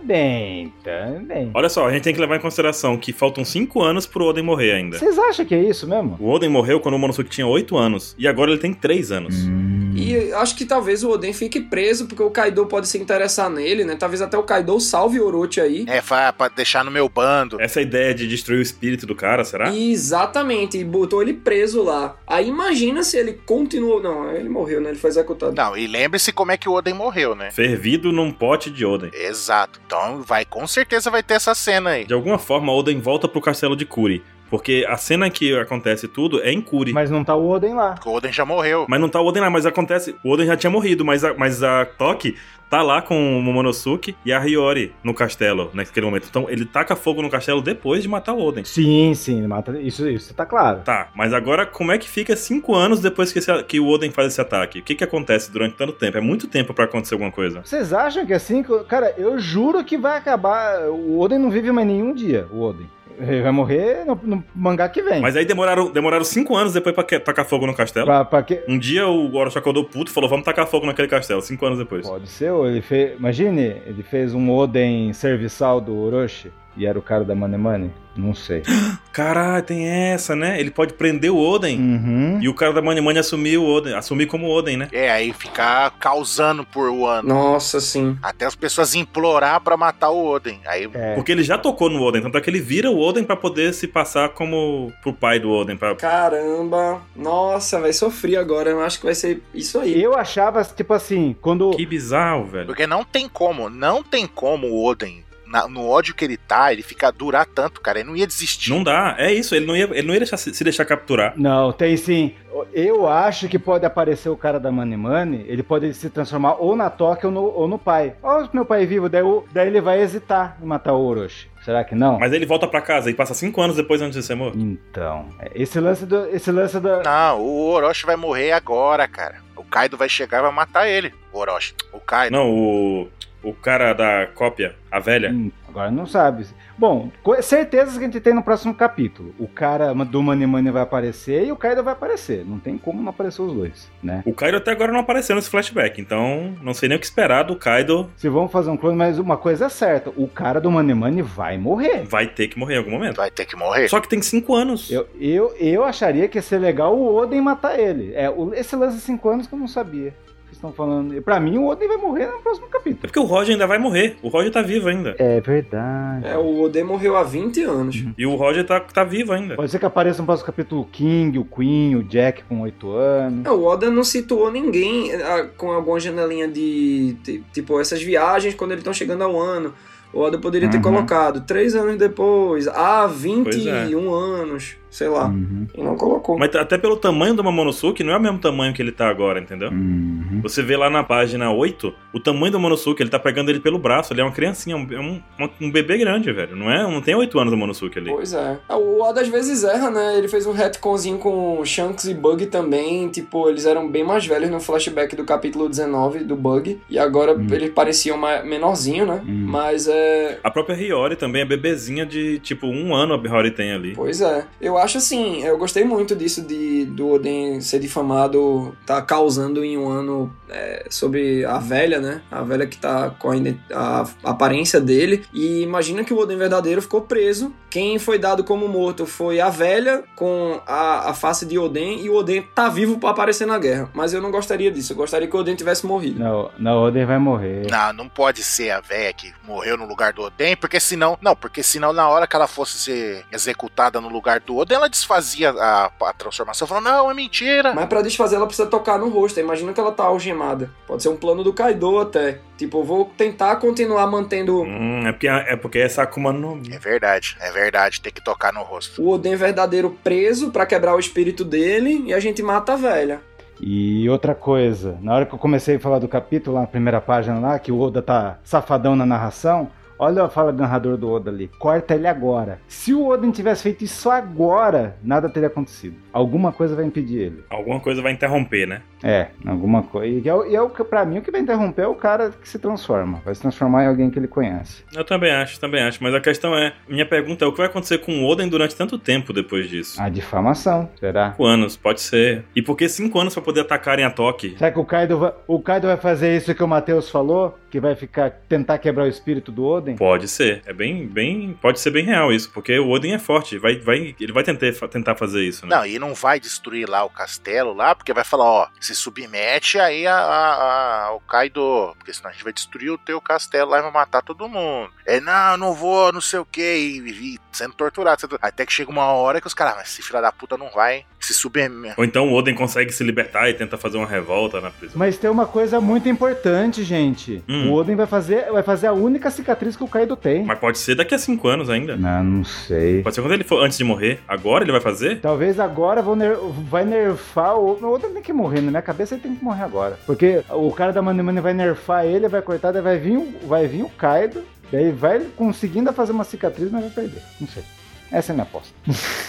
[SPEAKER 1] Também, também.
[SPEAKER 2] Olha só, a gente tem que levar em consideração que faltam 5 anos pro Oden morrer ainda.
[SPEAKER 1] Vocês acham que é isso mesmo?
[SPEAKER 2] O Oden morreu quando o Monosuke tinha 8 anos, e agora ele tem 3 anos.
[SPEAKER 1] Hum.
[SPEAKER 4] E eu acho que talvez o Oden fique preso, porque o Kaido pode se interessar nele, né? Talvez até o Kaido salve o Orochi aí.
[SPEAKER 3] É, fa- pra deixar no meu bando.
[SPEAKER 2] Essa ideia de destruir o espírito do cara, será?
[SPEAKER 4] E exatamente, e botou ele preso lá. Aí imagina se ele continuou. Não, ele morreu, né? Ele foi executado.
[SPEAKER 3] Não, e lembre-se como é que o Oden morreu, né?
[SPEAKER 2] Fervido num pote de Oden.
[SPEAKER 3] Exato. Então vai, com certeza vai ter essa cena aí.
[SPEAKER 2] De alguma forma, Oden volta pro castelo de Kuri, porque a cena que acontece tudo é em Kuri.
[SPEAKER 1] Mas não tá o Oden lá.
[SPEAKER 3] Porque o Oden já morreu.
[SPEAKER 2] Mas não tá o Oden lá, mas acontece. O Oden já tinha morrido, mas a, mas a Toki tá lá com o Momonosuke e a Hiyori no castelo naquele momento. Então ele taca fogo no castelo depois de matar o Oden.
[SPEAKER 1] Sim, sim, mata. Isso, isso tá claro.
[SPEAKER 2] Tá, mas agora como é que fica cinco anos depois que, esse- que o Oden faz esse ataque? O que, que acontece durante tanto tempo? É muito tempo pra acontecer alguma coisa.
[SPEAKER 1] Vocês é acham que assim, cara, eu juro que vai acabar. O Oden não vive mais nenhum dia, o Oden. Ele vai morrer no, no mangá que vem.
[SPEAKER 2] Mas aí demoraram, demoraram cinco anos depois pra que- tacar fogo no castelo.
[SPEAKER 1] Pra, pra que...
[SPEAKER 2] Um dia o Orochakô deu puto e falou, vamos tacar fogo naquele castelo, cinco anos depois.
[SPEAKER 1] Pode ser, ou ele fez. Imagine, ele fez um Oden serviçal do Orochi e era o cara da Mane Mane. Não sei.
[SPEAKER 2] Caralho, tem essa, né? Ele pode prender o Oden.
[SPEAKER 1] Uhum.
[SPEAKER 2] E o cara da Mani Mani assumir o Oden, assumir como Oden, né?
[SPEAKER 3] É, aí ficar causando por Wano.
[SPEAKER 4] Nossa, sim.
[SPEAKER 3] Até as pessoas implorar pra matar o Oden. Aí
[SPEAKER 1] É.
[SPEAKER 2] Porque ele já tocou no Oden, tanto é que ele vira o Oden pra poder se passar como pro pai do Oden. Pra...
[SPEAKER 4] Caramba. Nossa, vai sofrer agora. Eu acho que vai ser isso aí.
[SPEAKER 1] Eu achava, tipo assim, quando.
[SPEAKER 2] Que bizarro, velho.
[SPEAKER 3] Porque não tem como, não tem como o Oden, na- no ódio que ele tá, ele ficar durar tanto, cara. Ele não ia desistir.
[SPEAKER 2] Não dá, é isso, ele não ia, ele não ia deixar, se se deixar capturar.
[SPEAKER 1] Não, tem sim. Eu acho que pode aparecer o cara da Mane Mane, ele pode se transformar ou na Toque ou no, ou no pai. Olha o meu pai vivo, daí, o- daí ele vai hesitar em matar o Orochi. Será que não?
[SPEAKER 2] Mas ele volta pra casa e passa cinco anos depois antes de ser morto.
[SPEAKER 1] Então, é, esse lance do. Esse lance da.
[SPEAKER 3] Não, o Orochi vai morrer agora, cara. O Kaido vai chegar e vai matar ele. O Orochi. O Kaido.
[SPEAKER 2] Não, o, o cara da cópia, a velha.
[SPEAKER 1] Hum, Agora não sabe. Bom, co- certezas que a gente tem no próximo capítulo. O cara do Mane Mane vai aparecer e o Kaido vai aparecer. Não tem como não aparecer os dois, né?
[SPEAKER 2] O Kaido até agora não apareceu nesse flashback, então não sei nem o que esperar do Kaido.
[SPEAKER 1] Se vão fazer um clone, mas uma coisa é certa: o cara do Mane Mane vai morrer.
[SPEAKER 2] Vai ter que morrer em algum momento.
[SPEAKER 3] Vai ter que morrer.
[SPEAKER 2] Só que tem cinco anos.
[SPEAKER 1] Eu, eu, eu acharia que ia ser legal o Oden matar ele. É, o- esse lance de 5 anos que eu não sabia. Vocês estão falando. E Pra mim, o Oden vai morrer no próximo
[SPEAKER 2] É
[SPEAKER 1] capítulo.
[SPEAKER 2] porque o Roger ainda vai morrer. O Roger tá vivo ainda.
[SPEAKER 1] É verdade.
[SPEAKER 4] É, o Oden morreu há 20 anos.
[SPEAKER 2] E o Roger tá, tá vivo ainda.
[SPEAKER 1] Pode ser que apareça no próximo capítulo o King, o Queen, o Jack com 8 anos.
[SPEAKER 4] Não, o Oda não situou ninguém ah, com alguma janelinha de, ti- Tipo, essas viagens quando eles estão chegando ao ano. O Oda poderia ter
[SPEAKER 1] Uhum. é.
[SPEAKER 4] colocado três anos depois, há 21 anos, sei lá.
[SPEAKER 1] Uhum.
[SPEAKER 4] E não colocou.
[SPEAKER 2] Mas até pelo tamanho do Momonosuke, não é o mesmo tamanho que ele tá agora, entendeu?
[SPEAKER 1] Uhum.
[SPEAKER 2] Você vê lá na página 8, o tamanho do Momonosuke, ele tá pegando ele pelo braço, ele é uma criancinha, um, é um, uma- um bebê grande, velho. Não é? Não tem 8 anos o Momonosuke ali.
[SPEAKER 4] Pois é. O Oda às vezes erra, né? Ele fez um retconzinho com Shanks e Bug também. Tipo, eles eram bem mais velhos no flashback do capítulo 19 do Bug. E agora
[SPEAKER 1] Hum.
[SPEAKER 4] eles pareciam mais, menorzinho, né?
[SPEAKER 1] Hum.
[SPEAKER 4] Mas é.
[SPEAKER 2] A própria Hiyori também é bebezinha de tipo um ano a Hiyori tem ali.
[SPEAKER 4] Pois é. Eu acho assim, eu gostei muito disso de do Oden ser difamado, tá causando em um ano é, sobre a velha, né? A velha que tá com a, ident- a aparência dele. E imagina que o Oden verdadeiro ficou preso. Quem foi dado como morto foi a velha com a, a face de Oden e o Oden tá vivo pra aparecer na guerra. Mas eu não gostaria disso. Eu gostaria que o Oden tivesse morrido.
[SPEAKER 1] Não, não, o Oden vai
[SPEAKER 2] um
[SPEAKER 1] morrer.
[SPEAKER 3] Não, não pode ser a véia que morreu no lugar do Oden, porque senão. Não, porque senão na hora que ela fosse ser executada no lugar do Oden, ela desfazia a, a transformação. Falou, não, é mentira.
[SPEAKER 4] Mas pra desfazer ela precisa tocar no rosto. Imagina que ela tá algemada. Pode ser um plano do Kaido até. Tipo, eu vou tentar continuar mantendo
[SPEAKER 2] Hum, é porque é porque essa Akuma no Mi.
[SPEAKER 3] É verdade, é verdade, tem que tocar no rosto.
[SPEAKER 4] o Oden verdadeiro preso pra quebrar o espírito dele e a gente mata a velha.
[SPEAKER 1] E outra coisa, na hora que eu comecei a falar do capítulo, lá na primeira página lá, que o Oda tá safadão na narração, olha a fala do narrador do Oda ali, corta ele agora. Se o Oden tivesse feito isso agora, nada teria acontecido. Alguma coisa vai impedir ele.
[SPEAKER 2] Alguma coisa vai interromper, né?
[SPEAKER 1] É, alguma coisa. E é, o- e é o que, pra mim, o que vai interromper é o cara que se transforma. Vai se transformar em alguém que ele conhece.
[SPEAKER 2] Eu também acho, também acho. Mas a questão é, minha pergunta é o que vai acontecer com o Oden durante tanto tempo depois disso?
[SPEAKER 4] Ah.
[SPEAKER 1] A difamação, será?
[SPEAKER 2] Cinco anos, pode ser. E por que cinco anos pra poder atacarem a Toque?
[SPEAKER 1] Será que o Kaido, vai, o Kaido vai fazer isso que o Matheus falou? Que vai ficar tentar quebrar o espírito do Oden?
[SPEAKER 2] Pode ser. É bem, bem. Pode ser bem real isso, porque o Odin é forte. Vai, vai, ele vai tentar, tentar fazer isso, né?
[SPEAKER 3] Não, e não vai destruir lá o castelo lá, porque vai falar, ó, se submete aí a, a, a- ao Kaido, porque senão a gente vai destruir o teu castelo lá e vai matar todo mundo. É, não, não vou, não sei o que, e, e sendo torturado. sendo- Até que chega uma hora que os caras, "Ah, mas esse filho da puta não vai se submeter.
[SPEAKER 2] Ou então o Odin consegue se libertar e tenta fazer uma revolta na prisão.
[SPEAKER 1] Mas tem uma coisa muito importante, gente.
[SPEAKER 2] Hum.
[SPEAKER 1] O Oden vai fazer, vai fazer a única cicatriz que o Kaido tem.
[SPEAKER 2] Mas pode ser daqui a cinco anos ainda.
[SPEAKER 1] Não, não sei.
[SPEAKER 2] Pode ser quando ele for antes de morrer. Agora ele vai fazer?
[SPEAKER 1] Talvez agora vão ner- vai nerfar o. O Oden tem que morrer, na minha cabeça ele tem que morrer agora. Porque o cara da Mani Mani vai nerfar ele, vai cortar, daí vai vir, o- vai vir o Kaido, daí vai conseguindo fazer uma cicatriz, mas vai perder. Não sei. Essa é a minha aposta.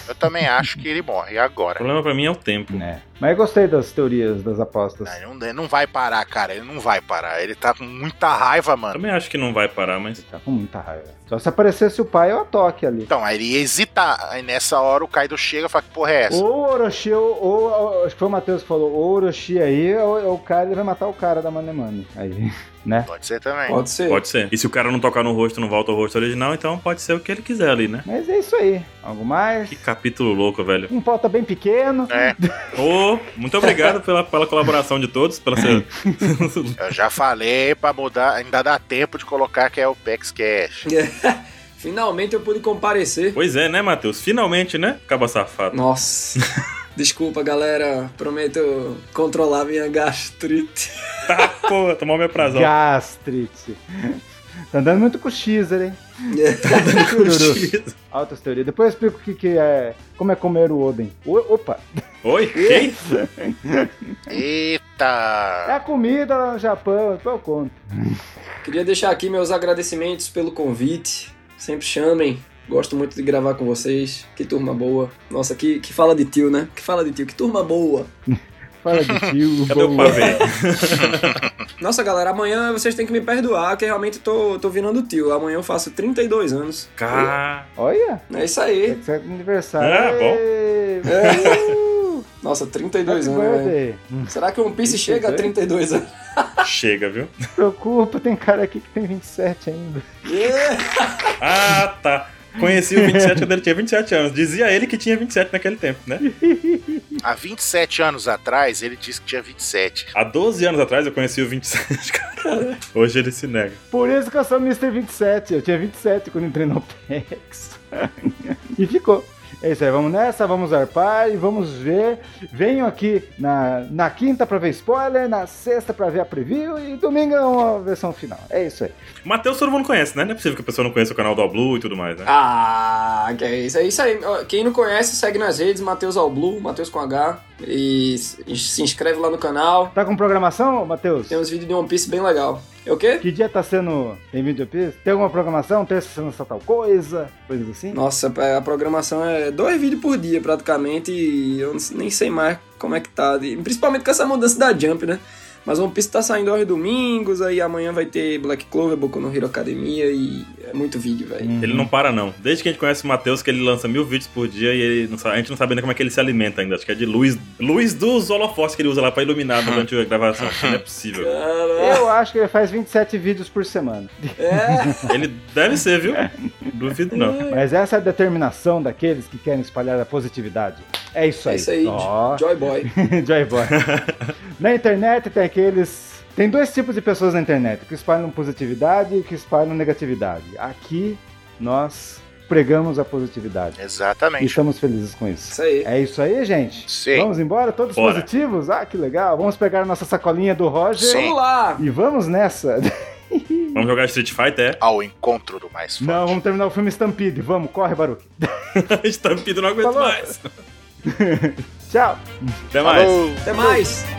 [SPEAKER 3] Eu também acho que ele morre
[SPEAKER 2] O
[SPEAKER 3] agora.
[SPEAKER 2] problema pra mim é o tempo.
[SPEAKER 1] né? Mas eu gostei das teorias das apostas.
[SPEAKER 3] Ah, Ele não, ele não vai parar, cara. Ele não vai parar. Ele tá com muita raiva, mano.
[SPEAKER 2] Também acho que não vai parar, mas.
[SPEAKER 1] Tá com muita raiva. Só se aparecesse o pai ou a Toque ali.
[SPEAKER 3] Então, aí ele hesita. Aí nessa hora o Kaido chega e fala: Que porra é essa?
[SPEAKER 1] Ou o Orochi, ou, ou- ou- acho que foi o Matheus que falou, ou o Orochi aí, ou, ou o cara, ele vai matar o cara da Manemane. Aí, né?
[SPEAKER 3] É. Pode ser também.
[SPEAKER 4] Pode ser.
[SPEAKER 2] Pode ser. E se o cara não tocar no rosto, não volta ao rosto original, então pode ser o que ele quiser ali, né?
[SPEAKER 1] Mas é isso aí. Algo mais?
[SPEAKER 2] Que capítulo louco, velho.
[SPEAKER 1] Um pauta bem pequeno.
[SPEAKER 3] É,
[SPEAKER 2] Ô, muito obrigado pela, pela colaboração de todos, pela sua-
[SPEAKER 3] eu já falei pra mudar. Ainda dá tempo de colocar que é o Pex Cash.
[SPEAKER 4] É. Finalmente eu pude comparecer.
[SPEAKER 2] Pois é, né, Matheus? Finalmente, né? Acaba safado.
[SPEAKER 4] Nossa. Desculpa, galera. Prometo controlar minha gastrite.
[SPEAKER 2] Tá, porra, tomou meu prazão.
[SPEAKER 1] Gastrite. Tá andando muito com o Xer, hein? Chururu. Altas teorias. Depois eu explico o que, que é. Como é comer o Oden. O- opa!
[SPEAKER 2] Oi? Quem?
[SPEAKER 1] É
[SPEAKER 3] Eita!
[SPEAKER 1] a comida lá no Japão, depois eu conto.
[SPEAKER 4] Queria deixar aqui meus agradecimentos pelo convite. Sempre chamem. Gosto muito de gravar com vocês. Que turma boa. Nossa, que, que fala de tio, né? Que fala de tio. Que turma boa.
[SPEAKER 1] Fala de tio. né?
[SPEAKER 2] Cadê o
[SPEAKER 1] boa.
[SPEAKER 2] pavê?
[SPEAKER 4] Nossa, galera, amanhã vocês têm que me perdoar, que realmente tô, tô virando tio. Amanhã eu faço 32 anos.
[SPEAKER 2] Cá.
[SPEAKER 1] Olha,
[SPEAKER 4] É isso
[SPEAKER 1] é
[SPEAKER 4] aí.
[SPEAKER 1] que certo aniversário.
[SPEAKER 2] Ah, bom.
[SPEAKER 1] bom.
[SPEAKER 4] Nossa, 32 anos, É velho. é Será que o One Piece
[SPEAKER 1] 32?
[SPEAKER 4] chega a 32 anos?
[SPEAKER 2] Chega, viu?
[SPEAKER 1] se preocupa, tem cara aqui que tem 27 ainda.
[SPEAKER 4] Yeah.
[SPEAKER 2] Ah, tá. Conheci o 27 quando ele tinha 27 anos. Dizia ele que tinha 27 naquele tempo, né?
[SPEAKER 3] Há 27 anos atrás, ele disse que tinha 27.
[SPEAKER 2] Há 12 anos atrás eu conheci o 27, cara. Hoje ele se nega.
[SPEAKER 1] Por isso que eu sou Mr. 27. Eu tinha 27 quando entrei no PEX. e ficou. É isso aí, vamos nessa, vamos arpar e vamos ver. Venham aqui na, na quinta pra ver spoiler, na sexta pra ver a preview e domingo é uma versão final. É isso aí.
[SPEAKER 2] Matheus todo mundo conhece, né? Não é possível que a pessoa não conheça o canal do Oblu e tudo mais, né?
[SPEAKER 4] Ah, que é isso. É isso aí. Ó, Quem não conhece, segue nas redes, Matheus ao Blue, Matheus com H. E se se inscreve lá no canal.
[SPEAKER 1] Tá com programação, Matheus?
[SPEAKER 4] Tem uns vídeos de One Piece bem legal. É o quê?
[SPEAKER 1] Que dia tá sendo em videopista? Tem alguma programação? Terça sendo essa tal coisa? Coisas assim?
[SPEAKER 4] Nossa, a programação é dois vídeos por dia praticamente e eu nem sei mais como é que tá. E Principalmente com essa mudança da Jump, né? Mas One Piece tá saindo aos domingos, aí amanhã vai ter Black Clover, Boku no Hero Academia e é muito vídeo, velho.
[SPEAKER 2] Ele não para, não. Desde que a gente conhece o Matheus, que ele lança mil vídeos por dia e ele não sabe- a gente não sabe ainda como é que ele se alimenta ainda. Acho que é de luz, luz dos holofotes que ele usa lá pra iluminar durante a gravação. Não é possível.
[SPEAKER 4] Caralho.
[SPEAKER 1] Eu acho que ele faz 27 vídeos por semana.
[SPEAKER 4] É,
[SPEAKER 2] Ele deve ser, viu? Duvido não.
[SPEAKER 1] Mas essa é a determinação daqueles que querem espalhar a positividade. É isso aí.
[SPEAKER 4] é isso aí.
[SPEAKER 1] Ó.
[SPEAKER 4] Joy Boy. É
[SPEAKER 1] Joy Boy. na internet tem aqueles. Tem dois tipos de pessoas na internet: que espalham positividade e que espalham negatividade. Aqui nós pregamos a positividade. E
[SPEAKER 3] Exatamente.
[SPEAKER 1] estamos felizes com isso.
[SPEAKER 4] Isso aí.
[SPEAKER 1] É isso aí, gente?
[SPEAKER 3] Sim.
[SPEAKER 1] Vamos embora? Todos
[SPEAKER 2] Bora.
[SPEAKER 1] positivos? Ah, que legal. Vamos pegar a nossa sacolinha do Roger
[SPEAKER 3] Sim.
[SPEAKER 4] Vamos lá!
[SPEAKER 1] e vamos nessa.
[SPEAKER 2] Vamos jogar Street Fighter,
[SPEAKER 3] Ao encontro do mais forte.
[SPEAKER 1] Não, vamos terminar o filme Stampede. Vamos, corre, Baruque.
[SPEAKER 2] é? Estampido, não aguento
[SPEAKER 1] Falou.
[SPEAKER 2] mais.
[SPEAKER 1] Tchau.
[SPEAKER 2] Até mais.
[SPEAKER 3] Falou.
[SPEAKER 4] Até mais!